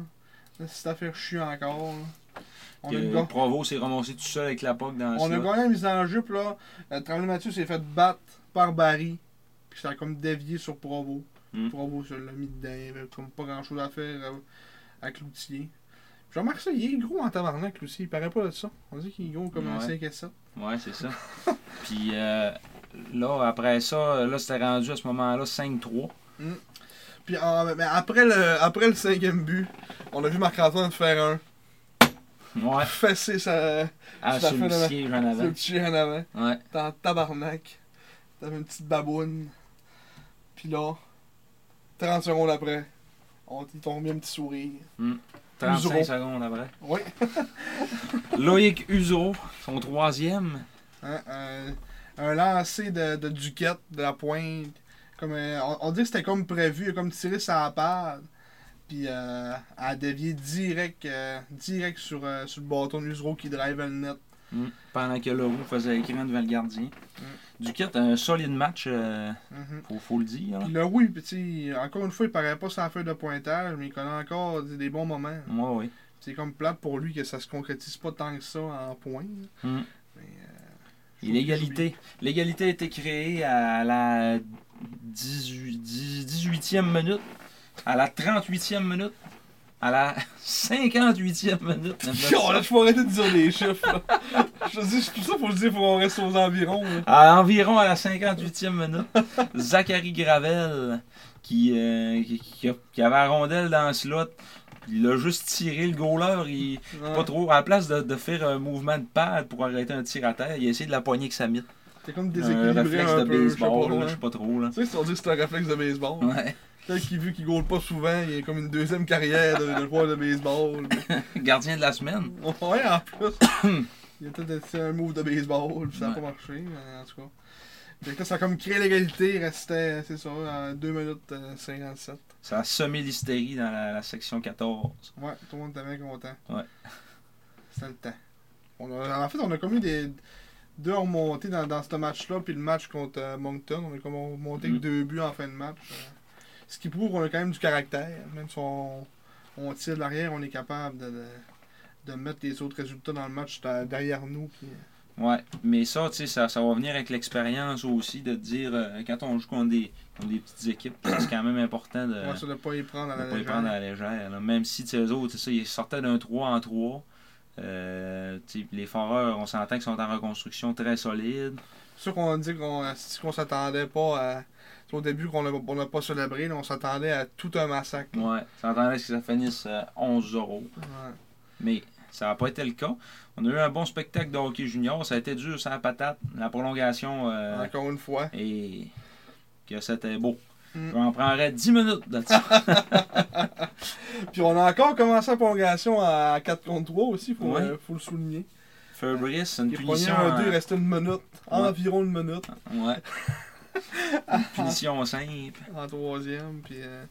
[SPEAKER 1] Là, cette affaire chie encore. là. On,
[SPEAKER 2] Que
[SPEAKER 1] a, ga-
[SPEAKER 2] Provo s'est ramassé tout seul avec la POC dans
[SPEAKER 1] on a
[SPEAKER 2] ça.
[SPEAKER 1] gagné la mise en jeu, puis là, euh, Tremblay Mathieu s'est fait battre par Barry, puis ça a comme dévié sur Provo.
[SPEAKER 2] Mm.
[SPEAKER 1] Provo se l'a mis dedans, il avait comme pas grand chose à faire euh, à Cloutier. Je remarque ça, il est gros en tabarnak, Cloutier, il paraît pas de ça. On dit qu'il est gros comme un
[SPEAKER 2] Ouais.
[SPEAKER 1] 5 et 7.
[SPEAKER 2] Ouais, c'est ça. [laughs] Puis euh, là, après ça, là, c'était rendu à ce moment-là 5-3.
[SPEAKER 1] Puis en- mais après, le, après le cinquième but, on a vu Marc-Antoine faire un
[SPEAKER 2] Ouais.
[SPEAKER 1] fessé sa,
[SPEAKER 2] Ah,
[SPEAKER 1] Tout à
[SPEAKER 2] sur
[SPEAKER 1] fait,
[SPEAKER 2] le
[SPEAKER 1] là.
[SPEAKER 2] siège en
[SPEAKER 1] le
[SPEAKER 2] avant.
[SPEAKER 1] petit chien en avant.
[SPEAKER 2] Ouais.
[SPEAKER 1] T'es en tabarnak. T'avais une petite baboune. Puis là, 30 secondes après, on t'y tombe un petit sourire.
[SPEAKER 2] 35
[SPEAKER 1] Usureau.
[SPEAKER 2] secondes après.
[SPEAKER 1] Oui.
[SPEAKER 2] Loïc Uso, son troisième.
[SPEAKER 1] Hein, euh, un lancer de, de Duquette, de la pointe. Comme, euh, on, on dit que c'était comme prévu, il a comme tiré sa patte. Puis euh, elle a dévié direct, euh, direct sur, euh, sur le bâton de Usereau qui drive le net.
[SPEAKER 2] Mm. Pendant que Leroux faisait écran devant le gardien. Duquette, un solide match, euh,
[SPEAKER 1] Mhm.
[SPEAKER 2] faut, faut le dire. là.
[SPEAKER 1] Puis là, oui, puis tu sais, encore une fois, il paraît pas sans feuille de pointage, mais il connaît encore des, des bons moments.
[SPEAKER 2] Ouais, ouais.
[SPEAKER 1] C'est comme plate pour lui que ça se concrétise pas tant que ça en points.
[SPEAKER 2] [laughs] Mm.
[SPEAKER 1] Mais, euh,
[SPEAKER 2] Et l'égalité. L'égalité a été créée à la 18, 18e minute, à la 38e minute, à la 58e
[SPEAKER 1] [laughs]
[SPEAKER 2] minute.
[SPEAKER 1] Oh, là, je faut arrêter de dire les chiffres. là. je te dis, c'est pour ça qu'il faut le dire, faut qu'on reste aux environs. là.
[SPEAKER 2] À environ à la 58e minute, [laughs] Zachary Gravel, qui, euh, qui, qui a- qui avait la rondelle dans le slot, il a juste tiré le goaler. Il,
[SPEAKER 1] Ah,
[SPEAKER 2] pas trop, à la place de, de faire un mouvement de pad pour arrêter un tir à terre, il a essayé de la poignée avec sa mythe.
[SPEAKER 1] T'es comme
[SPEAKER 2] Un
[SPEAKER 1] déséquilibré
[SPEAKER 2] réflexe
[SPEAKER 1] un
[SPEAKER 2] de
[SPEAKER 1] peu, je sais pas,
[SPEAKER 2] baseball, là,
[SPEAKER 1] ouais.
[SPEAKER 2] je sais pas trop. Là.
[SPEAKER 1] Tu sais, si on dit que c'est un réflexe de baseball,
[SPEAKER 2] Ouais. [laughs]
[SPEAKER 1] peut-être qu'il vu qu'il goal pas souvent, il a comme une deuxième carrière de, de joueur de baseball.
[SPEAKER 2] Gardien de la semaine.
[SPEAKER 1] Ouais, en plus.
[SPEAKER 2] [coughs]
[SPEAKER 1] Il a peut-être essayé un move de baseball, puis ça a
[SPEAKER 2] Ouais.
[SPEAKER 1] pas marché, mais en tout cas. Fait que là, ça a comme créé l'égalité, il restait, c'est ça, à 2 minutes euh, 57.
[SPEAKER 2] Ça a semé l'hystérie dans la, la section 14.
[SPEAKER 1] Ouais, tout le monde était bien content.
[SPEAKER 2] Ouais.
[SPEAKER 1] C'était le temps. On a- en fait, on a commis des deux remontées dans, dans ce match-là, puis le match contre euh, Moncton. On a comme remonté que
[SPEAKER 2] Mhm.
[SPEAKER 1] deux buts en fin de match. Euh, ce qui prouve qu'on a quand même du caractère. Même si on, on tire de l'arrière, on est capable de, de- de mettre les autres résultats dans le match euh, derrière nous. puis, euh,
[SPEAKER 2] Ouais, mais ça, tu sais, ça, ça va venir avec l'expérience aussi de te dire, euh, quand on joue contre des, contre des petites équipes, c'est quand même important Euh, de
[SPEAKER 1] on va se de pas y prendre à
[SPEAKER 2] ne
[SPEAKER 1] la
[SPEAKER 2] pas les
[SPEAKER 1] légère.
[SPEAKER 2] prendre à la légère. là. Même si, tu sais, eux autres, tu sais, ils sortaient d'un 3 en 3. Euh, tu sais, les Foreurs, on s'entend qu'ils sont en reconstruction très solide.
[SPEAKER 1] C'est sûr qu'on dit qu'on si qu'on s'attendait pas à. Au début, qu'on n'a on n'a pas célébré, là, on s'attendait à tout un massacre.
[SPEAKER 2] Ouais, s'entendait que ça finisse euh, 11-0.
[SPEAKER 1] Ouais.
[SPEAKER 2] Mais ça n'a pas été le cas. On a eu un bon spectacle de hockey junior. Ça a été dur sans patate. La prolongation. euh,
[SPEAKER 1] Encore une fois.
[SPEAKER 2] et que c'était beau.
[SPEAKER 1] Mm. Ah.
[SPEAKER 2] Je m'en prendrais 10 minutes de ça.
[SPEAKER 1] Puis on a encore commencé la prolongation à 4 contre 3 aussi, faut,
[SPEAKER 2] Ouais.
[SPEAKER 1] euh, faut le souligner.
[SPEAKER 2] Fabrice, une
[SPEAKER 1] Il prenait
[SPEAKER 2] punition. hein.
[SPEAKER 1] un 2, il
[SPEAKER 2] à-
[SPEAKER 1] restait une minute, environ une minute [laughs]
[SPEAKER 2] Ouais. une punition simple.
[SPEAKER 1] en troisième, puis euh,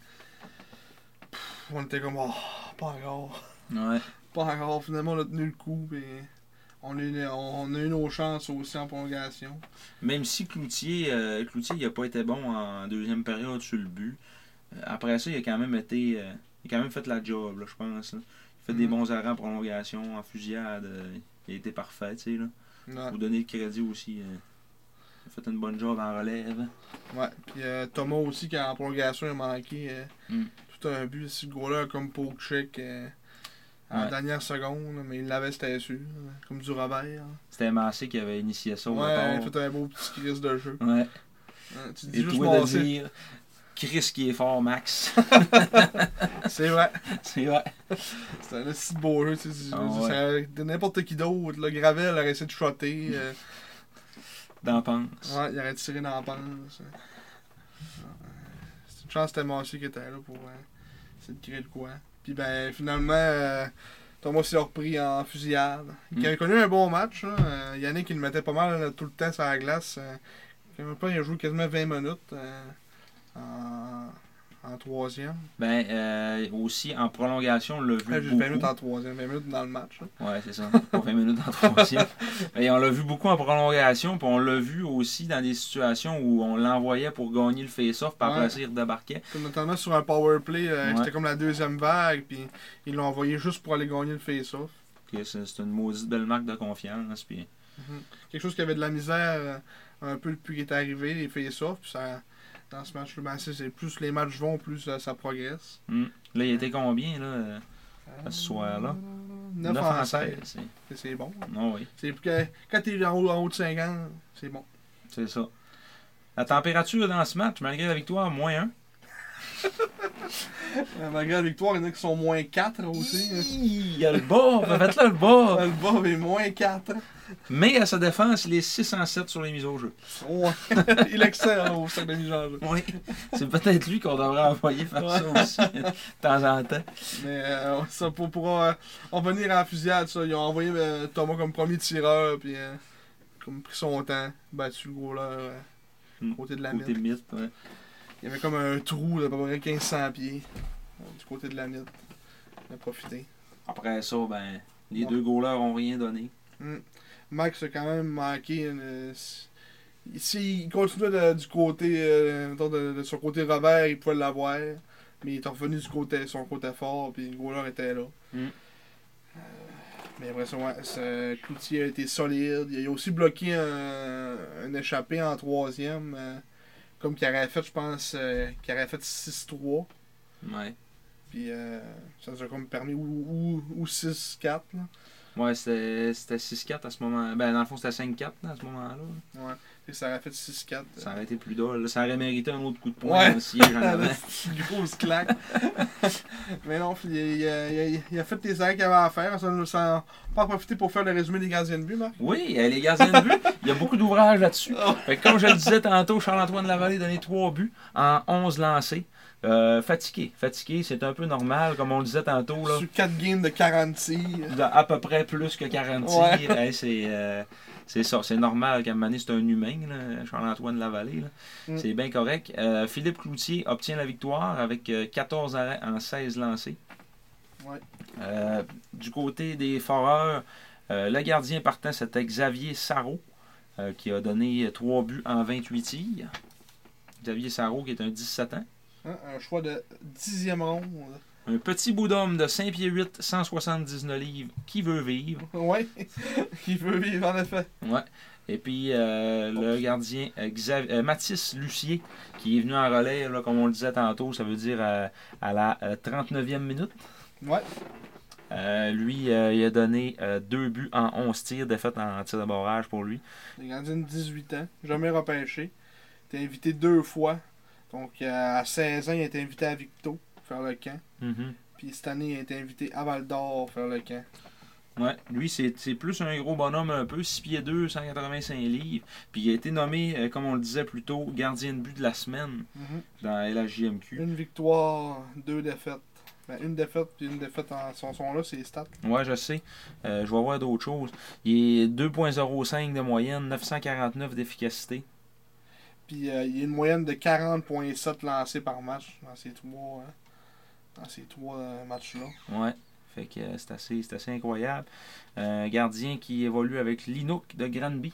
[SPEAKER 1] pff, on était comme, oh, pas encore,
[SPEAKER 2] Ouais.
[SPEAKER 1] pas encore. Finalement, on a tenu le coup, puis on a, eu, on a eu nos chances aussi en prolongation.
[SPEAKER 2] Même si Cloutier, euh, Cloutier il n'a pas été bon en deuxième période sur le but. euh, Après ça, il a quand même été. euh, il a quand même fait la job, là, je pense. là. Il a fait des
[SPEAKER 1] Mhm.
[SPEAKER 2] bons arrêts en prolongation, en fusillade. euh, il a été parfait, tu sais. là.
[SPEAKER 1] Ouais,
[SPEAKER 2] Faut donner le crédit aussi. euh, il a fait une bonne job en relève.
[SPEAKER 1] ouais. puis euh, Thomas aussi, qui en prolongation, il a manqué euh,
[SPEAKER 2] Mm.
[SPEAKER 1] tout un but. Ce gros-là, comme pour check euh, en
[SPEAKER 2] Ouais.
[SPEAKER 1] dernière seconde, mais il l'avait, c'était sûr, hein, comme du Robert. hein.
[SPEAKER 2] C'était Massé qui avait initié ça au
[SPEAKER 1] Ouais, il
[SPEAKER 2] départ.
[SPEAKER 1] fait un beau petit crise de jeu.
[SPEAKER 2] Ouais.
[SPEAKER 1] Hein, Tu te dis
[SPEAKER 2] Et
[SPEAKER 1] juste
[SPEAKER 2] toi de
[SPEAKER 1] passer.
[SPEAKER 2] dire Chris qui est fort, Max. [laughs]
[SPEAKER 1] C'est vrai.
[SPEAKER 2] C'est vrai.
[SPEAKER 1] C'est un si beau jeu. Tu sais, je veux
[SPEAKER 2] Ah
[SPEAKER 1] dire,
[SPEAKER 2] ouais.
[SPEAKER 1] ça- de n'importe qui d'autre. Le Gravel aurait essayé de shotter. euh,
[SPEAKER 2] D'en pense.
[SPEAKER 1] ouais, il aurait tiré dans la panse. C'est une chance que c'était Massé qui était là pour euh, essayer de tirer de quoi. Puis ben finalement, euh, Thomas s'est repris en fusillade. Il
[SPEAKER 2] Hmm.
[SPEAKER 1] avait connu un bon match. là. Euh, Yannick, il le mettait pas mal euh, tout le temps sur la glace. Euh, je sais même pas, il a joué quasiment 20 minutes euh, en, en troisième.
[SPEAKER 2] Ben, euh, aussi, en prolongation, on l'a vu
[SPEAKER 1] Ouais, juste 20 minutes
[SPEAKER 2] beaucoup.
[SPEAKER 1] en troisième, 20 minutes dans le match. hein. là.
[SPEAKER 2] Ouais, c'est ça. Pas 20 minutes
[SPEAKER 1] [laughs]
[SPEAKER 2] en troisième. Et on l'a vu beaucoup en prolongation, puis on l'a vu aussi dans des situations où on l'envoyait pour gagner le face-off, par
[SPEAKER 1] Ouais.
[SPEAKER 2] après ça, il redébarquait.
[SPEAKER 1] Comme notamment sur un power play, euh,
[SPEAKER 2] Ouais.
[SPEAKER 1] c'était comme la deuxième vague, puis ils l'ont envoyé juste pour aller gagner le face-off.
[SPEAKER 2] Que C'est c'est une maudite belle marque de confiance. Puis...
[SPEAKER 1] Mhm. Quelque chose qui avait de la misère euh, un peu depuis qu'il est arrivé, les face-off, puis ça, dans ce match-là, ben, c'est- c'est plus les matchs vont, plus euh, ça progresse.
[SPEAKER 2] hum. Là, il était combien, là, euh, ce soir-là
[SPEAKER 1] 9, en 16,
[SPEAKER 2] c'est-
[SPEAKER 1] Et c'est bon.
[SPEAKER 2] Non, oui,
[SPEAKER 1] C'est plus que- quand t'es en haut, en haut de 50, c'est bon.
[SPEAKER 2] c'est ça. La température dans ce match, malgré la victoire, moins 1.
[SPEAKER 1] Euh, malgré la victoire, il y en a qui sont moins 4 [laughs] aussi. hein.
[SPEAKER 2] Il y a le bas, faites-le le bas.
[SPEAKER 1] Le bas est moins 4.
[SPEAKER 2] Mais à sa défense, il est 6 en 7 sur les mises au jeu.
[SPEAKER 1] [laughs] il excelle au sac de mi-janvier.
[SPEAKER 2] Oui. C'est peut-être lui qu'on devrait envoyer faire ça aussi, hein, de temps en temps.
[SPEAKER 1] Mais euh, ça pour, pour euh, en venir à la fusillade, ça, ils ont envoyé euh, Thomas comme premier tireur, puis euh, comme pris son temps, battu le gros là, euh,
[SPEAKER 2] Mm.
[SPEAKER 1] côté de la
[SPEAKER 2] Côté
[SPEAKER 1] miette.
[SPEAKER 2] mythe, ouais.
[SPEAKER 1] Il y avait comme un trou d'à peu près 1500 pieds euh, du côté de la miette. Il a profité.
[SPEAKER 2] Après ça, ben, les
[SPEAKER 1] Ouais.
[SPEAKER 2] deux goalers ont rien donné.
[SPEAKER 1] Max a Hmm. quand même manqué une. euh, s- S'il continuait de- du côté, euh, mettons, de, de son côté Robert, il pouvait l'avoir. Mais il est revenu du côté, son côté fort, puis le goaler était là.
[SPEAKER 2] Mm.
[SPEAKER 1] Euh, mais après ça, ouais, ce- Cloutier a été solide. Il a aussi bloqué un, un échappé en troisième. euh, Comme qu'il aurait fait, je pense, euh, qu'il aurait fait 6-3.
[SPEAKER 2] Ouais.
[SPEAKER 1] Puis euh, ça nous a comme permis ou, ou, ou 6-4. là.
[SPEAKER 2] Ouais, c'était c'était 6-4 à ce moment. Ben, dans le fond, c'était 5-4 à ce moment-là.
[SPEAKER 1] Ouais. Fait que ça aurait fait 6-4.
[SPEAKER 2] Ça aurait été plus drôle. là. Ça aurait mérité un autre coup de
[SPEAKER 1] Ouais.
[SPEAKER 2] poing aussi siège
[SPEAKER 1] Ah,
[SPEAKER 2] en avant.
[SPEAKER 1] une grosse claque. [laughs] Mais non, puis il, a- il a- il a- il a fait les arrêts qu'il avait à faire. Ça nous a pas profité pour faire le résumé des gardiens de but, Marc.
[SPEAKER 2] Oui, euh, les gardiens de but, il y a beaucoup d'ouvrages là-dessus. Fait que comme je le disais tantôt, Charles-Antoine Lavallée a donné trois buts en 11 lancés. Euh, fatigué. Fatigué, c'est un peu normal, comme on le disait tantôt. Oh, Là,
[SPEAKER 1] Sur 4 games de 40 tirs.
[SPEAKER 2] De- à peu près plus que 40 tirs.
[SPEAKER 1] Ouais.
[SPEAKER 2] Hey, c'est, euh, c'est ça, c'est normal qu'à un moment donné, c'est un humain, là, Charles-Antoine Lavallée. là.
[SPEAKER 1] Mm.
[SPEAKER 2] C'est bien correct. Euh, Philippe Cloutier obtient la victoire avec euh, 14 arrêts en 16 lancés.
[SPEAKER 1] Ouais.
[SPEAKER 2] Euh, du côté des foreurs, euh, le gardien partant, c'était Xavier Sarro, euh, qui a donné 3 buts en 28 tirs. Xavier Sarro, qui est un 17 ans.
[SPEAKER 1] Hein, un choix de 10e ronde. [laughs]
[SPEAKER 2] Un petit bout d'homme de 5 pieds 8, 179 livres, qui veut vivre.
[SPEAKER 1] Ouais. Qui veut vivre, en effet.
[SPEAKER 2] Ouais. Et puis euh, le gardien euh, Xav- euh, Mathis Lucier, qui est venu en relais, là, comme on le disait tantôt, ça veut dire euh, à la euh, 39e minute.
[SPEAKER 1] Ouais.
[SPEAKER 2] Euh, lui, euh, il a donné euh, deux buts en 11 tirs, défaite en tir de barrage pour lui.
[SPEAKER 1] Les gardiens de 18 ans. Jamais repêché. T'es invité deux fois. Donc, euh, à 16 ans, il a été invité à Victo faire le camp.
[SPEAKER 2] Mhm.
[SPEAKER 1] Puis cette année, il a été invité à Val d'Or faire le camp.
[SPEAKER 2] Ouais, lui, c'est c'est plus un gros bonhomme un peu, 6 pieds 2, 185 livres. Puis il a été nommé, euh, comme on le disait plus tôt, gardien de but de la semaine
[SPEAKER 1] Mhm.
[SPEAKER 2] dans la JMQ.
[SPEAKER 1] Une victoire, deux défaites. Ben, une défaite puis une défaite en son son là, c'est les stats.
[SPEAKER 2] Ouais, je sais. Euh, je vais voir d'autres choses. Il est 2.05 de moyenne, 949 d'efficacité.
[SPEAKER 1] Puis euh, il y a une moyenne de 40.7 lancés par match dans ces trois, hein, dans ces trois euh, matchs-là.
[SPEAKER 2] Ouais. Fait que euh, c'est assez, c'est assez incroyable. Euh, gardien qui évolue avec l'Inuk de Granby,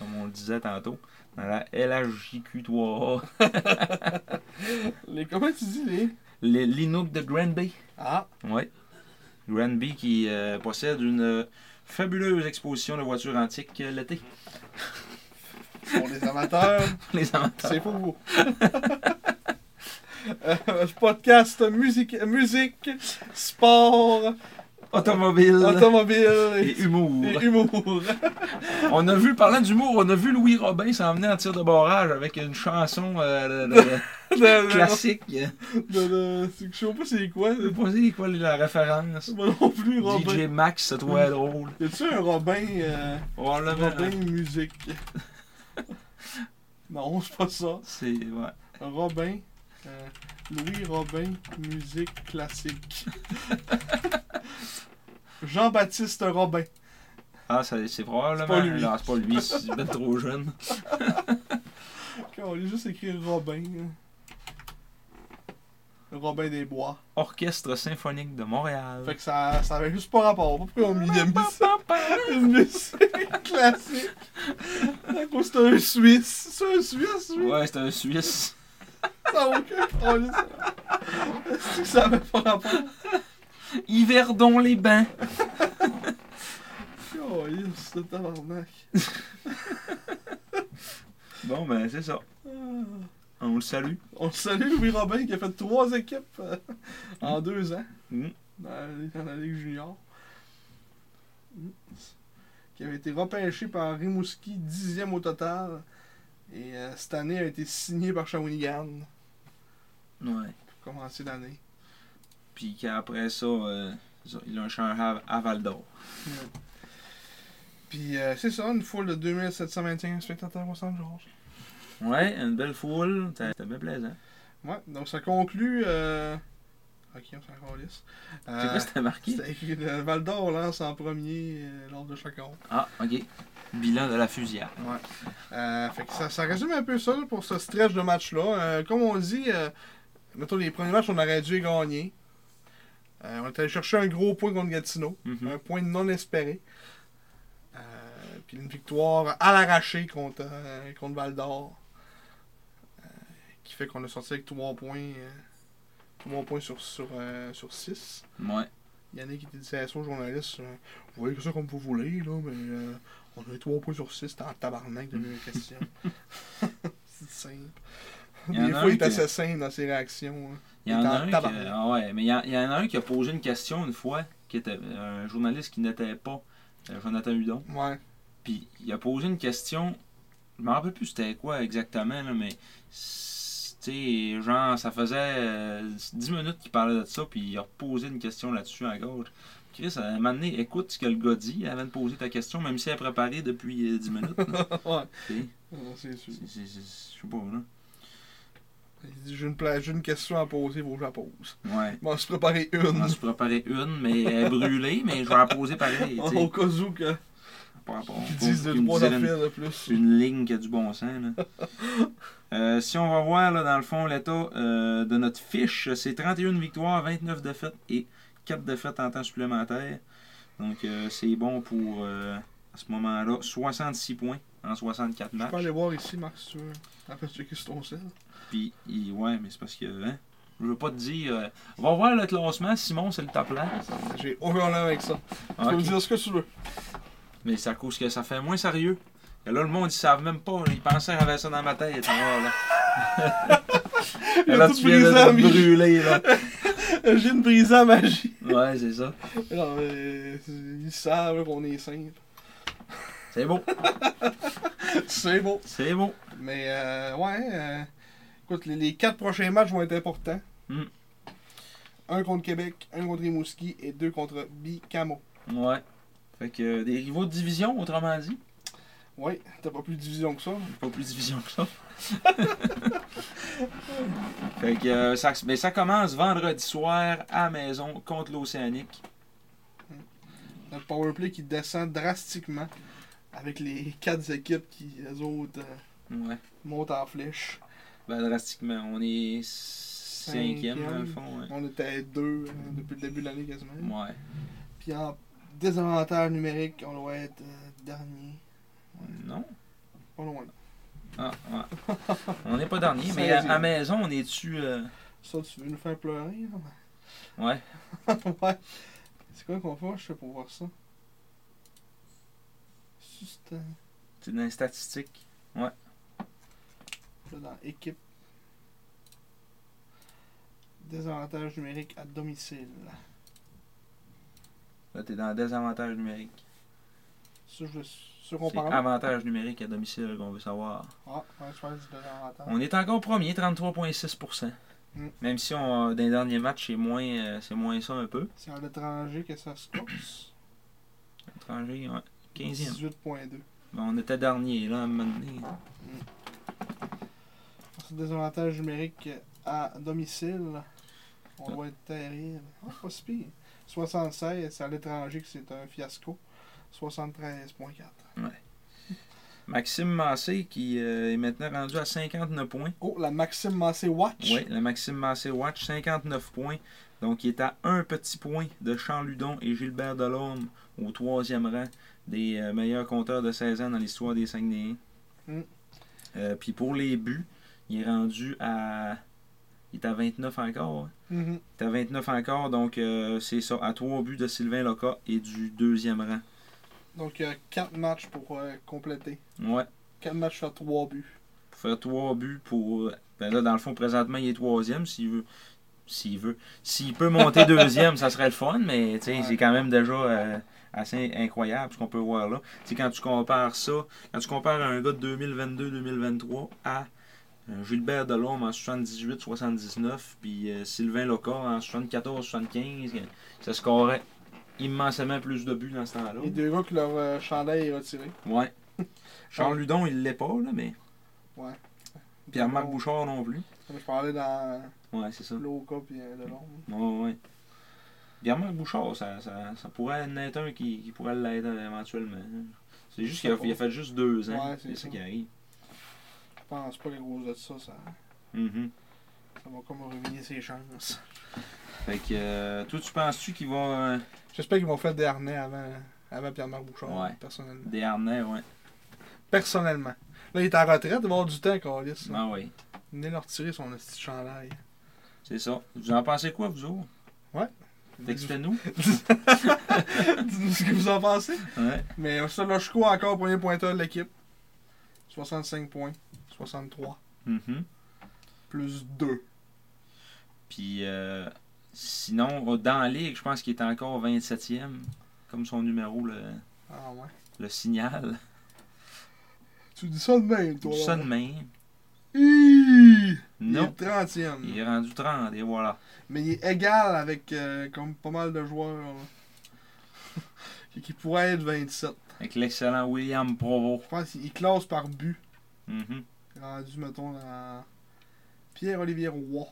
[SPEAKER 2] comme on le disait tantôt, dans la LHJQ3A.
[SPEAKER 1] Les, comment tu dis les
[SPEAKER 2] Le- L'Inuk de Granby.
[SPEAKER 1] Ah,
[SPEAKER 2] Ouais. Granby qui euh, possède une euh, fabuleuse exposition de voitures antiques euh, l'été. [laughs]
[SPEAKER 1] pour les amateurs, [laughs]
[SPEAKER 2] Les amateurs.
[SPEAKER 1] c'est pour vous. [laughs] Euh, podcast musique, musique, sport,
[SPEAKER 2] Automobile.
[SPEAKER 1] automobile
[SPEAKER 2] et humour.
[SPEAKER 1] et, et humour. [laughs]
[SPEAKER 2] On a vu, parlant d'humour, on a vu Louis Robin s'en venir en tir de barrage avec une chanson euh, de- de-
[SPEAKER 1] De- [laughs] de-
[SPEAKER 2] classique.
[SPEAKER 1] de- de- c'est- Je sais pas c'est quoi.
[SPEAKER 2] Je sais pas c'est quoi la référence.
[SPEAKER 1] Moi non plus, Robin.
[SPEAKER 2] DJ Max, c'est toi drôle.
[SPEAKER 1] Y'a-tu un Robin, euh,
[SPEAKER 2] On l'a
[SPEAKER 1] Robin musique? [laughs] non, c'est pas ça.
[SPEAKER 2] C'est. Ouais.
[SPEAKER 1] Un Robin, euh, Louis Robin, musique classique. Jean-Baptiste Robin.
[SPEAKER 2] Ah, ça- c'est probablement.
[SPEAKER 1] C'est pas lui.
[SPEAKER 2] Non, c'est pas lui, c'est bien trop jeune.
[SPEAKER 1] Ok, On lui juste écrit Robin. hein. Robin des Bois.
[SPEAKER 2] Orchestre symphonique de Montréal.
[SPEAKER 1] Fait que ça, ça avait juste pas rapport. Pourquoi on lui a mis ça? Une musique [laughs] classique. À cause c'est un Suisse. C'est un Suisse, lui.
[SPEAKER 2] [laughs] Ouais, c'est un Suisse.
[SPEAKER 1] Ça n'a aucun problème. Est-ce que ça avait pas rapport?
[SPEAKER 2] Hiverdon les bains.
[SPEAKER 1] Oh, il c'est un tabarnak.
[SPEAKER 2] Bon, ben, c'est ça.
[SPEAKER 1] Ah.
[SPEAKER 2] On le salue.
[SPEAKER 1] On salue Louis Robin qui a fait trois équipes euh, en deux ans
[SPEAKER 2] Mm.
[SPEAKER 1] dans, la- dans la Ligue Junior. Mm. Qui avait été repêché par Rimouski, dixième au total. Et euh, cette année a été signé par Shawinigan
[SPEAKER 2] Ouais.
[SPEAKER 1] pour commencer l'année.
[SPEAKER 2] Puis qu'après ça, euh, il a un chant à, à Val d'Or.
[SPEAKER 1] Puis euh, c'est ça, une foule de 2721 spectateurs au Saint-Georges.
[SPEAKER 2] Ouais, une belle foule. C'était c'était bien plaisant.
[SPEAKER 1] Ouais, donc ça conclut. euh, Ok, on s'en calisse.
[SPEAKER 2] Je sais
[SPEAKER 1] Euh,
[SPEAKER 2] pas si t'as marqué.
[SPEAKER 1] C'était écrit, le Val d'Or lance en premier euh, lors de chaque ronde.
[SPEAKER 2] Ah, ok. Bilan de la fusillade.
[SPEAKER 1] Euh, fait que ça, ça résume un peu ça là, pour ce stretch de match-là. Euh, comme on dit, euh, mettons les premiers matchs, on aurait dû les gagner. Euh, on est allé chercher un gros point contre Gatineau,
[SPEAKER 2] Mhm.
[SPEAKER 1] un point non espéré. Euh, puis une victoire à l'arraché contre, euh, contre Val d'Or. Euh, qui fait qu'on a sorti avec 3 points, euh, trois points sur 6. Sur, euh, sur six.
[SPEAKER 2] Mm-hmm. Ouais.
[SPEAKER 1] Yannick était dit à son journaliste euh, Vous voyez que ça comme vous [laughs] voulez, là, mais euh, on a eu 3 points sur 6, c'était en tabarnak de mes questions. simple.
[SPEAKER 2] Il y en
[SPEAKER 1] Des
[SPEAKER 2] a
[SPEAKER 1] fois,
[SPEAKER 2] un
[SPEAKER 1] il est
[SPEAKER 2] que-
[SPEAKER 1] assez simple dans ses réactions. hein.
[SPEAKER 2] Il y en
[SPEAKER 1] Il est en
[SPEAKER 2] a un qui,
[SPEAKER 1] tabarnak.
[SPEAKER 2] ah ouais, mais il y, en- il y en a un qui a posé une question une fois, qui était un journaliste qui n'était pas euh, Jonathan Hudon.
[SPEAKER 1] Ouais.
[SPEAKER 2] Puis il a posé une question, je me rappelle plus c'était quoi exactement, là, mais c'est- tu sais, genre, ça faisait euh, 10 minutes qu'il parlait de ça, puis il a reposé une question là-dessus encore. Chris, à un moment donné, écoute ce que le gars dit avant de poser ta question, même si elle est préparée depuis euh,
[SPEAKER 1] [laughs]
[SPEAKER 2] 10 minutes. là.
[SPEAKER 1] ouais.
[SPEAKER 2] Tu sais,
[SPEAKER 1] Non, c'est sûr.
[SPEAKER 2] c'est- c'est- c'est- Je sais pas, là.
[SPEAKER 1] Il dit, J'ai une, pla- j'ai une question à poser, faut que je la pose.
[SPEAKER 2] Ouais.
[SPEAKER 1] Bon, se préparer une.
[SPEAKER 2] Je préparer une, mais elle est brûlée, mais je vais la poser pareil. tu sais.
[SPEAKER 1] Au cas où que-
[SPEAKER 2] par rapport
[SPEAKER 1] qu'ils
[SPEAKER 2] au-
[SPEAKER 1] Oh. disent deux,
[SPEAKER 2] qu'ils me
[SPEAKER 1] trois
[SPEAKER 2] diraient
[SPEAKER 1] affaires
[SPEAKER 2] une,
[SPEAKER 1] de plus.
[SPEAKER 2] une ligne qui a du bon sens. là.
[SPEAKER 1] [laughs]
[SPEAKER 2] Euh, si on va voir, là, dans le fond, l'état euh, de notre fiche, c'est 31 victoires, 29 défaites et 4 défaites en temps supplémentaire. Donc, euh, c'est bon pour, euh, à ce moment-là, 66 points en 64
[SPEAKER 1] Je
[SPEAKER 2] matchs.
[SPEAKER 1] peux aller voir ici, Marc, si tu veux. Après, tu sur ton sel.
[SPEAKER 2] Puis, il- ouais, mais c'est parce que, hein, je veux pas te dire... euh, on va voir le classement, Simon, c'est le top place.
[SPEAKER 1] J'ai aucun problème avec ça. Tu peux me
[SPEAKER 2] Ah, Ok.
[SPEAKER 1] dire ce que tu veux. [laughs]
[SPEAKER 2] Mais c'est à cause que ça fait moins sérieux. Et là, le monde, ils savent même pas. Ils pensaient qu'il y avait ça dans ma tête. là, là.
[SPEAKER 1] [laughs] Il
[SPEAKER 2] Et
[SPEAKER 1] a
[SPEAKER 2] là,
[SPEAKER 1] tout
[SPEAKER 2] tu viens de
[SPEAKER 1] brisé
[SPEAKER 2] te
[SPEAKER 1] à mi-
[SPEAKER 2] brûler, là.
[SPEAKER 1] J'ai une brise à magie. [laughs]
[SPEAKER 2] Ouais, c'est ça.
[SPEAKER 1] Non, mais ils savent qu'on est simple. [laughs]
[SPEAKER 2] C'est bon.
[SPEAKER 1] C'est bon.
[SPEAKER 2] C'est bon.
[SPEAKER 1] Mais euh, ouais, euh, écoute, les, les quatre prochains matchs vont être importants.
[SPEAKER 2] Mm.
[SPEAKER 1] Un contre Québec, un contre Rimouski et deux contre Bicamo.
[SPEAKER 2] Ouais. Fait que euh, des rivaux de division, autrement dit.
[SPEAKER 1] Ouais, t'as pas plus de division que ça.
[SPEAKER 2] Pas plus de division que ça. [laughs] fait que euh, ça, mais ça commence vendredi soir à la maison contre l'Océanique.
[SPEAKER 1] Notre powerplay qui descend drastiquement avec les [laughs] quatre équipes qui, elles autres, euh,
[SPEAKER 2] Ouais.
[SPEAKER 1] montent en flèche.
[SPEAKER 2] Ben, drastiquement. On est cinquième, dans le fond. Ouais.
[SPEAKER 1] On était deux euh, depuis le début de l'année quasiment.
[SPEAKER 2] ouais.
[SPEAKER 1] Puis en désinventaire numérique, on doit être euh, dernier.
[SPEAKER 2] Non.
[SPEAKER 1] Pas loin.
[SPEAKER 2] Ah, ouais. On n'est pas dernier, mais
[SPEAKER 1] Seizième.
[SPEAKER 2] à, à maison, on est dessus.
[SPEAKER 1] Ça, tu veux nous faire pleurer? là?
[SPEAKER 2] Ouais.
[SPEAKER 1] ouais. C'est quoi qu'on fait, je sais, pour voir ça? Juste euh,
[SPEAKER 2] C'est dans les statistiques.
[SPEAKER 1] là, dans équipe. Désavantage numérique à domicile.
[SPEAKER 2] Là, t'es dans désavantage numérique.
[SPEAKER 1] Ça, je le sur on
[SPEAKER 2] C'est
[SPEAKER 1] parle.
[SPEAKER 2] avantage numérique à domicile qu'on veut savoir.
[SPEAKER 1] Ah, ouais, je parle du désavantage.
[SPEAKER 2] On est encore premier,
[SPEAKER 1] Ah.
[SPEAKER 2] 33,6%.
[SPEAKER 1] Mm.
[SPEAKER 2] Même si on, euh, dans les derniers matchs, c'est moins, euh, c'est moins ça un peu.
[SPEAKER 1] C'est à l'étranger que ça se passe.
[SPEAKER 2] Étranger, ouais. 15e.
[SPEAKER 1] 18.2.
[SPEAKER 2] Ben, on était dernier, là, à un moment donné.
[SPEAKER 1] Parce que Désavantage numérique à domicile. On doit être terrible. Ah, pas si pire. 76, c'est à l'étranger que c'est un fiasco. 73.4.
[SPEAKER 2] Maxime Massé, qui euh, est maintenant rendu à 59 points.
[SPEAKER 1] Oh, la Maxime Massé Watch.
[SPEAKER 2] Oui, le Maxime Massé Watch, 59 points. Donc, il est à un petit point de Charles Ludon et Gilbert Delorme au troisième rang des euh, meilleurs compteurs de 16 ans dans l'histoire des Saguenayens.
[SPEAKER 1] Mm.
[SPEAKER 2] Euh, Puis pour les buts, il est rendu à. Il est à 29 encore. hein.
[SPEAKER 1] Mhm.
[SPEAKER 2] Il est à 29 encore, donc euh, c'est ça, à trois buts de Sylvain Loca et du deuxième rang.
[SPEAKER 1] Donc, 4 matchs pour euh, compléter.
[SPEAKER 2] Ouais,
[SPEAKER 1] 4 matchs à 3 buts.
[SPEAKER 2] pour faire trois buts pour. Ben là, dans le fond, présentement, il est troisième s'il veut. S'il veut. S'il peut monter deuxième, ça serait le fun, mais tu sais,
[SPEAKER 1] Ouais.
[SPEAKER 2] c'est quand même déjà euh, assez incroyable ce qu'on peut voir là. Tu sais, quand tu compares ça, quand tu compares un gars de 2022-2023 à euh, Gilbert Delorme en 78-79, puis euh, Sylvain Loca en 74-75, euh, ça scorait immensément plus de buts dans ce temps-là.
[SPEAKER 1] Les deux gars que leur euh, chandail est retiré. [laughs]
[SPEAKER 2] Ouais. Charles Ludon, il l'est pas, là, mais.
[SPEAKER 1] Ah. Ouais.
[SPEAKER 2] Pierre-Marc
[SPEAKER 1] Bon.
[SPEAKER 2] Bouchard non plus.
[SPEAKER 1] Comme je parlais dans
[SPEAKER 2] Ouais, c'est ça.
[SPEAKER 1] l'Oka puis euh, le long.
[SPEAKER 2] Ouais, ouais. Pierre-Marc Bouchard, ça, ça, ça pourrait en être un qui, qui pourrait l'aider éventuellement. C'est juste qu'il a, il a fait juste deux ans.
[SPEAKER 1] Ouais, c'est
[SPEAKER 2] c'est ça
[SPEAKER 1] ça.
[SPEAKER 2] qui arrive.
[SPEAKER 1] Je pense pas qu'à cause de ça, ça,
[SPEAKER 2] Mhm.
[SPEAKER 1] ça va comme ruiner ses chances.
[SPEAKER 2] Fait que, euh, toi, tu penses-tu qu'il va. euh,
[SPEAKER 1] J'espère qu'ils vont faire des harnais avant, avant Pierre-Marc Bouchard,
[SPEAKER 2] Ouais.
[SPEAKER 1] personnellement.
[SPEAKER 2] des harnais, ouais.
[SPEAKER 1] Personnellement. Là, il est en retraite, il va avoir du temps, Calis.
[SPEAKER 2] Ah, ouais.
[SPEAKER 1] Venez leur tirer son petit
[SPEAKER 2] [laughs]
[SPEAKER 1] chandail.
[SPEAKER 2] C'est ça. Vous en pensez quoi, vous autres
[SPEAKER 1] [laughs]
[SPEAKER 2] Textez-nous.
[SPEAKER 1] Dites-nous ce que vous en pensez. euh,
[SPEAKER 2] Ouais.
[SPEAKER 1] Mais ça, là, je crois encore premier pointeur de l'équipe. 65 points. 63.
[SPEAKER 2] Mhm.
[SPEAKER 1] plus 2.
[SPEAKER 2] Puis euh, sinon, euh, dans la ligue, je pense qu'il est encore 27e, comme son numéro, le,
[SPEAKER 1] Ah ouais.
[SPEAKER 2] le signal.
[SPEAKER 1] Tu dis ça de même, toi.
[SPEAKER 2] Tout ça de même.
[SPEAKER 1] Hi! Il
[SPEAKER 2] Non,
[SPEAKER 1] est 30e.
[SPEAKER 2] il est rendu 30, et voilà.
[SPEAKER 1] Mais il est égal avec euh, comme pas mal de joueurs. là. Et [laughs] qui pourrait être 27.
[SPEAKER 2] Avec l'excellent William Provo.
[SPEAKER 1] Je pense qu'il classe par but.
[SPEAKER 2] Mhm.
[SPEAKER 1] Rendu, mettons, à Pierre-Olivier Roy.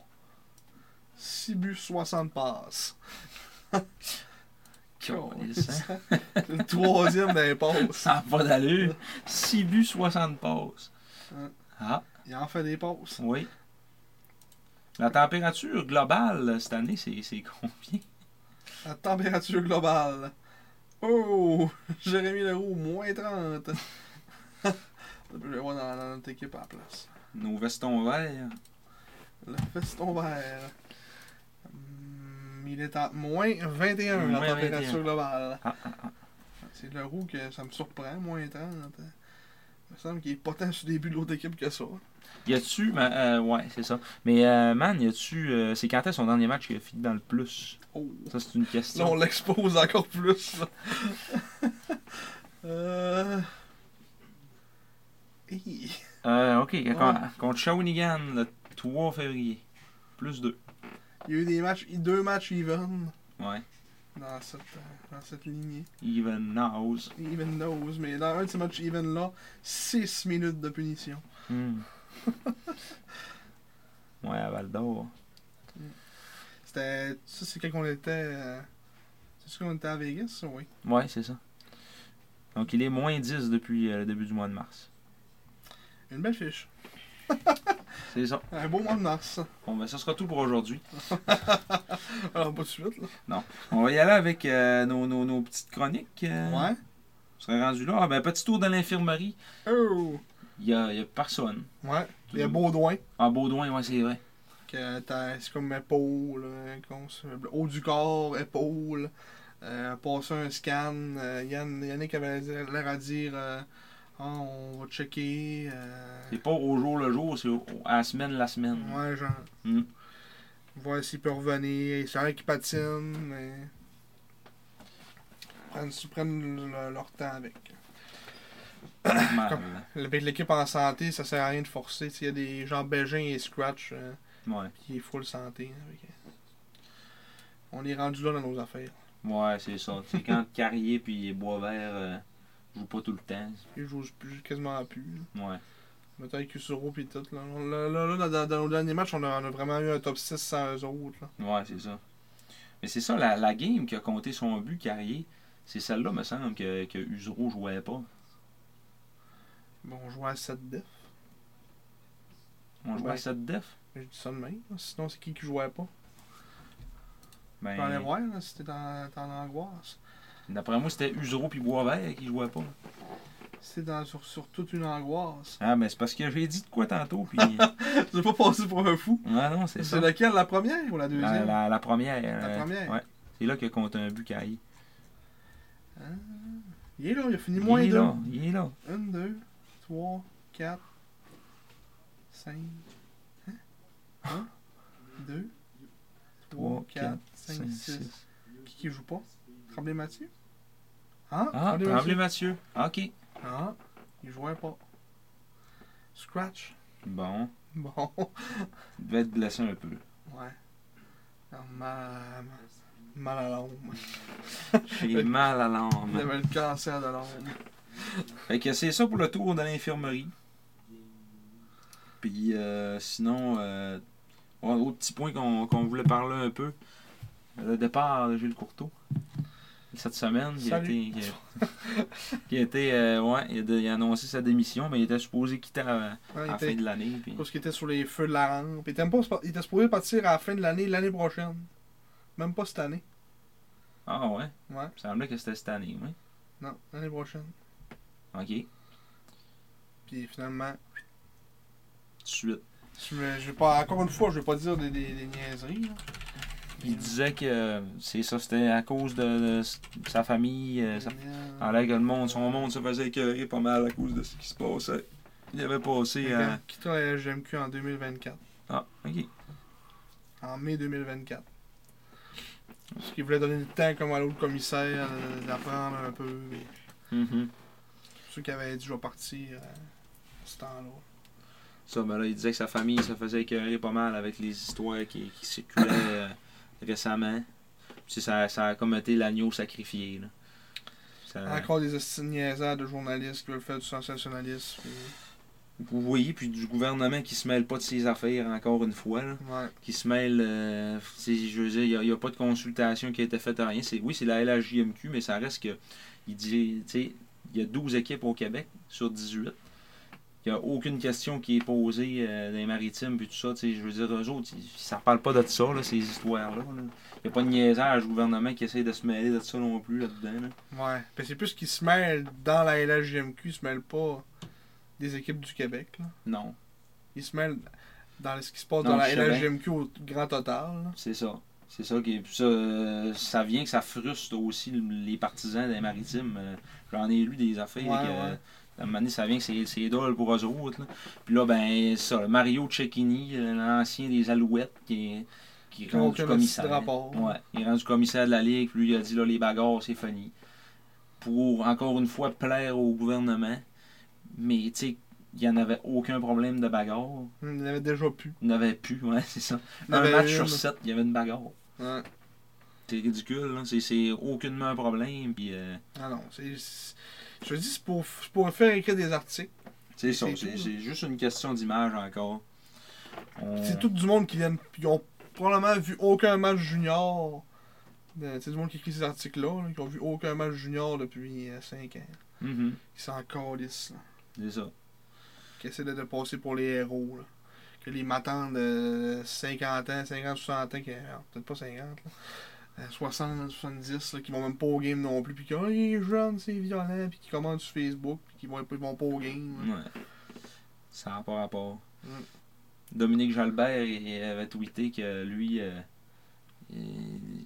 [SPEAKER 1] 6 buts, 60 passes.
[SPEAKER 2] Calisse, hein?
[SPEAKER 1] C'est le troisième des passes.
[SPEAKER 2] Ça n'a pas d'allure. 6 buts, 60 passes.
[SPEAKER 1] Hein.
[SPEAKER 2] Ah,
[SPEAKER 1] Il en fait des passes.
[SPEAKER 2] oui. La température globale là, cette année, c'est c'est combien?
[SPEAKER 1] La température globale. Oh! Jérémy Leroux, moins 30. [laughs] Je vais voir dans, dans notre équipe à la place.
[SPEAKER 2] Nos vestons verts.
[SPEAKER 1] Le feston vert. Hum, Il est à moins 21
[SPEAKER 2] Moins
[SPEAKER 1] la température
[SPEAKER 2] 21.
[SPEAKER 1] globale.
[SPEAKER 2] Ah, ah, ah.
[SPEAKER 1] C'est Leroux que ça me surprend, moins 30. Il me semble qu'il est pas tant sur le début de l'autre équipe que ça.
[SPEAKER 2] Y a-tu. ma- euh, ouais, c'est ça. Mais euh, man, y a-tu. euh, c'est quand est son dernier match qui a fini dans le plus
[SPEAKER 1] Oh!
[SPEAKER 2] Ça, c'est une
[SPEAKER 1] Là, on
[SPEAKER 2] question.
[SPEAKER 1] l'expose encore plus. là. [laughs] euh... Hi.
[SPEAKER 2] Euh, ok,
[SPEAKER 1] Ouais.
[SPEAKER 2] contre Shawinigan le 3 février. Plus 2.
[SPEAKER 1] Il y a eu des matchs, deux matchs even
[SPEAKER 2] Ouais.
[SPEAKER 1] dans cette, euh, dans cette lignée.
[SPEAKER 2] Even Nose.
[SPEAKER 1] Even knows, mais dans un de ces matchs even là, 6 minutes de punition.
[SPEAKER 2] Hmm. [laughs] ouais, à Val d'Or.
[SPEAKER 1] C'était. Ça, c'est quand on était. euh, C'est sûr qu'on était à Vegas, ça, oui.
[SPEAKER 2] Ouais, c'est ça. Donc, il est moins 10 depuis euh, le début du mois de mars.
[SPEAKER 1] Une belle fiche.
[SPEAKER 2] C'est ça.
[SPEAKER 1] Un beau mois de mars. [laughs]
[SPEAKER 2] Bon, ben, ça sera tout pour aujourd'hui.
[SPEAKER 1] Alors, Ah, pas de suite, là.
[SPEAKER 2] On va y aller avec euh, nos, nos- nos petites chroniques. euh,
[SPEAKER 1] Ouais.
[SPEAKER 2] On serait rendu là. Ah, ben, petit tour dans l'infirmerie.
[SPEAKER 1] Oh!
[SPEAKER 2] Il y a, il y a personne.
[SPEAKER 1] Ouais. Il y a Baudouin.
[SPEAKER 2] Ah, Baudouin, ouais, c'est vrai.
[SPEAKER 1] que t'as- c'est comme épaule, hein, qu'on se- haut du corps, épaule, euh, passer un scan. euh, Yann, Yannick avait l'air à dire euh, Ah, on va checker. euh,
[SPEAKER 2] C'est pas au jour le jour, c'est au- à la semaine la semaine.
[SPEAKER 1] ouais, genre.
[SPEAKER 2] Mm.
[SPEAKER 1] Voir s'il peut revenir. C'est vrai qu'ils patinent, mais. Prennent, ils prennent le- leur temps avec.
[SPEAKER 2] Normal.
[SPEAKER 1] Avec l'équipe en santé, ça sert à rien de forcer. Tu sais, Il y a des gens Bégin et Scratch euh,
[SPEAKER 2] Ouais,
[SPEAKER 1] qui est full santé. hein, fait que- On est rendu là dans nos affaires.
[SPEAKER 2] ouais c'est ça.
[SPEAKER 1] [laughs]
[SPEAKER 2] C'est quand Carrier puis Boisvert euh, jouent pas tout le temps.
[SPEAKER 1] Ils jouent plus, quasiment plus. là.
[SPEAKER 2] Ouais.
[SPEAKER 1] Mettons avec Usuro pis tout. Là, On- là, là, là, dans, dans nos derniers matchs, on a, on a vraiment eu un top 6 sans eux autres. Là.
[SPEAKER 2] Ouais, c'est ça. Mais c'est ça, la, la game qui a compté son but, Carrier, c'est celle-là, me semble, que, que Usuro jouait pas.
[SPEAKER 1] Bon, on jouait à 7 def.
[SPEAKER 2] On jouait à
[SPEAKER 1] Ouais.
[SPEAKER 2] 7 def.
[SPEAKER 1] Je dis ça de même. là. Sinon, c'est qui qui jouait pas
[SPEAKER 2] Ben,
[SPEAKER 1] On aller voir là, si t'es dans, t'es en angoisse.
[SPEAKER 2] D'après moi, c'était Usuro puis Boisvert qui jouaient pas.
[SPEAKER 1] C'est dans, sur, sur toute une [laughs] angoisse.
[SPEAKER 2] Ah, mais c'est parce que j'ai dit de quoi tantôt,
[SPEAKER 1] [laughs]
[SPEAKER 2] puis...
[SPEAKER 1] J'ai pas passé pour un fou.
[SPEAKER 2] ouais, non, c'est ça.
[SPEAKER 1] C'est laquelle, la première ou la deuxième
[SPEAKER 2] La, la- la première. euh,
[SPEAKER 1] première.
[SPEAKER 2] Ouais. C'est là que compte un but, Carrier.
[SPEAKER 1] Il est là, il a fini
[SPEAKER 2] Il
[SPEAKER 1] moins
[SPEAKER 2] est
[SPEAKER 1] deux.
[SPEAKER 2] là, il est là.
[SPEAKER 1] 1, 2, 3, 4, 5. Hein? 1, 2, 3, 4, 5, 6. Qui qui joue pas? Tremblay Mathieu? Hein?
[SPEAKER 2] Ah,
[SPEAKER 1] Tremblay
[SPEAKER 2] Tremblay
[SPEAKER 1] Mathieu?
[SPEAKER 2] Mathieu. Ah, Ok.
[SPEAKER 1] Ah, il jouait pas. Scratch?
[SPEAKER 2] Bon.
[SPEAKER 1] Bon.
[SPEAKER 2] Il devait être blessé un peu.
[SPEAKER 1] Ouais. Ah, mal, mal à l'ombre. [laughs]
[SPEAKER 2] J'ai mal à
[SPEAKER 1] Il
[SPEAKER 2] l'âme.
[SPEAKER 1] avait le cancer de l'ombre.
[SPEAKER 2] Fait que c'est ça pour le tour de l'infirmerie. Puis euh, sinon, euh, ouais, autre petit point qu'on qu'on voulait parler un peu. Le départ de Gilles Courteau. Cette semaine, il a
[SPEAKER 1] Salut.
[SPEAKER 2] été. Il a, [laughs] il a été, euh, ouais, il a, de- il a annoncé sa démission, mais il était supposé quitter à, à
[SPEAKER 1] Ouais, il
[SPEAKER 2] la fin
[SPEAKER 1] était,
[SPEAKER 2] de l'année. puis-
[SPEAKER 1] parce qu'il était sur les feux de la rampe. Il était, même pas, il était supposé partir à la fin de l'année, l'année prochaine. Même pas cette année.
[SPEAKER 2] Ah ouais,
[SPEAKER 1] Ouais.
[SPEAKER 2] il me semblait que c'était cette année, oui.
[SPEAKER 1] Non, l'année prochaine.
[SPEAKER 2] Ok,
[SPEAKER 1] Puis finalement,
[SPEAKER 2] suite.
[SPEAKER 1] je vais, je vais pas, encore une fois, je vais pas dire des, des, des niaiseries. là.
[SPEAKER 2] Il disait que euh, c'est ça, c'était à cause de, de s- sa famille, euh, sa- En l'air que le monde, son monde se faisait écœurer pas mal à cause de ce qui se passait. Il avait passé à.
[SPEAKER 1] Quitte la GMQ en 2024.
[SPEAKER 2] Ah, ok.
[SPEAKER 1] En mai 2024. Parce qu'il voulait donner le temps comme à l'autre commissaire euh, d'apprendre un peu. mais
[SPEAKER 2] Mhm.
[SPEAKER 1] Ceux qui avaient dit je vais partir euh, ce temps-là.
[SPEAKER 2] Ça, ben là, il disait que sa famille se faisait écœurer pas mal avec les histoires qui, qui circulaient euh, récemment. Puis ça, ça a comme été l'agneau sacrifié. Là. Ça-
[SPEAKER 1] Encore des hosties de niaisants de journalistes qui veulent faire du sensationnalisme. puis-
[SPEAKER 2] Vous voyez, puis du gouvernement qui se mêle pas de ses affaires encore une fois. Là.
[SPEAKER 1] Ouais.
[SPEAKER 2] qui se mêle. euh, c'est- je veux dire, il n'y a, pas de consultation qui a été faite à rien. C'est, oui, c'est la LHJMQ, mais ça reste que. Il dit, tu sais, il y a 12 équipes au Québec sur 18. Il n'y a aucune question qui est posée euh, dans les maritimes puis tout ça. tu sais, Je veux dire, eux autres, ils- ça parle pas de ça, là, ces histoires-là. là. Il n'y a pas de niaisage au gouvernement qui essaie de se mêler de ça non plus là-dedans. là.
[SPEAKER 1] Ouais. Ben, c'est plus qu'ils se mêlent dans la LHJMQ, ils se mêlent pas des équipes du Québec. Là.
[SPEAKER 2] Non,
[SPEAKER 1] Ils se mêlent dans ce qui se passe
[SPEAKER 2] Non,
[SPEAKER 1] dans la
[SPEAKER 2] je sais bien.
[SPEAKER 1] LHJMQ au grand total. là.
[SPEAKER 2] c'est ça. C'est ça qui est- puis ça, euh, ça vient que ça frustre aussi les partisans des maritimes. Euh, J'en ai lu des affaires
[SPEAKER 1] Ouais,
[SPEAKER 2] là, que, euh,
[SPEAKER 1] ouais.
[SPEAKER 2] À un moment donné, ça vient que c'est, c'est drôle pour eux autres. là. Puis là, ben, ça, le Mario Cecchini, euh, l'ancien des Alouettes, qui est, qui est
[SPEAKER 1] Qui a
[SPEAKER 2] rendu
[SPEAKER 1] aucun
[SPEAKER 2] commissaire.
[SPEAKER 1] petit rapport.
[SPEAKER 2] Ouais, il est rendu commissaire de la Ligue, puis lui, il a dit, là, les bagarres, c'est fini. Pour, encore une fois, plaire au gouvernement. Mais, tu sais, il n'y en avait aucun problème de bagarre.
[SPEAKER 1] Ils n'avaient déjà plus.
[SPEAKER 2] Il n'y en avait plus, ouais, [laughs] c'est ça.
[SPEAKER 1] Il y en
[SPEAKER 2] Un
[SPEAKER 1] avait
[SPEAKER 2] match
[SPEAKER 1] une.
[SPEAKER 2] sur sept, il y avait une bagarre.
[SPEAKER 1] Ouais.
[SPEAKER 2] C'est ridicule, là. C'est, c'est aucunement un problème, puis... euh,
[SPEAKER 1] Ah non, c'est. c'est- Je te dis, c'est pour, c'est pour faire écrire des articles.
[SPEAKER 2] c'est ça,
[SPEAKER 1] C'est
[SPEAKER 2] c'est,
[SPEAKER 1] tout, là.
[SPEAKER 2] c'est juste une question d'image encore. On-
[SPEAKER 1] C'est tout du monde qui viennent. Ils ont probablement vu aucun match junior. de- C'est du monde qui écrit ces articles-là. là, qui ont vu aucun match junior depuis 5 ans.
[SPEAKER 2] Mhm,
[SPEAKER 1] Ils s'en calissent. là.
[SPEAKER 2] c'est ça.
[SPEAKER 1] qui essaie de, de passer pour les héros. Là. Que les matins de 50 ans, 50, 60 ans, qui, alors, peut-être pas 50, là, euh, 60, 70, là, qui vont même pas au game non plus, puis qui oh, il est jeune, c'est violent, puis qui commandent sur Facebook, puis qui vont, ils vont pas au game. là.
[SPEAKER 2] Ouais. Ça n'a pas rapport.
[SPEAKER 1] Mm.
[SPEAKER 2] Dominique Jalbert il avait tweeté que lui. euh, il-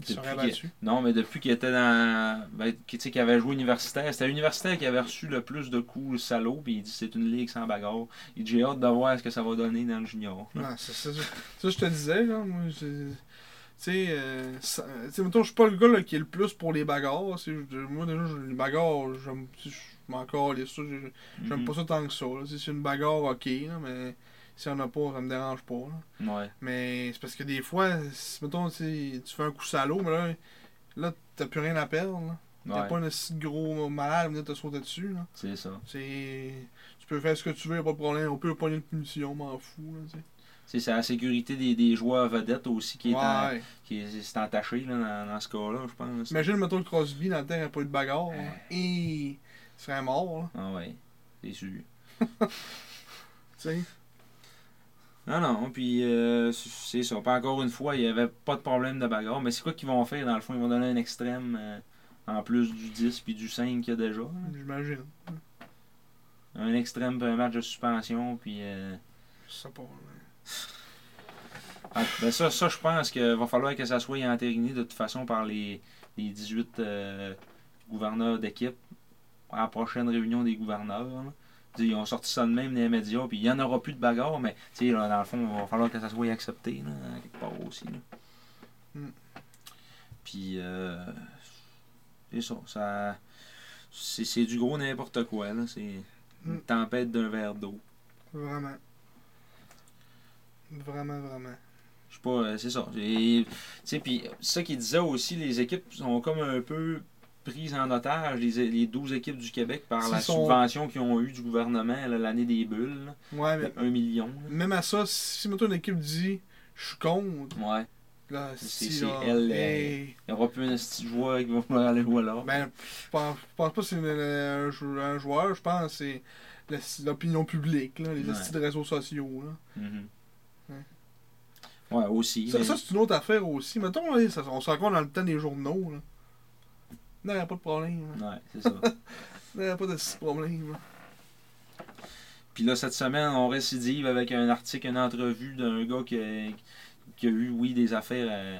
[SPEAKER 1] Ils se seraient
[SPEAKER 2] depuis qu'il-
[SPEAKER 1] battus.
[SPEAKER 2] Non, mais depuis qu'il était dans. Ben, qu'il- tu sais, qu'il avait joué universitaire, c'était universitaire qui avait reçu le plus de coups le salaud, puis il dit c'est une ligue sans bagarre. Il dit j'ai hâte de voir ce que ça va donner dans le junior.
[SPEAKER 1] Non, c'est ça, ça, ça, je te disais, là, moi, je- tu sais, euh, ça- tu sais, mettons, je suis pas le gars là, qui est le plus pour les bagarres. tu sais, je- Moi, déjà, je- les bagarres, j'aime- tu sais, je m'en calisse. ça, je- J'aime
[SPEAKER 2] Mhm.
[SPEAKER 1] pas ça tant que ça. là. Si c'est une bagarre, ok, là, mais si on a pas, ça me dérange pas. là.
[SPEAKER 2] Ouais.
[SPEAKER 1] Mais c'est parce que des fois, si, mettons, tu sais, tu fais un coup salaud, mais là, là t'as plus rien à perdre. là. T'as
[SPEAKER 2] Ouais,
[SPEAKER 1] pas un esti de gros malade à venir te sauter dessus. Là.
[SPEAKER 2] C'est ça.
[SPEAKER 1] C'est... Tu peux faire ce que tu veux, y a pas de problème. On peut pas une punition, m'en fous. Là, tu sais.
[SPEAKER 2] C'est c'est la sécurité des, des joueurs vedettes aussi qui est, en-
[SPEAKER 1] Ouais.
[SPEAKER 2] qui est, c'est entaché là, dans, dans ce cas-là, je pense.
[SPEAKER 1] Imagine, mettons, le Crosby dans le temps, il n'y a pas eu de bagarre. là. Et il serait mort. Là,
[SPEAKER 2] Ah ouais, c'est sûr.
[SPEAKER 1] tu sais.
[SPEAKER 2] Non, non, puis euh, c'est ça. Puis encore une fois, il n'y avait pas de problème de bagarre. Mais c'est quoi qu'ils vont faire dans le fond Ils vont donner un extrême euh, en plus du 10 puis du 5 qu'il y a déjà. là.
[SPEAKER 1] J'imagine.
[SPEAKER 2] Un extrême pour un match de suspension. Puis euh,
[SPEAKER 1] Je sais pas. là.
[SPEAKER 2] ah, ben ça, ça je pense qu'il va falloir que ça soit entériné de toute façon par les, les 18 euh, gouverneurs d'équipe à la prochaine réunion des gouverneurs. là. Tu sais, Ils ont sorti ça de même dans les médias, puis il n'y en aura plus de bagarre, mais tu sais, là, dans le fond, il va falloir que ça soit accepté, là, à quelque part aussi. là.
[SPEAKER 1] Mm.
[SPEAKER 2] Puis, euh, c'est ça. ça c'est, c'est du gros n'importe quoi. Là. C'est une
[SPEAKER 1] Mm.
[SPEAKER 2] tempête d'un verre d'eau.
[SPEAKER 1] Vraiment. Vraiment, vraiment.
[SPEAKER 2] Je sais pas, euh, c'est ça. Et, tu sais, puis ça qu'il disait aussi, les équipes sont comme un peu prises en otage, les, les 12 équipes du Québec, par
[SPEAKER 1] S'ils
[SPEAKER 2] la
[SPEAKER 1] sont-
[SPEAKER 2] subvention qu'ils ont eue du gouvernement là, l'année des bulles, là,
[SPEAKER 1] Ouais, mais
[SPEAKER 2] de 1 million.
[SPEAKER 1] même à ça, si mettons une équipe dit je suis contre,
[SPEAKER 2] là. Ouais.
[SPEAKER 1] là,
[SPEAKER 2] C'est-
[SPEAKER 1] si
[SPEAKER 2] c'est
[SPEAKER 1] là,
[SPEAKER 2] elle,
[SPEAKER 1] hey,
[SPEAKER 2] Il n'y aura plus une petite voix qui va vouloir aller voir là.
[SPEAKER 1] ben, je pense, je pense pas que c'est une- un, jou- un joueur, je pense que c'est la- l'opinion publique, là, les
[SPEAKER 2] Ouais.
[SPEAKER 1] hosties de réseaux sociaux. Là.
[SPEAKER 2] Mhm.
[SPEAKER 1] Ouais.
[SPEAKER 2] Ouais, aussi.
[SPEAKER 1] Ben. Ça,
[SPEAKER 2] mais-
[SPEAKER 1] ça, c'est une autre affaire aussi. Mettons, là, ça- on se rencontre dans le temps des journaux. Là. Non, y a pas de problème. là.
[SPEAKER 2] Ouais,
[SPEAKER 1] [laughs]
[SPEAKER 2] c'est ça.
[SPEAKER 1] Non, y a pas de si problème. là.
[SPEAKER 2] Puis là, cette semaine, on récidive avec un article, une entrevue d'un gars qui a, qui a eu, oui, des affaires euh,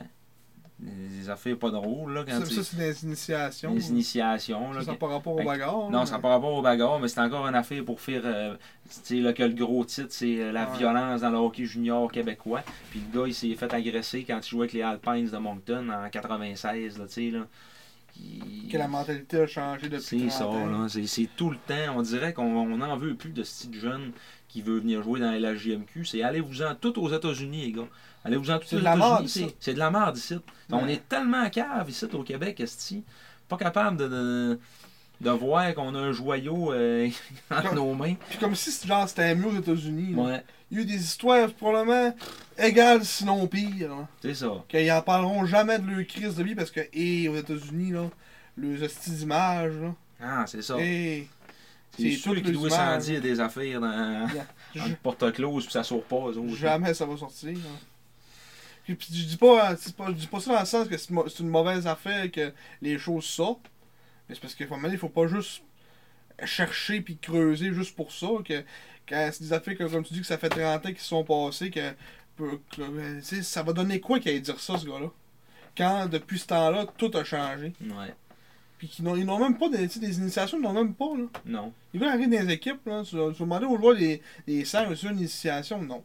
[SPEAKER 2] les affaires pas drôles, là, quand
[SPEAKER 1] Ça, ça
[SPEAKER 2] c'est
[SPEAKER 1] c'est des initiations.
[SPEAKER 2] les initiations. Là,
[SPEAKER 1] Ça, ça
[SPEAKER 2] que-
[SPEAKER 1] n'a pas rapport au
[SPEAKER 2] Fait que-
[SPEAKER 1] bagarre.
[SPEAKER 2] Non, ça n'a pas rapport au bagarre, mais c'est encore une affaire pour faire. euh, tu sais, là, que le gros titre, c'est euh, la
[SPEAKER 1] Ouais.
[SPEAKER 2] violence dans le hockey junior québécois. Puis le gars, il s'est fait agresser quand il jouait avec les Alpines de Moncton en 96, là, tu sais, là. Il-
[SPEAKER 1] Que la mentalité a changé depuis
[SPEAKER 2] c'est
[SPEAKER 1] 30
[SPEAKER 2] ça,
[SPEAKER 1] ans.
[SPEAKER 2] là. C'est, c'est tout le temps. On dirait qu'on on n'en veut plus de ce type de jeune qui veut venir jouer dans la JMQ. C'est allez-vous-en tout aux États-Unis, les gars. Allez-vous-en tout
[SPEAKER 1] C'est
[SPEAKER 2] aux
[SPEAKER 1] de la merde,
[SPEAKER 2] États-Unis.
[SPEAKER 1] ici.
[SPEAKER 2] C'est, c'est de la merde ici. On
[SPEAKER 1] Ouais.
[SPEAKER 2] est tellement cave ici au Québec, Esti. Pas capable de, de, de voir qu'on a un joyau euh, [laughs] dans nos mains.
[SPEAKER 1] Puis comme si genre, c'était mieux aux États-Unis. là.
[SPEAKER 2] Ouais,
[SPEAKER 1] Il y a eu des histoires probablement égales, sinon pires. là.
[SPEAKER 2] c'est ça.
[SPEAKER 1] Qu'ils n'en parleront jamais de leur crise de vie parce que, hé, aux États-Unis, là, leurs hosties d'images, là.
[SPEAKER 2] Ah, c'est ça.
[SPEAKER 1] Hé,
[SPEAKER 2] c'est
[SPEAKER 1] c'est
[SPEAKER 2] sûr
[SPEAKER 1] toutes
[SPEAKER 2] qu'il
[SPEAKER 1] les
[SPEAKER 2] doit
[SPEAKER 1] images.
[SPEAKER 2] s'en dire des affaires dans,
[SPEAKER 1] Yeah.
[SPEAKER 2] [laughs] dans une porte close puis ça sort pas. eux autres.
[SPEAKER 1] jamais ça va sortir. là. Puis, puis je dis pas, hein, c'est pas- je dis pas ça dans le sens que c'est mo- c'est une mauvaise affaire que les choses sortent. Mais c'est parce qu'il faut pas juste chercher puis creuser juste pour ça. Que, quand c'est des affaires que, comme tu dis, que ça fait 30 ans qui sont passées, que, peu- que, euh, tu sais, ça va donner quoi qu'il aille dire ça, ce gars-là? Quand, depuis ce temps-là, tout a changé.
[SPEAKER 2] Ouais.
[SPEAKER 1] Puis qu'ils n'ont- ils n'ont même pas des, tu sais, des initiations, ils n'ont même pas. Là.
[SPEAKER 2] Non.
[SPEAKER 1] Ils veulent arriver dans les équipes, là. Tu vas, tu vas demander aux joueurs des, des serres aussi une initiation, non.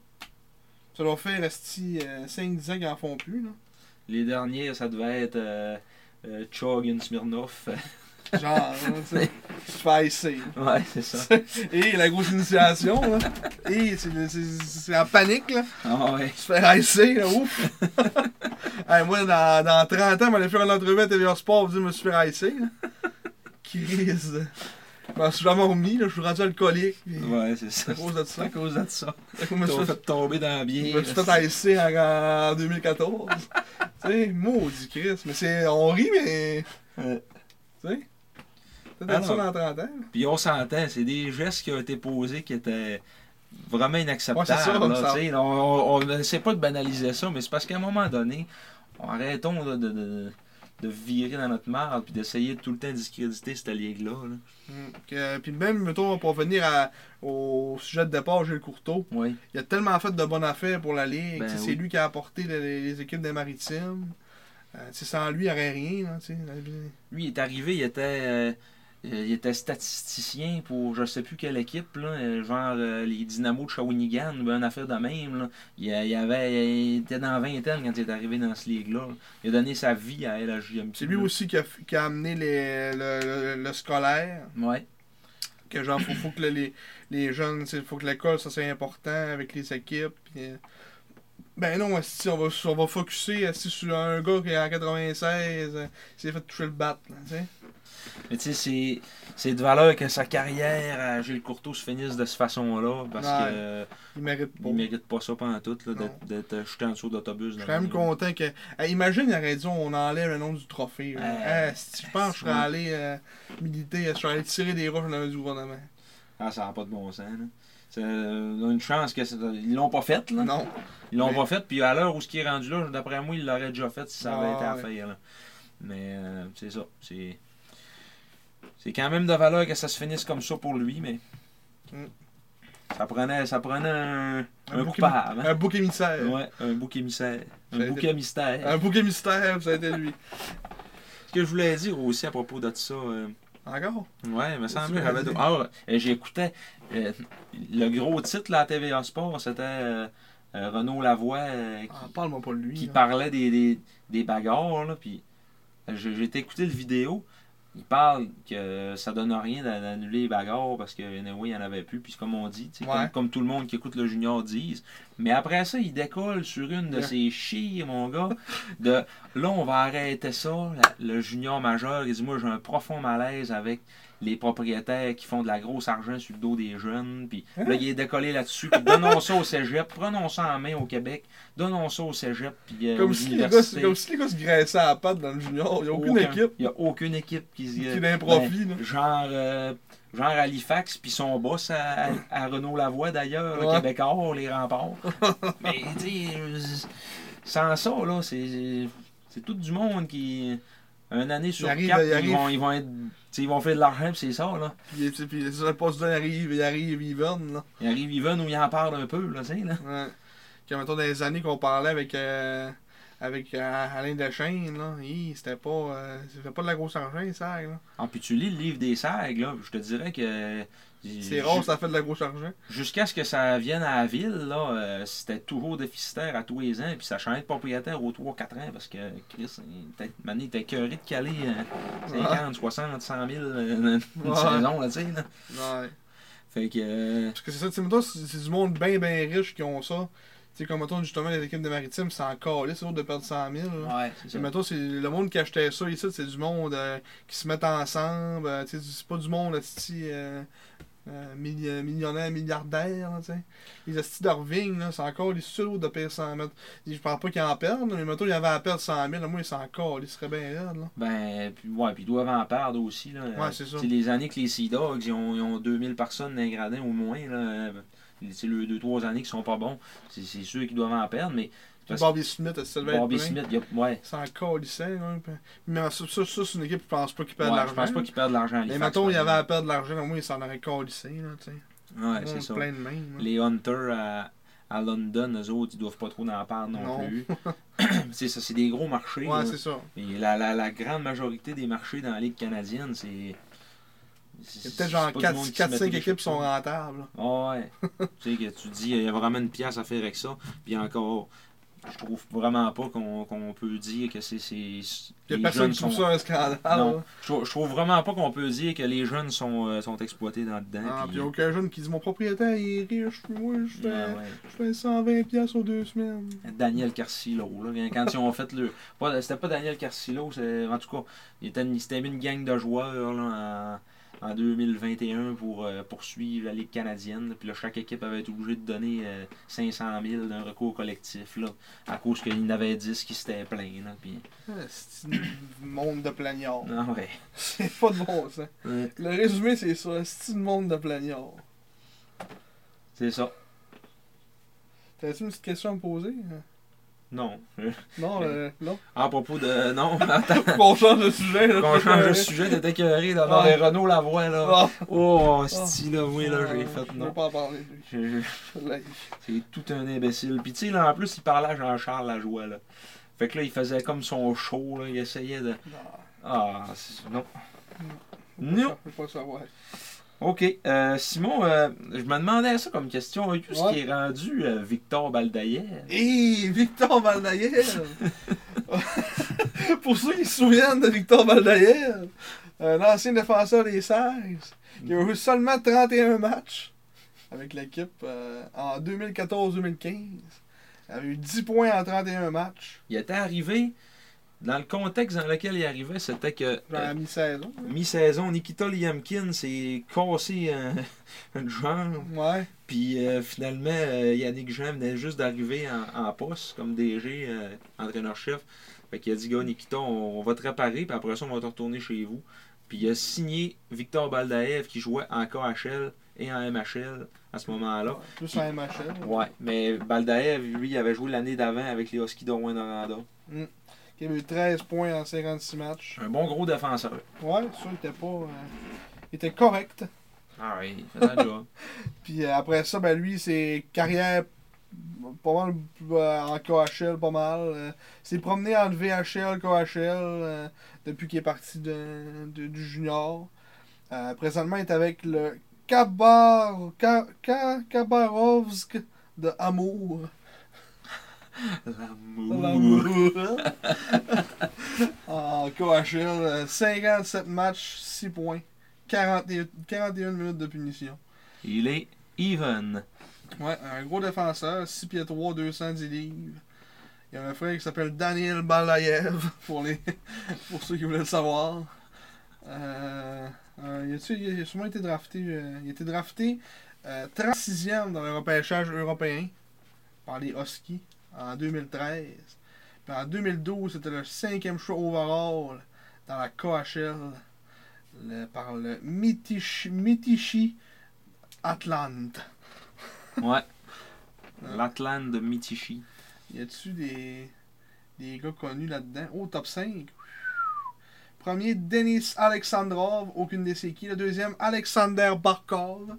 [SPEAKER 1] Ça doit faire resti 5-10 ans qu'ils en font plus, là.
[SPEAKER 2] Les dernières, ça devait être euh, euh, Chug and Smirnoff. [laughs]
[SPEAKER 1] Genre, là, tu sais, tu te fais essayer.
[SPEAKER 2] Ouais,
[SPEAKER 1] [laughs]
[SPEAKER 2] c'est ça.
[SPEAKER 1] Et la grosse initiation, là. Et c'est- c'est c'est en panique, là.
[SPEAKER 2] Ah ouais.
[SPEAKER 1] Tu te fais essayer, là, ouf.
[SPEAKER 2] [laughs]
[SPEAKER 1] Hey, moi, dans, dans 30 ans, je vais aller faire une entrevue à TVA Sport pour dire que je me suis fait essayer, là. Crise. Je m'en suis jamais remis, là. Je suis rendu alcoolique. puis
[SPEAKER 2] Ouais, c'est ça.
[SPEAKER 1] À cause de ça.
[SPEAKER 2] À cause de ça.
[SPEAKER 1] Je me suis
[SPEAKER 2] T'as
[SPEAKER 1] fait
[SPEAKER 2] fait tomber dans la
[SPEAKER 1] Je
[SPEAKER 2] bière.
[SPEAKER 1] me suis fait haïsser en, en 2014. [laughs] tu sais, maudit Chris. Mais c'est. On rit, mais.
[SPEAKER 2] Ouais.
[SPEAKER 1] Tu sais.
[SPEAKER 2] Ah
[SPEAKER 1] Peut-être ça
[SPEAKER 2] non.
[SPEAKER 1] dans 30 ans.
[SPEAKER 2] Puis on s'entend, c'est des gestes qui ont été posés qui étaient vraiment inacceptables.
[SPEAKER 1] Ouais, c'est ça,
[SPEAKER 2] là,
[SPEAKER 1] ça-
[SPEAKER 2] tu sais. on, on, on n'essaie pas de banaliser ça, mais c'est parce qu'à un moment donné, on arrêtons là, de, de, de virer dans notre marde puis d'essayer de tout le temps discréditer cette ligue-là. Là.
[SPEAKER 1] Mm. Que- Puis même, mettons, pour revenir à- au sujet de départ, Gilles Courteau,
[SPEAKER 2] Oui.
[SPEAKER 1] il a tellement fait de bonnes affaires pour la Ligue.
[SPEAKER 2] Ben
[SPEAKER 1] Tu sais,
[SPEAKER 2] oui.
[SPEAKER 1] C'est lui qui a apporté les, les équipes des maritimes. Euh, tu sais, sans lui, il n'y aurait rien. Là, tu sais.
[SPEAKER 2] Lui, il est arrivé, il était, euh, il était statisticien pour je sais plus quelle équipe, là, euh, genre euh, les Dynamos de Shawinigan, ou une affaire de même. Là. Il, euh, il avait, il était dans la vingtaine quand il est arrivé dans ce ligue-là. là. Il a donné sa vie à LHJMQ.
[SPEAKER 1] C'est lui
[SPEAKER 2] là.
[SPEAKER 1] aussi qui a, qui a amené les- le- le- le scolaire.
[SPEAKER 2] Ouais,
[SPEAKER 1] que genre faut, faut que le- les, les jeunes il faut que l'école ça c'est important avec les équipes puis, euh, ben non si on va on va focuser esti, sur un gars qui est en 96 euh, s'est fait toucher le bat là, tu sais.
[SPEAKER 2] mais tu sais, c'est- c'est de valeur que sa carrière à Gilles Courteau se finisse de cette façon-là, parce
[SPEAKER 1] Ouais.
[SPEAKER 2] que euh,
[SPEAKER 1] il mérite pas
[SPEAKER 2] il mérite pas ça pendant tout, là, d'être- d'être euh, jeté en dessous
[SPEAKER 1] je
[SPEAKER 2] d'autobus. dans
[SPEAKER 1] suis quand même
[SPEAKER 2] le-
[SPEAKER 1] content que eh, imagine il aurait dit on enlève le nom du trophée là.
[SPEAKER 2] Euh,
[SPEAKER 1] Eh, esti, je pense que je serais
[SPEAKER 2] ouais.
[SPEAKER 1] allé euh, militer je serais allé tirer des roches dans le du gouvernement
[SPEAKER 2] Ah, ça n'a pas de bon sens. là. C'est euh, une chance que c'est- ils l'ont pas faite. là.
[SPEAKER 1] non
[SPEAKER 2] Ils l'ont
[SPEAKER 1] Mais-
[SPEAKER 2] pas fait, puis à l'heure où ce qui est rendu là, d'après moi, il l'aurait déjà fait si ça avait
[SPEAKER 1] Ah,
[SPEAKER 2] été à
[SPEAKER 1] ouais.
[SPEAKER 2] faire. là. Mais euh, c'est ça. C'est. C'est quand même de valeur que ça se finisse comme ça pour lui, mais.
[SPEAKER 1] Mm.
[SPEAKER 2] Ça prenait, ça prenait un, un
[SPEAKER 1] bouc
[SPEAKER 2] coupable.
[SPEAKER 1] émi- un bouc émissaire
[SPEAKER 2] hein. Ouais, un bouc émissaire.
[SPEAKER 1] Ça
[SPEAKER 2] Un
[SPEAKER 1] a
[SPEAKER 2] bouc
[SPEAKER 1] été-
[SPEAKER 2] mystère.
[SPEAKER 1] un bouc émissaire ça a été lui
[SPEAKER 2] Ce que je voulais dire aussi à propos de ça. euh,
[SPEAKER 1] encore
[SPEAKER 2] Ouais, il me semble
[SPEAKER 1] Tu
[SPEAKER 2] que j'avais.
[SPEAKER 1] l'as dit.
[SPEAKER 2] Ah, ouais, euh, j'écoutais. euh, le gros titre là, à TVA Sport, c'était euh, euh, Renaud Lavoie euh, qui,
[SPEAKER 1] Ah, parle-moi pas de lui
[SPEAKER 2] qui
[SPEAKER 1] là.
[SPEAKER 2] parlait des, des, des bagarres, là, puis euh, j'ai j'ai été écouter le vidéo, il parle que ça donne rien d'a- d'annuler les bagarres parce que anyway, il n'y en avait plus, puis c'est comme on dit, tu sais,
[SPEAKER 1] Ouais.
[SPEAKER 2] comme, comme tout le monde qui écoute le junior disent, mais après ça, il décolle sur une de
[SPEAKER 1] Ouais.
[SPEAKER 2] ces chires, mon gars, de là, on va arrêter ça, la- le junior majeur, il dit, moi, j'ai un profond malaise avec les propriétaires qui font de la grosse argent sur le dos des jeunes, puis
[SPEAKER 1] Hein?
[SPEAKER 2] là, il est décollé là-dessus, puis donnons ça au cégep, prenons ça en main au Québec, donnons ça au cégep, puis euh, aux
[SPEAKER 1] Comme si, les gars,
[SPEAKER 2] universités.
[SPEAKER 1] comme si les gars se graissaient à la patte dans le junior. Il n'y a aucune
[SPEAKER 2] Aucun-
[SPEAKER 1] équipe
[SPEAKER 2] Il n'y a aucune équipe qui se-
[SPEAKER 1] qui n'en profite.
[SPEAKER 2] ben, genre, euh, genre Halifax, puis son boss à, à, à Renaud Lavoie d'ailleurs, le
[SPEAKER 1] Ouais.
[SPEAKER 2] Québécois, les remparts.
[SPEAKER 1] [laughs]
[SPEAKER 2] Mais tu sais, euh, sans ça, là, c'est c'est tout du monde qui. Une année sur
[SPEAKER 1] Il arrive,
[SPEAKER 2] quatre,
[SPEAKER 1] il
[SPEAKER 2] ils,
[SPEAKER 1] arrive.
[SPEAKER 2] vont, ils, vont être, tu sais, ils vont faire de l'argent, puis c'est ça, là.
[SPEAKER 1] Puis, tu sais, puis ça passe du temps, il arrive, il arrive, il verne. Là.
[SPEAKER 2] Ils arrivent, ils viennent ou ils en parlent un peu, là, tu sais, là.
[SPEAKER 1] Ouais. Quand, mettons, dans les années qu'on parlait avec, euh, avec euh, Alain Dechaine, là. Hi, C'était pas, euh, c'était pas de la grosse argent, ça, là.
[SPEAKER 2] Ah, puis tu lis le livre des sags, là, je te dirais que.
[SPEAKER 1] C'est rare, ça fait de la grosse argent.
[SPEAKER 2] Jusqu'à ce que ça vienne à la ville, là, euh, c'était toujours déficitaire à tous les ans, puis ça changeait de propriétaire aux 3-4 ans, parce que Chris, il était- maintenant, il était curé de caler euh, 50, 60, 100 000 euh, une
[SPEAKER 1] Ouais.
[SPEAKER 2] saison, là, tu sais, là.
[SPEAKER 1] Ouais.
[SPEAKER 2] Fait que... euh,
[SPEAKER 1] Parce que c'est ça, tu sais, mettons, c'est c'est du monde bien, bien riche qui ont ça. Tu sais, comme mettons, justement, les équipes de maritimes, c'est encore c'est autre de perdre 100 000. là.
[SPEAKER 2] ouais, c'est
[SPEAKER 1] C'est,
[SPEAKER 2] ça.
[SPEAKER 1] mettons, c'est le monde qui achetait ça ici, c'est du monde euh, qui se met ensemble. euh, tu sais, c'est pas du monde esti, euh, euh, milli- euh, millionnaire, milliardaire. là, tu sais. les astis d'Orving, là, c'est encore les seuls autres de perdre 100 000. Je parle pas qu'ils en perdent, mais mettons, il y avait à perdre 100 000. Là, moi, ils sont encore, ils seraient bien raides. Là.
[SPEAKER 2] Ben, puis, ouais, puis ils doivent en perdre aussi, là.
[SPEAKER 1] Ouais, c'est ça.
[SPEAKER 2] Tu sais, les années que les Sea Dogs, ils ont, ils ont 2000 personnes dans les gradins au moins, là. euh, C'est le 2-3 années qui sont pas bons. C'est c'est sûr qu'ils doivent en perdre, mais... Parce-
[SPEAKER 1] Bobby Smith, elle se levait
[SPEAKER 2] Bobby Smith, il y a- ouais.
[SPEAKER 1] C'est encore lycée, là. puis- Mais ça, ça, ça, c'est une équipe qui pense pas qu'il perd de
[SPEAKER 2] Ouais, je
[SPEAKER 1] l'argent.
[SPEAKER 2] pense pas qu'ils perdent de l'argent à
[SPEAKER 1] Mais
[SPEAKER 2] Halifax,
[SPEAKER 1] mettons,
[SPEAKER 2] par
[SPEAKER 1] il y avait
[SPEAKER 2] exemple.
[SPEAKER 1] à perdre de l'argent, au moins, il s'en aurait calissé, là, tu sais.
[SPEAKER 2] Ouais,
[SPEAKER 1] Monde
[SPEAKER 2] c'est ça.
[SPEAKER 1] Plein de même.
[SPEAKER 2] Les Hunters à, à London, eux autres, ils doivent pas trop en parler non,
[SPEAKER 1] Non. [laughs]
[SPEAKER 2] plus. [coughs] c'est ça, c'est des gros marchés. là.
[SPEAKER 1] Ouais, c'est ça.
[SPEAKER 2] Et la, la, la grande majorité des marchés dans la Ligue canadienne, c'est.
[SPEAKER 1] Il y
[SPEAKER 2] c'est-
[SPEAKER 1] a peut-être
[SPEAKER 2] c'est
[SPEAKER 1] genre
[SPEAKER 2] pas du monde qui se met
[SPEAKER 1] 4-5
[SPEAKER 2] les
[SPEAKER 1] équipes qui sont
[SPEAKER 2] cheveux.
[SPEAKER 1] rentables. là.
[SPEAKER 2] Ouais.
[SPEAKER 1] [laughs]
[SPEAKER 2] tu sais, que tu dis, il y a vraiment une pièce à faire avec ça. Puis encore, je trouve vraiment pas qu'on qu'on peut dire que c'est. c'est-
[SPEAKER 1] Il y
[SPEAKER 2] les
[SPEAKER 1] a personne
[SPEAKER 2] jeunes
[SPEAKER 1] qui trouve
[SPEAKER 2] sont-
[SPEAKER 1] ça hein? un scandale.
[SPEAKER 2] Non.
[SPEAKER 1] là.
[SPEAKER 2] Je, trouve- je trouve vraiment pas qu'on peut dire que les jeunes sont, euh, sont exploités là-dedans.
[SPEAKER 1] Ah,
[SPEAKER 2] puis-
[SPEAKER 1] puis aucun jeune qui dit Mon propriétaire, il est riche, puis moi, je fais,
[SPEAKER 2] Ouais, ouais.
[SPEAKER 1] je fais 120$ piastres aux deux semaines.
[SPEAKER 2] Daniel Carcillo, là, quand- quand ils ont fait le... pas- C'était pas Daniel Carcillo, c'est- en tout cas, il était une- c'était une gang de joueurs là, en, en 2021 pour euh, poursuivre la Ligue canadienne. Puis là, chaque équipe avait été obligée de donner euh, 500 000 d'un recours collectif, là, à cause qu'il y en avait 10 qui s'étaient plaints. là, puis-
[SPEAKER 1] Ah, C'est un monde de plagnards.
[SPEAKER 2] Ah ouais.
[SPEAKER 1] [laughs] C'est pas de bon sens.
[SPEAKER 2] Ouais,
[SPEAKER 1] Le résumé, c'est ça. C'est un monde de plagnards.
[SPEAKER 2] C'est ça.
[SPEAKER 1] T'as-tu une petite question à me poser hein?
[SPEAKER 2] Non.
[SPEAKER 1] Non, euh,
[SPEAKER 2] [laughs]
[SPEAKER 1] non.
[SPEAKER 2] À propos de... Non, attends.
[SPEAKER 1] [laughs] Qu'on change de sujet. là.
[SPEAKER 2] Qu'on change de sujet, t'étais écœuré d'avoir
[SPEAKER 1] Ouais.
[SPEAKER 2] les Renault Lavoie, là.
[SPEAKER 1] Ah.
[SPEAKER 2] Oh, style, là, oui, là,
[SPEAKER 1] Ah,
[SPEAKER 2] j'ai fait,
[SPEAKER 1] Je veux
[SPEAKER 2] non.
[SPEAKER 1] pas en parler, lui.
[SPEAKER 2] Je- je-
[SPEAKER 1] Je l'ai.
[SPEAKER 2] C'est tout un imbécile. Puis tu sais, là, en plus, il parlait à Jean-Charles Lajoie, là. Fait que là, il faisait comme son show, là. Il essayait de...
[SPEAKER 1] Non,
[SPEAKER 2] Ah, c'est- non. Non.
[SPEAKER 1] Je veux pas savoir.
[SPEAKER 2] OK. Euh, Simon, euh, je me demandais ça comme question. Où est-ce
[SPEAKER 1] Ouais.
[SPEAKER 2] qui est rendu euh, Victor Baldaïev?
[SPEAKER 1] Hé, Victor Valdaïev! Pour ceux qui se souviennent de Victor Valdaïev, un ancien défenseur des 16, qui a joué seulement 31 matchs avec l'équipe euh, en 2014-2015. Il avait eu 10 points en 31 matchs,
[SPEAKER 2] Il était arrivé... Dans le contexte dans lequel il arrivait, c'était que...
[SPEAKER 1] genre à
[SPEAKER 2] euh,
[SPEAKER 1] mi-saison.
[SPEAKER 2] Mi-saison, Nikita Liamkin s'est cassé un [laughs] une jambe.
[SPEAKER 1] Ouais.
[SPEAKER 2] Puis euh, finalement, euh, Yannick Jean venait juste d'arriver en, en poste comme DG, euh, entraîneur-chef. Fait qu'il a dit, gars, Nikita, on, on va te réparer, puis après ça, on va te retourner chez vous. Puis il a signé Victor Baldaev qui jouait en KHL et en MHL à ce moment-là.
[SPEAKER 1] Plus en MHL.
[SPEAKER 2] Ouais, mais Baldaev, lui, il avait joué l'année d'avant avec les Huskies de Rwanda.
[SPEAKER 1] Qui avait eu 13 points en 56 matchs.
[SPEAKER 2] Un bon gros défenseur.
[SPEAKER 1] Ouais, ça, il était pas. euh, il était correct.
[SPEAKER 2] Ah oui, il faisait le job.
[SPEAKER 1] Puis euh, après ça, ben lui, c'est carrière pas mal euh, en KHL, pas mal. Euh, s'est promené en VHL, KHL, euh, depuis qu'il est parti de, de- du junior. Euh, présentement, il est avec le Kabar, Ka- Ka- Khabarovsk de Amour.
[SPEAKER 2] [laughs] L'amour.
[SPEAKER 1] [laughs] en KHL, euh, 57 matchs, 6 points, 41 41 minutes de punition.
[SPEAKER 2] Il est even.
[SPEAKER 1] Ouais, un gros défenseur, 6 pieds 3, 210 livres. Il y a un frère qui s'appelle Daniel Balayev, [laughs] pour, les, pour ceux qui voulaient le savoir. Euh, euh, il, a tu- il a sûrement été drafté, euh, il a été drafté euh, 36e dans le repêchage européen par les Huskies en 2013. Puis en 2012, c'était le cinquième choix overall dans la KHL le- par le Mitishi, Mitishi Atlante.
[SPEAKER 2] [laughs] Ouais. L'Atlante de Mitichi.
[SPEAKER 1] Y a-tu des, des gars connus là-dedans? Oh, top 5. Premier, Denis Alexandrov, aucune des c'est qui. Le deuxième, Alexander Barkov.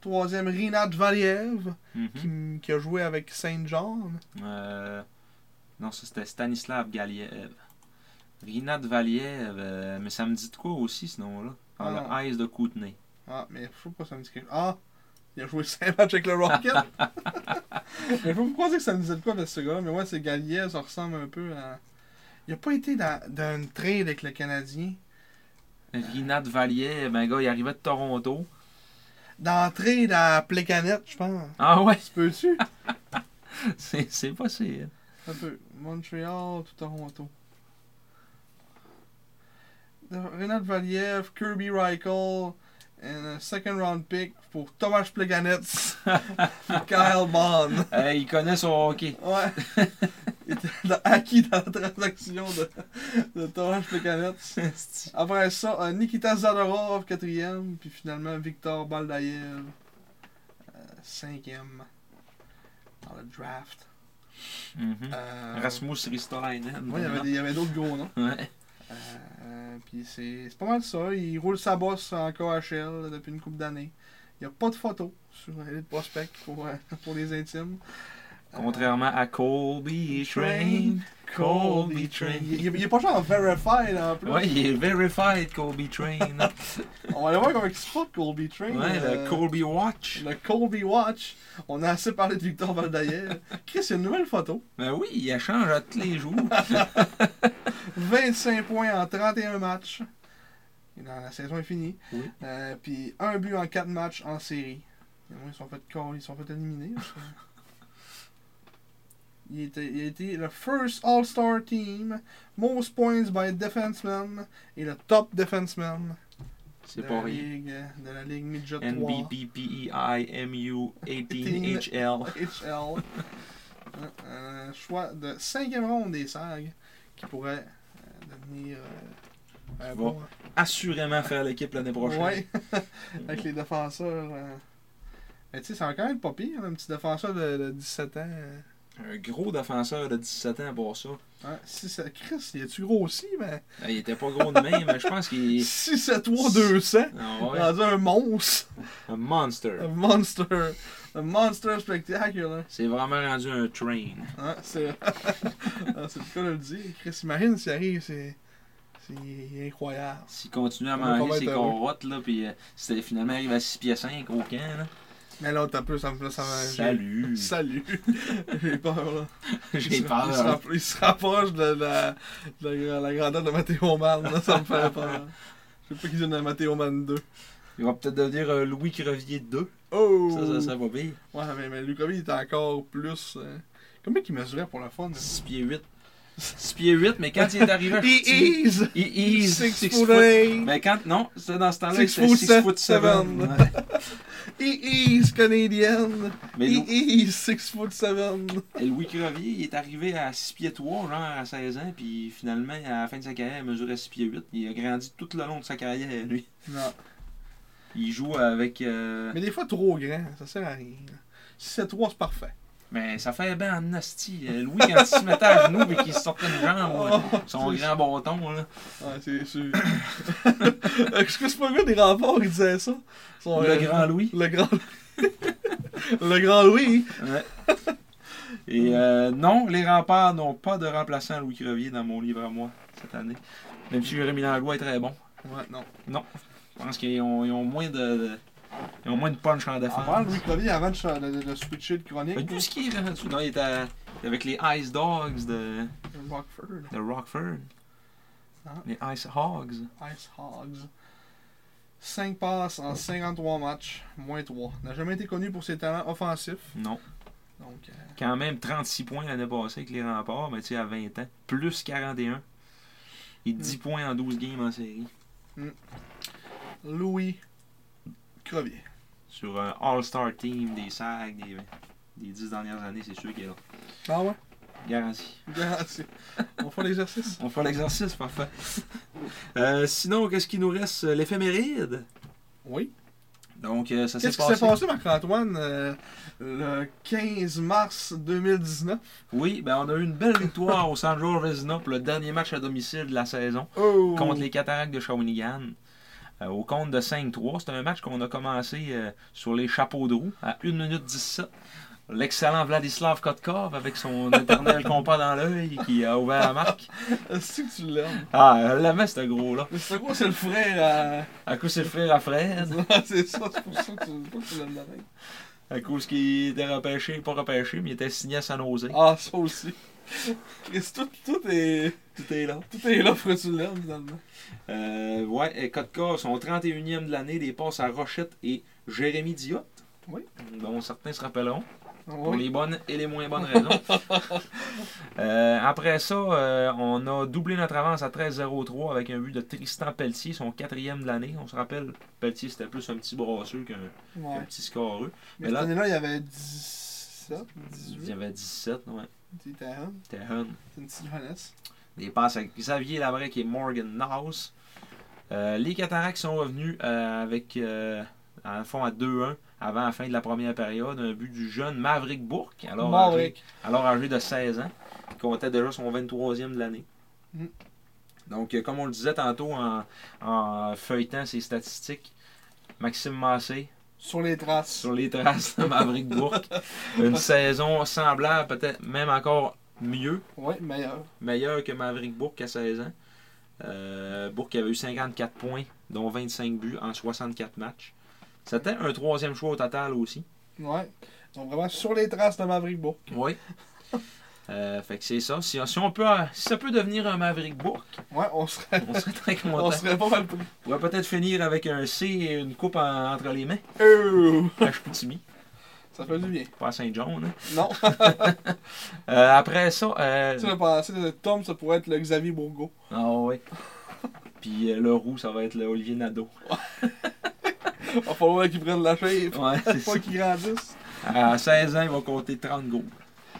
[SPEAKER 1] Troisième, Rinat Valiev,
[SPEAKER 2] Mhm.
[SPEAKER 1] qui, qui a joué avec Saint John.
[SPEAKER 2] Euh, Non, ça c'était Stanislav Galiev. Rinat Valiev, euh, mais ça me dit de quoi aussi ce nom-là Par
[SPEAKER 1] Ah.
[SPEAKER 2] le Ice de Kootenay.
[SPEAKER 1] Ah, mais je sais pas pourquoi ça me dit quelque chose. Ah! Il a joué 5 matchs avec le Rocket! mais je sais pas pourquoi c'est que ça me disait de quoi parce que ce gars-là, mais ouais, c'est Gallier, ça ressemble un peu à. Il a pas été dans, dans une trade avec le Canadien.
[SPEAKER 2] Rinat Valiev, ben gars, il arrivait de Toronto.
[SPEAKER 1] Dans la trade à Plecanet, je pense.
[SPEAKER 2] Ah ouais, [laughs]
[SPEAKER 1] Tu peux-tu?
[SPEAKER 2] c'est c'est hein. possible.
[SPEAKER 1] Un peu. Montréal, tout Toronto. Renat Valiev, Kirby Reichel, and a second round pick pour Thomas Pleganets et Kyle Bond.
[SPEAKER 2] Euh, il connaît son hockey.
[SPEAKER 1] Ouais. Il était dans- acquis dans la transaction de, de Thomas Pleganets.
[SPEAKER 2] Esti.
[SPEAKER 1] Après ça, euh, Nikita Zadorov, quatrième, puis finalement Victor Baldaïev, euh, cinquième, dans le draft.
[SPEAKER 2] Mhm.
[SPEAKER 1] Euh,
[SPEAKER 2] Rasmus Ristolainen.
[SPEAKER 1] ouais, il y avait des- il y avait d'autres gros noms.
[SPEAKER 2] Ouais.
[SPEAKER 1] Ah, Euh, puis c'est c'est pas mal ça. Il roule sa bosse en KHL là, depuis une couple d'années. Il n'y a pas de photo sur Elite Prospect pour, euh, [laughs] pour les intimes. Euh,
[SPEAKER 2] Contrairement à Colby Train. Colby Train.
[SPEAKER 1] Il n'est pas genre verified en plus.
[SPEAKER 2] Ouais, il est verified
[SPEAKER 1] [laughs]
[SPEAKER 2] Colby Train.
[SPEAKER 1] On va aller voir comment il se porte Colby Train.
[SPEAKER 2] Ouais,
[SPEAKER 1] euh,
[SPEAKER 2] le Colby Watch.
[SPEAKER 1] le Colby Watch. On a assez parlé de Victor Valdayer. Chris, il y a une nouvelle photo.
[SPEAKER 2] Ben oui, il change à tous les jours.
[SPEAKER 1] [laughs] 25 points en 31 matchs. Et dans la saison est finie.
[SPEAKER 2] Oui.
[SPEAKER 1] Euh, puis un but en 4 matchs en série. Et moi, ils sont fait call, ils sont fait éliminer. parce que- il, était, il a été le first All-Star team, most points by defenseman et le top defenseman
[SPEAKER 2] C'est
[SPEAKER 1] de,
[SPEAKER 2] pas
[SPEAKER 1] la
[SPEAKER 2] rien.
[SPEAKER 1] ligue, euh, de la ligue midget 3
[SPEAKER 2] E NBPPEIMU 18HL.
[SPEAKER 1] [laughs] HL. Un- Hein, un choix de cinquième ronde des SAG qui pourrait euh, devenir euh, un
[SPEAKER 2] Tu
[SPEAKER 1] bon-
[SPEAKER 2] Assurément faire l'équipe l'année prochaine.
[SPEAKER 1] Ouais. Avec les défenseurs. euh. Mais tu sais, c'est encore même pas pire, un petit défenseur de, de 17 ans. euh.
[SPEAKER 2] Un gros défenseur de 17 ans pour ça.
[SPEAKER 1] Ouais, si ça, Chris, il est-tu gros aussi, mais
[SPEAKER 2] Ben, il était pas gros de même, mais je pense qu'il est
[SPEAKER 1] 6 7 3 200
[SPEAKER 2] Ah ouais,
[SPEAKER 1] rendu un monstre,
[SPEAKER 2] un monster.
[SPEAKER 1] un monster, un monster spectacle.
[SPEAKER 2] C'est vraiment rendu un train.
[SPEAKER 1] Hein, c'est [laughs] Ah, c'est le cas de le dire. Chris, imagine s'il arrive, c'est c'est il est incroyable.
[SPEAKER 2] S'il continue à
[SPEAKER 1] On va pas
[SPEAKER 2] manger ses
[SPEAKER 1] être heureux.
[SPEAKER 2] carottes, là, puis euh, c'est- finalement il arrive à 6 pieds 5 au camp, là.
[SPEAKER 1] Mais là, t'as peu, ça me [laughs] ça me-
[SPEAKER 2] Salut!
[SPEAKER 1] Salut. J'ai peur, là.
[SPEAKER 2] [laughs] J'ai
[SPEAKER 1] Il hein. se- Il se,
[SPEAKER 2] peur.
[SPEAKER 1] rapp- il se rapproche de la, de la, la grandeur de Mathéo Man, là, ça me fait peur. Je sais pas qu'il donne à Mathéo Man 2.
[SPEAKER 2] Il va peut-être devenir euh, Louis Crevier 2.
[SPEAKER 1] Oh!
[SPEAKER 2] Ça, ça, ça va bien.
[SPEAKER 1] Ouais, mais, mais Lukovic il est encore plus. euh, Combien qu'il mesurait pour la fun? hein.
[SPEAKER 2] 6 pieds 8. 6 pieds 8, mais quand il est
[SPEAKER 1] [laughs]
[SPEAKER 2] arrivé à Chicoutimi-
[SPEAKER 1] He is!
[SPEAKER 2] Il ease.
[SPEAKER 1] Six
[SPEAKER 2] six
[SPEAKER 1] foot
[SPEAKER 2] foot.
[SPEAKER 1] eight.
[SPEAKER 2] Mais quand. Non, c'était dans ce temps-là,
[SPEAKER 1] Six
[SPEAKER 2] c'était
[SPEAKER 1] foot
[SPEAKER 2] 6
[SPEAKER 1] seven.
[SPEAKER 2] foot 7.
[SPEAKER 1] [laughs] He is canadienne!
[SPEAKER 2] Mais
[SPEAKER 1] He
[SPEAKER 2] Lou-
[SPEAKER 1] is 6 foot 7!
[SPEAKER 2] et Louis Crevier, il est arrivé à 6 pieds 3, genre à 16 ans, puis finalement, à la fin de sa carrière, il mesurait 6 pieds 8. Il a grandi tout le long de sa carrière, lui.
[SPEAKER 1] Non.
[SPEAKER 2] Il joue avec. euh,
[SPEAKER 1] Mais des fois trop grand, ça sert à rien. Si c'est 3, c'est parfait.
[SPEAKER 2] Mais ça fait bien en hostie. Euh, Louis, quand il se mettait à genoux et qu'il se sortait une jambe,
[SPEAKER 1] Oh,
[SPEAKER 2] ouais, son grand bâton, là.
[SPEAKER 1] Ah, c'est [coughs] sûr. Est-ce que c'est pas le gars des remparts qui disait ça? Son-
[SPEAKER 2] Le
[SPEAKER 1] euh,
[SPEAKER 2] grand Louis.
[SPEAKER 1] Le grand [laughs] Le grand Louis.
[SPEAKER 2] Ouais. Et euh, non, les remparts n'ont pas de remplaçant à Louis Crevier dans mon livre à moi cette année. Même si Jérémy Langlois est très bon.
[SPEAKER 1] Ouais, non.
[SPEAKER 2] Je pense qu'ils ont, ils ont moins de, de- Ils ont moins de punch en
[SPEAKER 1] En
[SPEAKER 2] défense.
[SPEAKER 1] parlant de Ah, Louis Crevier, avant de, cha- de, de- de switcher de
[SPEAKER 2] Mais
[SPEAKER 1] chronique,
[SPEAKER 2] tout ce qui est rendu. Non, il était à- avec les Ice Dogs de,
[SPEAKER 1] euh, Rockford,
[SPEAKER 2] de Rockford.
[SPEAKER 1] Ah.
[SPEAKER 2] Les Ice Hogs.
[SPEAKER 1] Ice Hogs. 5 passes en 53 matchs, moins 3. N'a jamais été connu pour ses talents offensifs.
[SPEAKER 2] Non.
[SPEAKER 1] Donc, euh,
[SPEAKER 2] Quand même 36 points l'année passée avec les remparts, mais tu sais, à 20 ans. Plus 41. Et 10
[SPEAKER 1] Mm.
[SPEAKER 2] points en 12 games en série.
[SPEAKER 1] Louis Crevier.
[SPEAKER 2] Sur un All-Star Team des SAG des, des 10 dernières années, c'est sûr qu'il est là.
[SPEAKER 1] Ah [laughs] ouais?
[SPEAKER 2] Garanti.
[SPEAKER 1] Garanti. On fait l'exercice.
[SPEAKER 2] On fait l'exercice, parfait. [laughs] Euh, sinon, qu'est-ce qui nous reste Euh, L'éphéméride.
[SPEAKER 1] Oui.
[SPEAKER 2] Donc, euh, ça s'est
[SPEAKER 1] Qu'est-ce qui s'est passé,
[SPEAKER 2] passé.
[SPEAKER 1] Marc-Antoine, euh, le 15 mars 2019?
[SPEAKER 2] Oui, ben, on a eu une belle victoire au San Jose Resina pour le dernier match à domicile de la saison
[SPEAKER 1] Oh!
[SPEAKER 2] contre les Cataractes de Shawinigan. euh, au compte de 5-3. C'est un match qu'on a commencé euh, sur les chapeaux de roue à 1 minute 17. L'excellent Vladislav Kotkov
[SPEAKER 1] [laughs]
[SPEAKER 2] avec son éternel compas dans l'œil qui a ouvert la marque.
[SPEAKER 1] Est-ce que tu l'aimes?
[SPEAKER 2] Ah, elle l'aimait ce gros-là.
[SPEAKER 1] Mais c'est quoi, c'est le frère
[SPEAKER 2] À cause c'est le frère à
[SPEAKER 1] à...
[SPEAKER 2] Fred.
[SPEAKER 1] c'est ça, c'est pour ça que tu, pas que tu l'aimes la reine.
[SPEAKER 2] À cause qu'il était repêché, pas repêché, mais il était signé à San Jose.
[SPEAKER 1] Ah, ça aussi. Chris, tout, tout est... Tout est là. Tout est là, pourquoi tu l'aimes, finalement.
[SPEAKER 2] Euh, ouais, et Kotka, son 31e de l'année, les passes à Rochette et Jérémy Diot.
[SPEAKER 1] Oui.
[SPEAKER 2] Dont certains se rappelleront, pour
[SPEAKER 1] Ah Ouais.
[SPEAKER 2] les bonnes et les moins bonnes [laughs] raisons. Euh, après ça, euh, on a doublé notre avance à 13-0-3 avec un but de Tristan Pelletier, son quatrième de l'année. On se rappelle, Pelletier, c'était plus un petit brasseux qu'un qu'un
[SPEAKER 1] Ouais.
[SPEAKER 2] petit scoreux.
[SPEAKER 1] Mais
[SPEAKER 2] Mais
[SPEAKER 1] cette
[SPEAKER 2] là-
[SPEAKER 1] année-là, il y avait 17,
[SPEAKER 2] Il
[SPEAKER 1] 18.
[SPEAKER 2] y avait 17, ouais.
[SPEAKER 1] C'était un.
[SPEAKER 2] C'était un.
[SPEAKER 1] C'est une petite jeunesse.
[SPEAKER 2] Des passes avec Xavier Labrec et Morgan Naus. Euh, les Cataractes sont revenus euh, avec, euh, à un fond, à 2-1 avant la fin de la première période. Un but du jeune Maverick Bourque, alors, âgé,
[SPEAKER 1] Maverick.
[SPEAKER 2] alors âgé de 16 ans, qui comptait déjà son 23e de l'année.
[SPEAKER 1] Mm.
[SPEAKER 2] Donc, euh, comme on le disait tantôt en, en feuilletant ses statistiques, Maxime Massé,
[SPEAKER 1] Sur les traces.
[SPEAKER 2] sur les traces de
[SPEAKER 1] [laughs]
[SPEAKER 2] Maverick Bourque, une saison semblable, peut-être même encore mieux.
[SPEAKER 1] Ouais, meilleur.
[SPEAKER 2] Meilleur que Maverick Bourque à 16 ans. Euh, Bourque avait eu 54 points, dont 25 buts en 64 matchs. C'était un troisième choix au total aussi.
[SPEAKER 1] Ouais. Donc vraiment sur les traces de Maverick Bourg.
[SPEAKER 2] [laughs] Oui. Euh, fait que c'est ça. Si, si on peut, si ça peut devenir un Maverick Bourque,
[SPEAKER 1] Ouais, on serait,
[SPEAKER 2] [laughs] on serait très
[SPEAKER 1] on
[SPEAKER 2] content.
[SPEAKER 1] serait pas mal pris.
[SPEAKER 2] On pourrait peut-être finir avec un C et une coupe en- entre [laughs] les mains.
[SPEAKER 1] Euh,
[SPEAKER 2] À Chicoutimi,
[SPEAKER 1] Ça fait du bien.
[SPEAKER 2] pas à Saint-John. hein.
[SPEAKER 1] Non, [laughs]
[SPEAKER 2] Euh, après ça. euh,
[SPEAKER 1] tu l'as pensé, le Tom, ça pourrait être le Xavier Bourgo.
[SPEAKER 2] Ah oui. Puis euh, le roux, ça va être le Olivier [laughs] Nadeau.
[SPEAKER 1] Il va falloir qu'il prenne la chaîne.
[SPEAKER 2] Ouais, c'est ça.
[SPEAKER 1] Pas qu'il grandisse.
[SPEAKER 2] À 16 ans, il va compter 30 goals.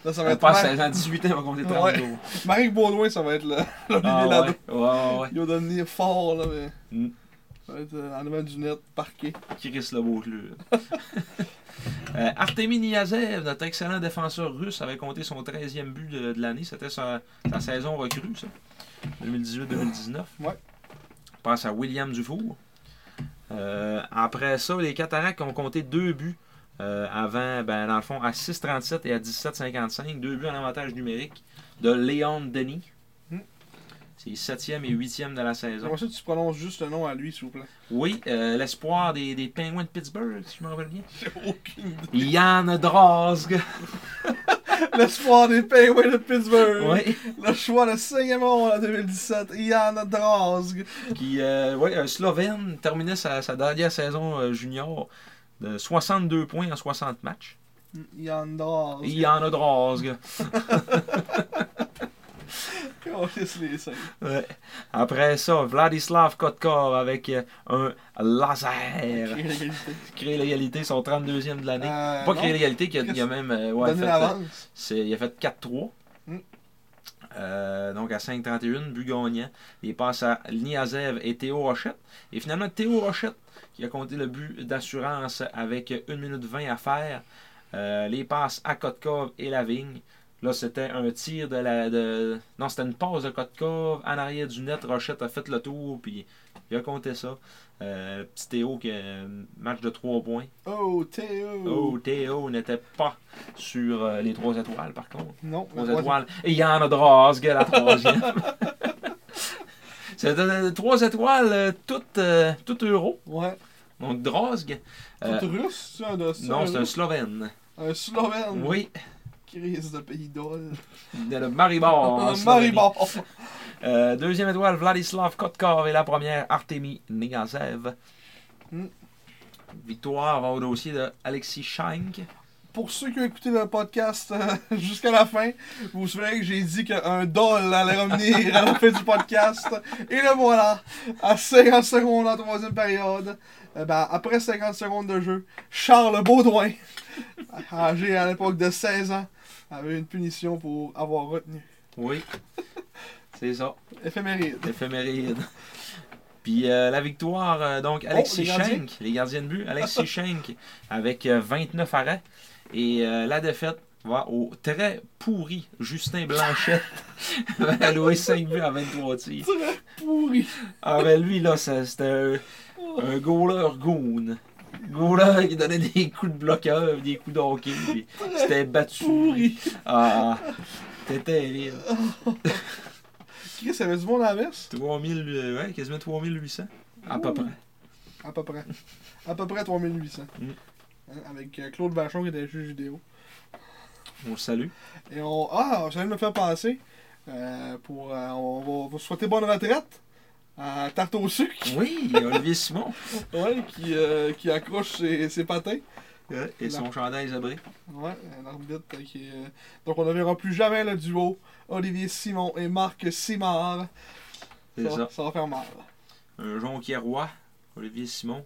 [SPEAKER 1] Là, ça va
[SPEAKER 2] On
[SPEAKER 1] être
[SPEAKER 2] passe à
[SPEAKER 1] Mar-
[SPEAKER 2] 16 ans, 18 ans, on va compter 30
[SPEAKER 1] Ouais. [laughs]
[SPEAKER 2] jours.
[SPEAKER 1] Marc Baudouin, ça va être le- [laughs] l'Olivier
[SPEAKER 2] Ah, ouais.
[SPEAKER 1] Lado.
[SPEAKER 2] ouais, ouais, ouais.
[SPEAKER 1] Il va devenir fort, là, mais.
[SPEAKER 2] Mm.
[SPEAKER 1] Ça va être euh, en avant du net, parquet.
[SPEAKER 2] Chris le Beauclerc. [laughs] euh, Artemi Niazev, notre excellent défenseur russe, avait compté son 13e but de, de l'année. C'était sa, sa saison recrue, ça. 2018-2019.
[SPEAKER 1] Ouais.
[SPEAKER 2] On passe à William Dufour. Euh, après ça, les Cataractes ont compté deux buts euh, avant, ben, dans le fond, à 6,37 et à 17,55. Deux buts en avantage numérique de Léon Denis.
[SPEAKER 1] Hmm.
[SPEAKER 2] C'est 7e et 8e de la saison.
[SPEAKER 1] J'aimerais ça que tu prononces juste le nom à lui, s'il vous plaît. [laughs]
[SPEAKER 2] Oui, euh, l'espoir des, des Penguins de Pittsburgh, si je me rappelle bien.
[SPEAKER 1] J'ai aucune idée.
[SPEAKER 2] Yann Drozg.
[SPEAKER 1] L'espoir des Penguins de Pittsburgh.
[SPEAKER 2] Oui.
[SPEAKER 1] Le choix de 5 en 2017, Ian Drozg.
[SPEAKER 2] [laughs] Qui, euh, ouais, un Slovène terminait sa, sa dernière saison euh, junior de 62 points en 60 matchs.
[SPEAKER 1] Ian Drozg.
[SPEAKER 2] Yann Drozg.
[SPEAKER 1] On laisse les cinq.
[SPEAKER 2] Ouais. Après ça, Vladislav Kotkov avec euh, un laser.
[SPEAKER 1] Créer l'égalité.
[SPEAKER 2] Créer l'égalité, son 32e de l'année.
[SPEAKER 1] Euh,
[SPEAKER 2] Pas
[SPEAKER 1] non.
[SPEAKER 2] créer l'égalité, qu'il y a- il y a même. euh, ouais,
[SPEAKER 1] Donner
[SPEAKER 2] fait, euh,
[SPEAKER 1] l'avance.
[SPEAKER 2] C'est- il a fait 4-3.
[SPEAKER 1] Mm.
[SPEAKER 2] Euh, donc à 5-31, but gagnant. Il passe à Niazev et Théo Rochette. Et finalement, Théo Rochette qui a compté le but d'assurance avec 1 minute 20 à faire. Euh, les passes à Kotkov et Lavigne. Là, c'était un tir de la. de- Non, c'était une passe de Kotkov. En arrière du net, Rochette a fait le tour. Puis il a compté ça. Euh, petit Théo qui a un match de 3 points.
[SPEAKER 1] Oh, Théo.
[SPEAKER 2] Oh, Théo n'était pas sur euh, les 3 étoiles par contre.
[SPEAKER 1] Non,
[SPEAKER 2] Trois
[SPEAKER 1] mais
[SPEAKER 2] étoiles. Et Yann Drozg, la troisième. [laughs] C'était euh, trois étoiles, euh, toutes, euh, toutes euros.
[SPEAKER 1] Ouais.
[SPEAKER 2] Donc Drozg. euh,
[SPEAKER 1] C'est russe, c'est un Oh, de ça,
[SPEAKER 2] non, c'est un
[SPEAKER 1] russe?
[SPEAKER 2] Slovène.
[SPEAKER 1] un Slovène.
[SPEAKER 2] Oui,
[SPEAKER 1] Crise de pays d'ol.
[SPEAKER 2] de
[SPEAKER 1] [laughs]
[SPEAKER 2] le Maribor. en
[SPEAKER 1] Un
[SPEAKER 2] Slovénie.
[SPEAKER 1] Maribor.
[SPEAKER 2] Euh, deuxième étoile, Vladislav Kotkov. Et la première, Artemi Negasev.
[SPEAKER 1] Mm.
[SPEAKER 2] Victoire va au dossier de Alexis Schenk.
[SPEAKER 1] Pour ceux qui ont écouté le podcast euh, [laughs] jusqu'à la fin, vous vous souvenez que j'ai dit qu'un doll allait revenir à la fin du podcast. Et le voilà, à 50 secondes en troisième période. Euh, ben, après 50 secondes de jeu, Charles Baudouin, [laughs] âgé à l'époque de 16 ans, avait une punition pour avoir retenu.
[SPEAKER 2] Oui, [laughs] c'est ça.
[SPEAKER 1] Éphéméride.
[SPEAKER 2] Éphéméride. Puis euh, la victoire, euh, donc
[SPEAKER 1] Oh,
[SPEAKER 2] Alexis
[SPEAKER 1] les gardiens.
[SPEAKER 2] Schenk, les gardiens de
[SPEAKER 1] [laughs]
[SPEAKER 2] but, Alexis Schenk avec euh, 29 arrêts. Et euh, la défaite va au très pourri
[SPEAKER 1] [laughs]
[SPEAKER 2] Justin Blanchet. Il [laughs] a loué 5 buts à 23 tirs.
[SPEAKER 1] Pourri.
[SPEAKER 2] Ah ben lui là, ça- c'était un, un goaler goon. Gola qui donnait des coups de blocage, des coups d'hockey. puis C'était battu.
[SPEAKER 1] Pourri.
[SPEAKER 2] Ah, t'étais terrible.
[SPEAKER 1] Chris, ça avait du monde à la verse?
[SPEAKER 2] 3000, euh, ouais, quasiment 3800. À peu près.
[SPEAKER 1] À peu près. À peu près 3800.
[SPEAKER 2] Mm.
[SPEAKER 1] Hein, Avec euh, Claude Vachon qui était juge vidéo.
[SPEAKER 2] On le salue.
[SPEAKER 1] Et on. Ah, ça vient de me faire penser. euh, pour, euh, on va- on va souhaiter bonne retraite à Tarte au sucre.
[SPEAKER 2] Oui, Olivier Simon.
[SPEAKER 1] [laughs] Ouais, qui, euh, qui accroche ses, ses patins.
[SPEAKER 2] Et son chandail Zabré.
[SPEAKER 1] Ouais, un arbitre euh, qui est, euh, Donc on ne verra plus jamais le duo Olivier Simon et Marc Simard.
[SPEAKER 2] C'est ça.
[SPEAKER 1] Ça va faire mal.
[SPEAKER 2] Un jonquierois. Olivier Simon.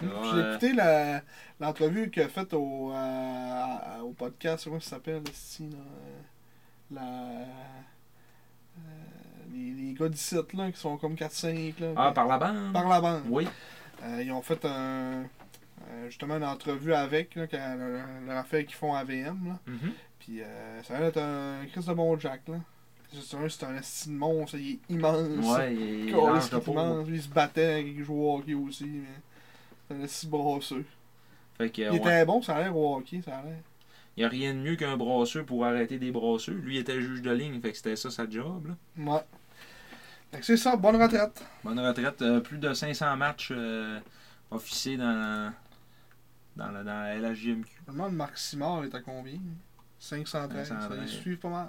[SPEAKER 2] Alors,
[SPEAKER 1] J'ai
[SPEAKER 2] euh,
[SPEAKER 1] écouté la- l'entrevue qu'il a faite au, euh, au podcast, comment ça s'appelle, ici, là, euh, la... euh, les, les gars d'ici, là, qui sont comme 4-5, là,
[SPEAKER 2] Ah, par la bande.
[SPEAKER 1] par la bande.
[SPEAKER 2] Oui.
[SPEAKER 1] Euh, ils ont fait un, euh, justement une entrevue avec, là, qu'à- leur, leur affaire qu'ils font à VM, là.
[SPEAKER 2] Mhm.
[SPEAKER 1] Puis euh, ça va être un Chris de bon Jack, là. C'est un, c'est un esti de monstre, il est immense.
[SPEAKER 2] Mm-hmm.
[SPEAKER 1] [laughs]
[SPEAKER 2] Ouais, il est
[SPEAKER 1] Caliste
[SPEAKER 2] large de
[SPEAKER 1] qu'il est
[SPEAKER 2] peau.
[SPEAKER 1] immense. Lui, il se battait avec les joueurs au hockey aussi, mais c'est un esti de brasseux.
[SPEAKER 2] Fait que,
[SPEAKER 1] Il
[SPEAKER 2] Eh ouais.
[SPEAKER 1] était bon, ça a l'air au hockey, ça a l'air.
[SPEAKER 2] Il n'y a rien de mieux qu'un brasseur pour arrêter des brasseurs. Lui, il était juge de ligne, fait que c'était ça sa job. là.
[SPEAKER 1] Ouais. Fait que c'est ça, bonne retraite.
[SPEAKER 2] Bonne retraite. euh, plus de 500 matchs euh, officiers dans, dans, la, dans la LHJMQ.
[SPEAKER 1] Je me demande Marc Simard est à combien 513, ça les
[SPEAKER 2] 513.
[SPEAKER 1] suit pas mal.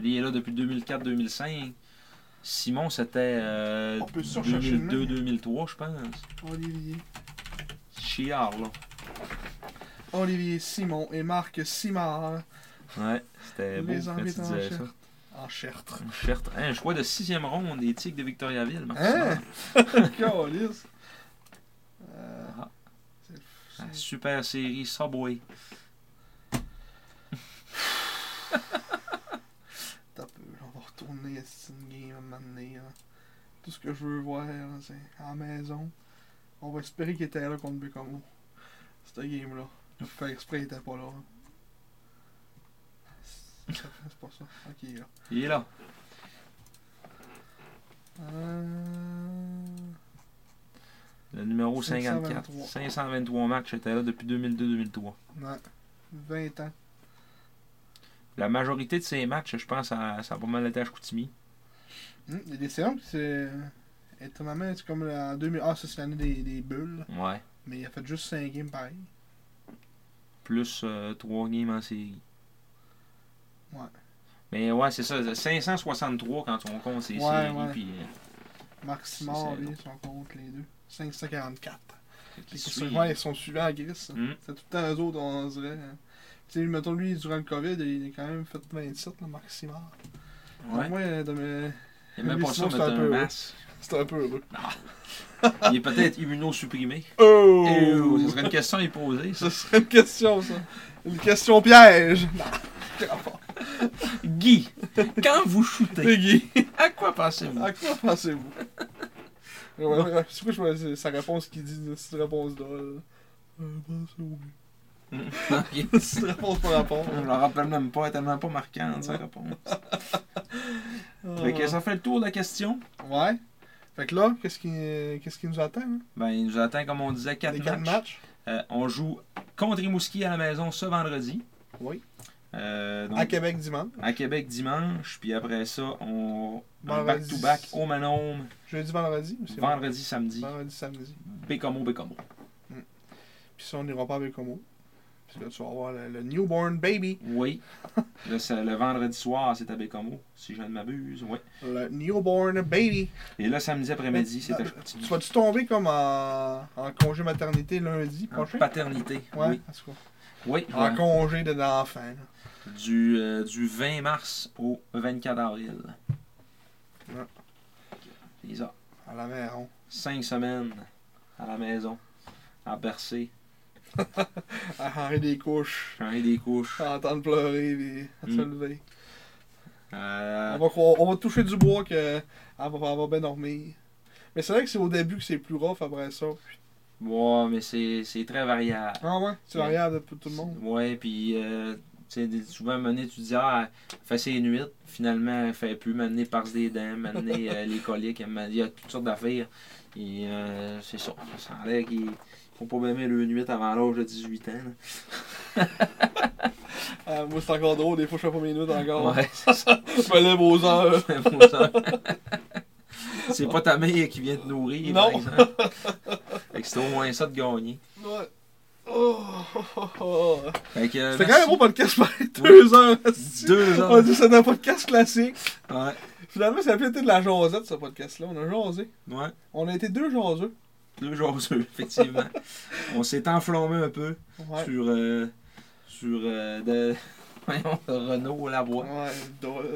[SPEAKER 2] Il est là depuis 2004-2005. Simon, c'était euh,
[SPEAKER 1] On peut se rechercher le nom.
[SPEAKER 2] 2002-2003, je pense.
[SPEAKER 1] Olivier.
[SPEAKER 2] Chiard, là.
[SPEAKER 1] Olivier Simon et Marc Simard
[SPEAKER 2] Ouais, c'était beau
[SPEAKER 1] Les
[SPEAKER 2] quand tu
[SPEAKER 1] arbitres en
[SPEAKER 2] disais ça.
[SPEAKER 1] charte. en chertre.
[SPEAKER 2] Une charte. Hein, un choix de sixième ronde des Tigres de Victoriaville, Marc
[SPEAKER 1] Hein?
[SPEAKER 2] [laughs] Simon.
[SPEAKER 1] Calice. Euh,
[SPEAKER 2] Ah,
[SPEAKER 1] c'est-
[SPEAKER 2] la
[SPEAKER 1] c'est-
[SPEAKER 2] super série Subway.
[SPEAKER 1] Attends un peu, là, on va retourner à une Game à un moment donné, là. Tout ce que je veux voir, là, c'est à la maison. On va espérer qu'il était là contre Bécamo. Cette game-là. Je vais faire exprès, il était pas là. hein. C'est c'est pas ça. Ok, là.
[SPEAKER 2] Il est là.
[SPEAKER 1] Euh,
[SPEAKER 2] Le numéro 54.
[SPEAKER 1] 523.
[SPEAKER 2] 523 matchs était là depuis 2002-2003.
[SPEAKER 1] Non. 20 ans.
[SPEAKER 2] La majorité de ces matchs, je pense, ça, ça a pas mal été à Chicoutimi.
[SPEAKER 1] Hum, Il y a des séances, c'est. euh, Étonnamment, c'est comme en 2000. Ah, ça, c'est l'année des, des bulles.
[SPEAKER 2] Ouais.
[SPEAKER 1] Mais il a fait juste 5 games pareil.
[SPEAKER 2] Plus 3 games en série.
[SPEAKER 1] Ouais.
[SPEAKER 2] Mais ouais, c'est ça. 563 quand on compte ces
[SPEAKER 1] Ouais,
[SPEAKER 2] séries.
[SPEAKER 1] ouais.
[SPEAKER 2] Puis, euh,
[SPEAKER 1] Marc
[SPEAKER 2] Ça,
[SPEAKER 1] Simard,
[SPEAKER 2] c'est
[SPEAKER 1] lui, sont contre les deux. 544.
[SPEAKER 2] qui
[SPEAKER 1] Ils
[SPEAKER 2] suit.
[SPEAKER 1] sont, ouais, ils sont suivants à Gris. ça.
[SPEAKER 2] Mm.
[SPEAKER 1] C'est tout le temps eux autres, on dirait. hein. Tu sais, mettons, lui, durant le COVID, il a quand même fait 27, le Marc Simard.
[SPEAKER 2] Ouais.
[SPEAKER 1] Moi, euh, de [laughs] me-
[SPEAKER 2] Il aimait pas ça
[SPEAKER 1] Sinon, c'est
[SPEAKER 2] mettre
[SPEAKER 1] un
[SPEAKER 2] un,
[SPEAKER 1] peu-
[SPEAKER 2] masque.
[SPEAKER 1] c'était un peu heureux.
[SPEAKER 2] Il est peut-être immunosupprimé.
[SPEAKER 1] Oh!
[SPEAKER 2] Eh, oh, ça serait une question à y poser.
[SPEAKER 1] Ça
[SPEAKER 2] Ça.
[SPEAKER 1] serait une question, ça. Une question piège. Non, quel rapport.
[SPEAKER 2] Guy, quand vous shootez,
[SPEAKER 1] C'est Guy.
[SPEAKER 2] à quoi pensez-vous
[SPEAKER 1] À quoi pensez-vous? [laughs] Ouais, ouais, ouais. C'est quoi je vois, c'est sa réponse qui dit cette réponse-là? là. Euh, pensez au but.
[SPEAKER 2] [laughs] Ok.
[SPEAKER 1] C'est une réponse par rapport.
[SPEAKER 2] Je me rappelle même pas, elle est tellement pas marquante sa réponse.
[SPEAKER 1] Ah.
[SPEAKER 2] Fait que ça fait le tour de la question.
[SPEAKER 1] Ouais. Fait que là, qu'est-ce qui, qu'est-ce qui nous attend? Hein?
[SPEAKER 2] Ben, il nous attend, comme on disait, quatre
[SPEAKER 1] Les
[SPEAKER 2] matchs.
[SPEAKER 1] quatre matchs.
[SPEAKER 2] Euh, on joue contre Rimouski à la maison ce vendredi.
[SPEAKER 1] Oui.
[SPEAKER 2] Euh, donc,
[SPEAKER 1] À Québec dimanche.
[SPEAKER 2] à Québec dimanche, puis après ça, on un
[SPEAKER 1] Vendredi.
[SPEAKER 2] back-to-back au Manome,
[SPEAKER 1] Jeudi, vendredi. ou Ben, c'est
[SPEAKER 2] vendredi, samedi,
[SPEAKER 1] Vendredi, samedi.
[SPEAKER 2] Bécomo, Bécomo.
[SPEAKER 1] Puis ça, on n'ira pas avec Homo. Puis là, tu vas avoir le, le newborn baby. [laughs]
[SPEAKER 2] Oui. le, c'est- le vendredi soir, c'est à Bécomo, si je ne m'abuse. Oui.
[SPEAKER 1] Le newborn baby.
[SPEAKER 2] Et là, samedi après-midi, c'est à
[SPEAKER 1] Euh, Tu
[SPEAKER 2] Chicoutimi.
[SPEAKER 1] vas-tu tomber comme en, en congé maternité lundi
[SPEAKER 2] En
[SPEAKER 1] prochain?
[SPEAKER 2] Hein? paternité.
[SPEAKER 1] Ouais, Ah,
[SPEAKER 2] Ah, Oui.
[SPEAKER 1] en tout cas.
[SPEAKER 2] Oui.
[SPEAKER 1] En
[SPEAKER 2] ouais.
[SPEAKER 1] congé de l'enfant. là.
[SPEAKER 2] Du, euh, du 20 mars au 24 avril.
[SPEAKER 1] Ouais.
[SPEAKER 2] C'est ça.
[SPEAKER 1] À la maison.
[SPEAKER 2] cinq semaines à la maison, à bercer,
[SPEAKER 1] À enlever des couches.
[SPEAKER 2] changer des couches.
[SPEAKER 1] À entendre pleurer. Puis à se
[SPEAKER 2] Mm.
[SPEAKER 1] lever.
[SPEAKER 2] Euh,
[SPEAKER 1] On va, croire- on va toucher du bois que elle va, elle va bien dormir. Mais c'est vrai que c'est au début que c'est plus rough après ça.
[SPEAKER 2] ouais, mais c'est c'est très variable.
[SPEAKER 1] Ah ouais, c'est
[SPEAKER 2] Ouais.
[SPEAKER 1] variable pour tout le monde.
[SPEAKER 2] Ouais, puis euh, tu sais, des- souvent, mener, tu te dis, ah, elle fait ses nuits, finalement, elle fait plus, m'amener par des
[SPEAKER 1] [laughs]
[SPEAKER 2] dents, m'amener euh, les coliques, elle m'a- il y a toutes sortes d'affaires. Et euh, c'est ça, ça a l'air qu'il Faut pas même le 8 avant l'âge de 18 ans.
[SPEAKER 1] Ah, moi, c'est encore drôle, des fois, je fais pas mes notes
[SPEAKER 2] là.
[SPEAKER 1] encore.
[SPEAKER 2] Ouais, c'est [laughs] ça.
[SPEAKER 1] Je me lève aux heures. [laughs]
[SPEAKER 2] Faut ça. c'est pas ta mère qui vient te nourrir, par
[SPEAKER 1] Non.
[SPEAKER 2] exemple. Fait que c'est au moins ça de gagner.
[SPEAKER 1] Ouais. Oh, oh, oh, oh.
[SPEAKER 2] Fait que, euh,
[SPEAKER 1] C'était quand
[SPEAKER 2] merci.
[SPEAKER 1] même un bon podcast, pareil. Deux heures. asti.
[SPEAKER 2] Deux
[SPEAKER 1] On a [laughs]
[SPEAKER 2] heures.
[SPEAKER 1] dit c'est un podcast classique.
[SPEAKER 2] Ouais.
[SPEAKER 1] Finalement, ça a fait de la jasette, ce podcast-là. On a jasé.
[SPEAKER 2] Ouais.
[SPEAKER 1] On a été deux jaseux.
[SPEAKER 2] Deux jaseux, [laughs] effectivement. On s'est enflammé un peu
[SPEAKER 1] Ouais.
[SPEAKER 2] sur. euh, sur. euh, de... [laughs] Voyons, de Renaud Lavoie.
[SPEAKER 1] Ouais, drôle.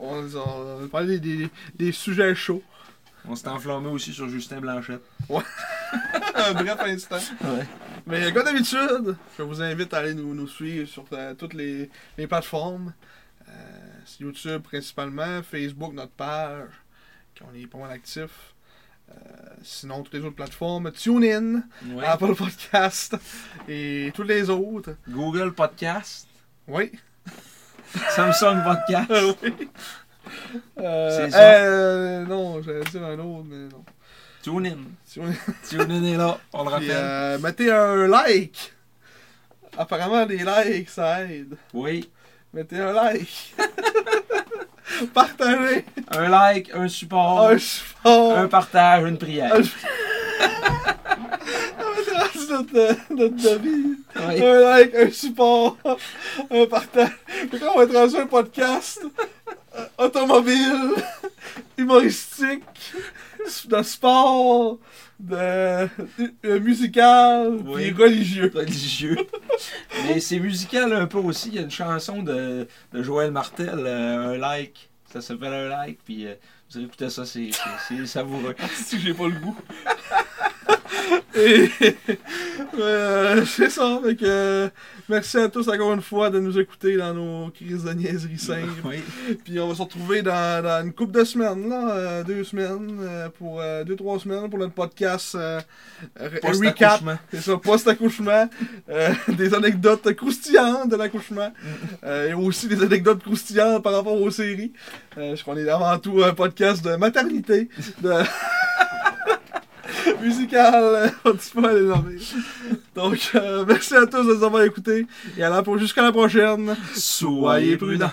[SPEAKER 1] On, les a- on a parlé des, des, des sujets chauds. [laughs]
[SPEAKER 2] On s'est enflammé aussi sur Justin Blanchette.
[SPEAKER 1] un bref instant.
[SPEAKER 2] Ouais.
[SPEAKER 1] Mais comme d'habitude, je vous invite à aller nous, nous suivre sur euh, toutes les, les plateformes. Euh, c'est YouTube principalement, Facebook, notre page, qu'on est pas mal actif. Euh, sinon, toutes les autres plateformes, TuneIn,
[SPEAKER 2] Ouais.
[SPEAKER 1] Apple Podcast et toutes les autres.
[SPEAKER 2] Google Podcast.
[SPEAKER 1] Oui.
[SPEAKER 2] [laughs] Samsung Podcast.
[SPEAKER 1] Ah [laughs] oui. Euh,
[SPEAKER 2] C'est ça.
[SPEAKER 1] euh, non, j'allais dire un autre, mais non.
[SPEAKER 2] TuneIn.
[SPEAKER 1] TuneIn.
[SPEAKER 2] TuneIn est là, on le
[SPEAKER 1] Puis,
[SPEAKER 2] rappelle.
[SPEAKER 1] euh, mettez un like. Apparemment, des likes, ça aide.
[SPEAKER 2] Oui.
[SPEAKER 1] Mettez un like. [laughs] Partagez.
[SPEAKER 2] Un like, un support,
[SPEAKER 1] Un support. [laughs]
[SPEAKER 2] un partage, une prière.
[SPEAKER 1] Un- On va tracer notre, notre devis.
[SPEAKER 2] Oui.
[SPEAKER 1] Un like, un support, un partage. Puis quand on va tracer un podcast euh, automobile, [laughs] humoristique, de sport, de, euh, musical,
[SPEAKER 2] Oui.
[SPEAKER 1] puis religieux.
[SPEAKER 2] [laughs] Religieux. Mais c'est musical un peu aussi. Il y a une chanson de, de Joël Martel, euh, un like. Ça s'appelle un like. Puis euh, vous écoutez ça, c'est c'est- c'est savoureux.
[SPEAKER 1] [laughs] Si j'ai pas le goût. Et [laughs] euh, c'est ça. Fait que, euh, merci à tous encore une fois de nous écouter dans nos crises de niaiserie simples.
[SPEAKER 2] Oui.
[SPEAKER 1] Puis on va se retrouver dans, dans une couple de semaines, là, euh, deux semaines, euh, pour euh, deux, trois semaines pour notre podcast euh, re- recap.
[SPEAKER 2] Post-accouchement.
[SPEAKER 1] [laughs] C'est ça, post-accouchement. euh, des anecdotes croustillantes de l'accouchement. euh, et aussi des anecdotes croustillantes par rapport aux séries. Euh, je crois qu'on est avant tout un podcast de maternité. De... [laughs] musical, euh, on dit pas les nommer. Donc, euh, merci à tous de nous avoir écoutés. Et à la, jusqu'à la prochaine.
[SPEAKER 2] Soyez prudents.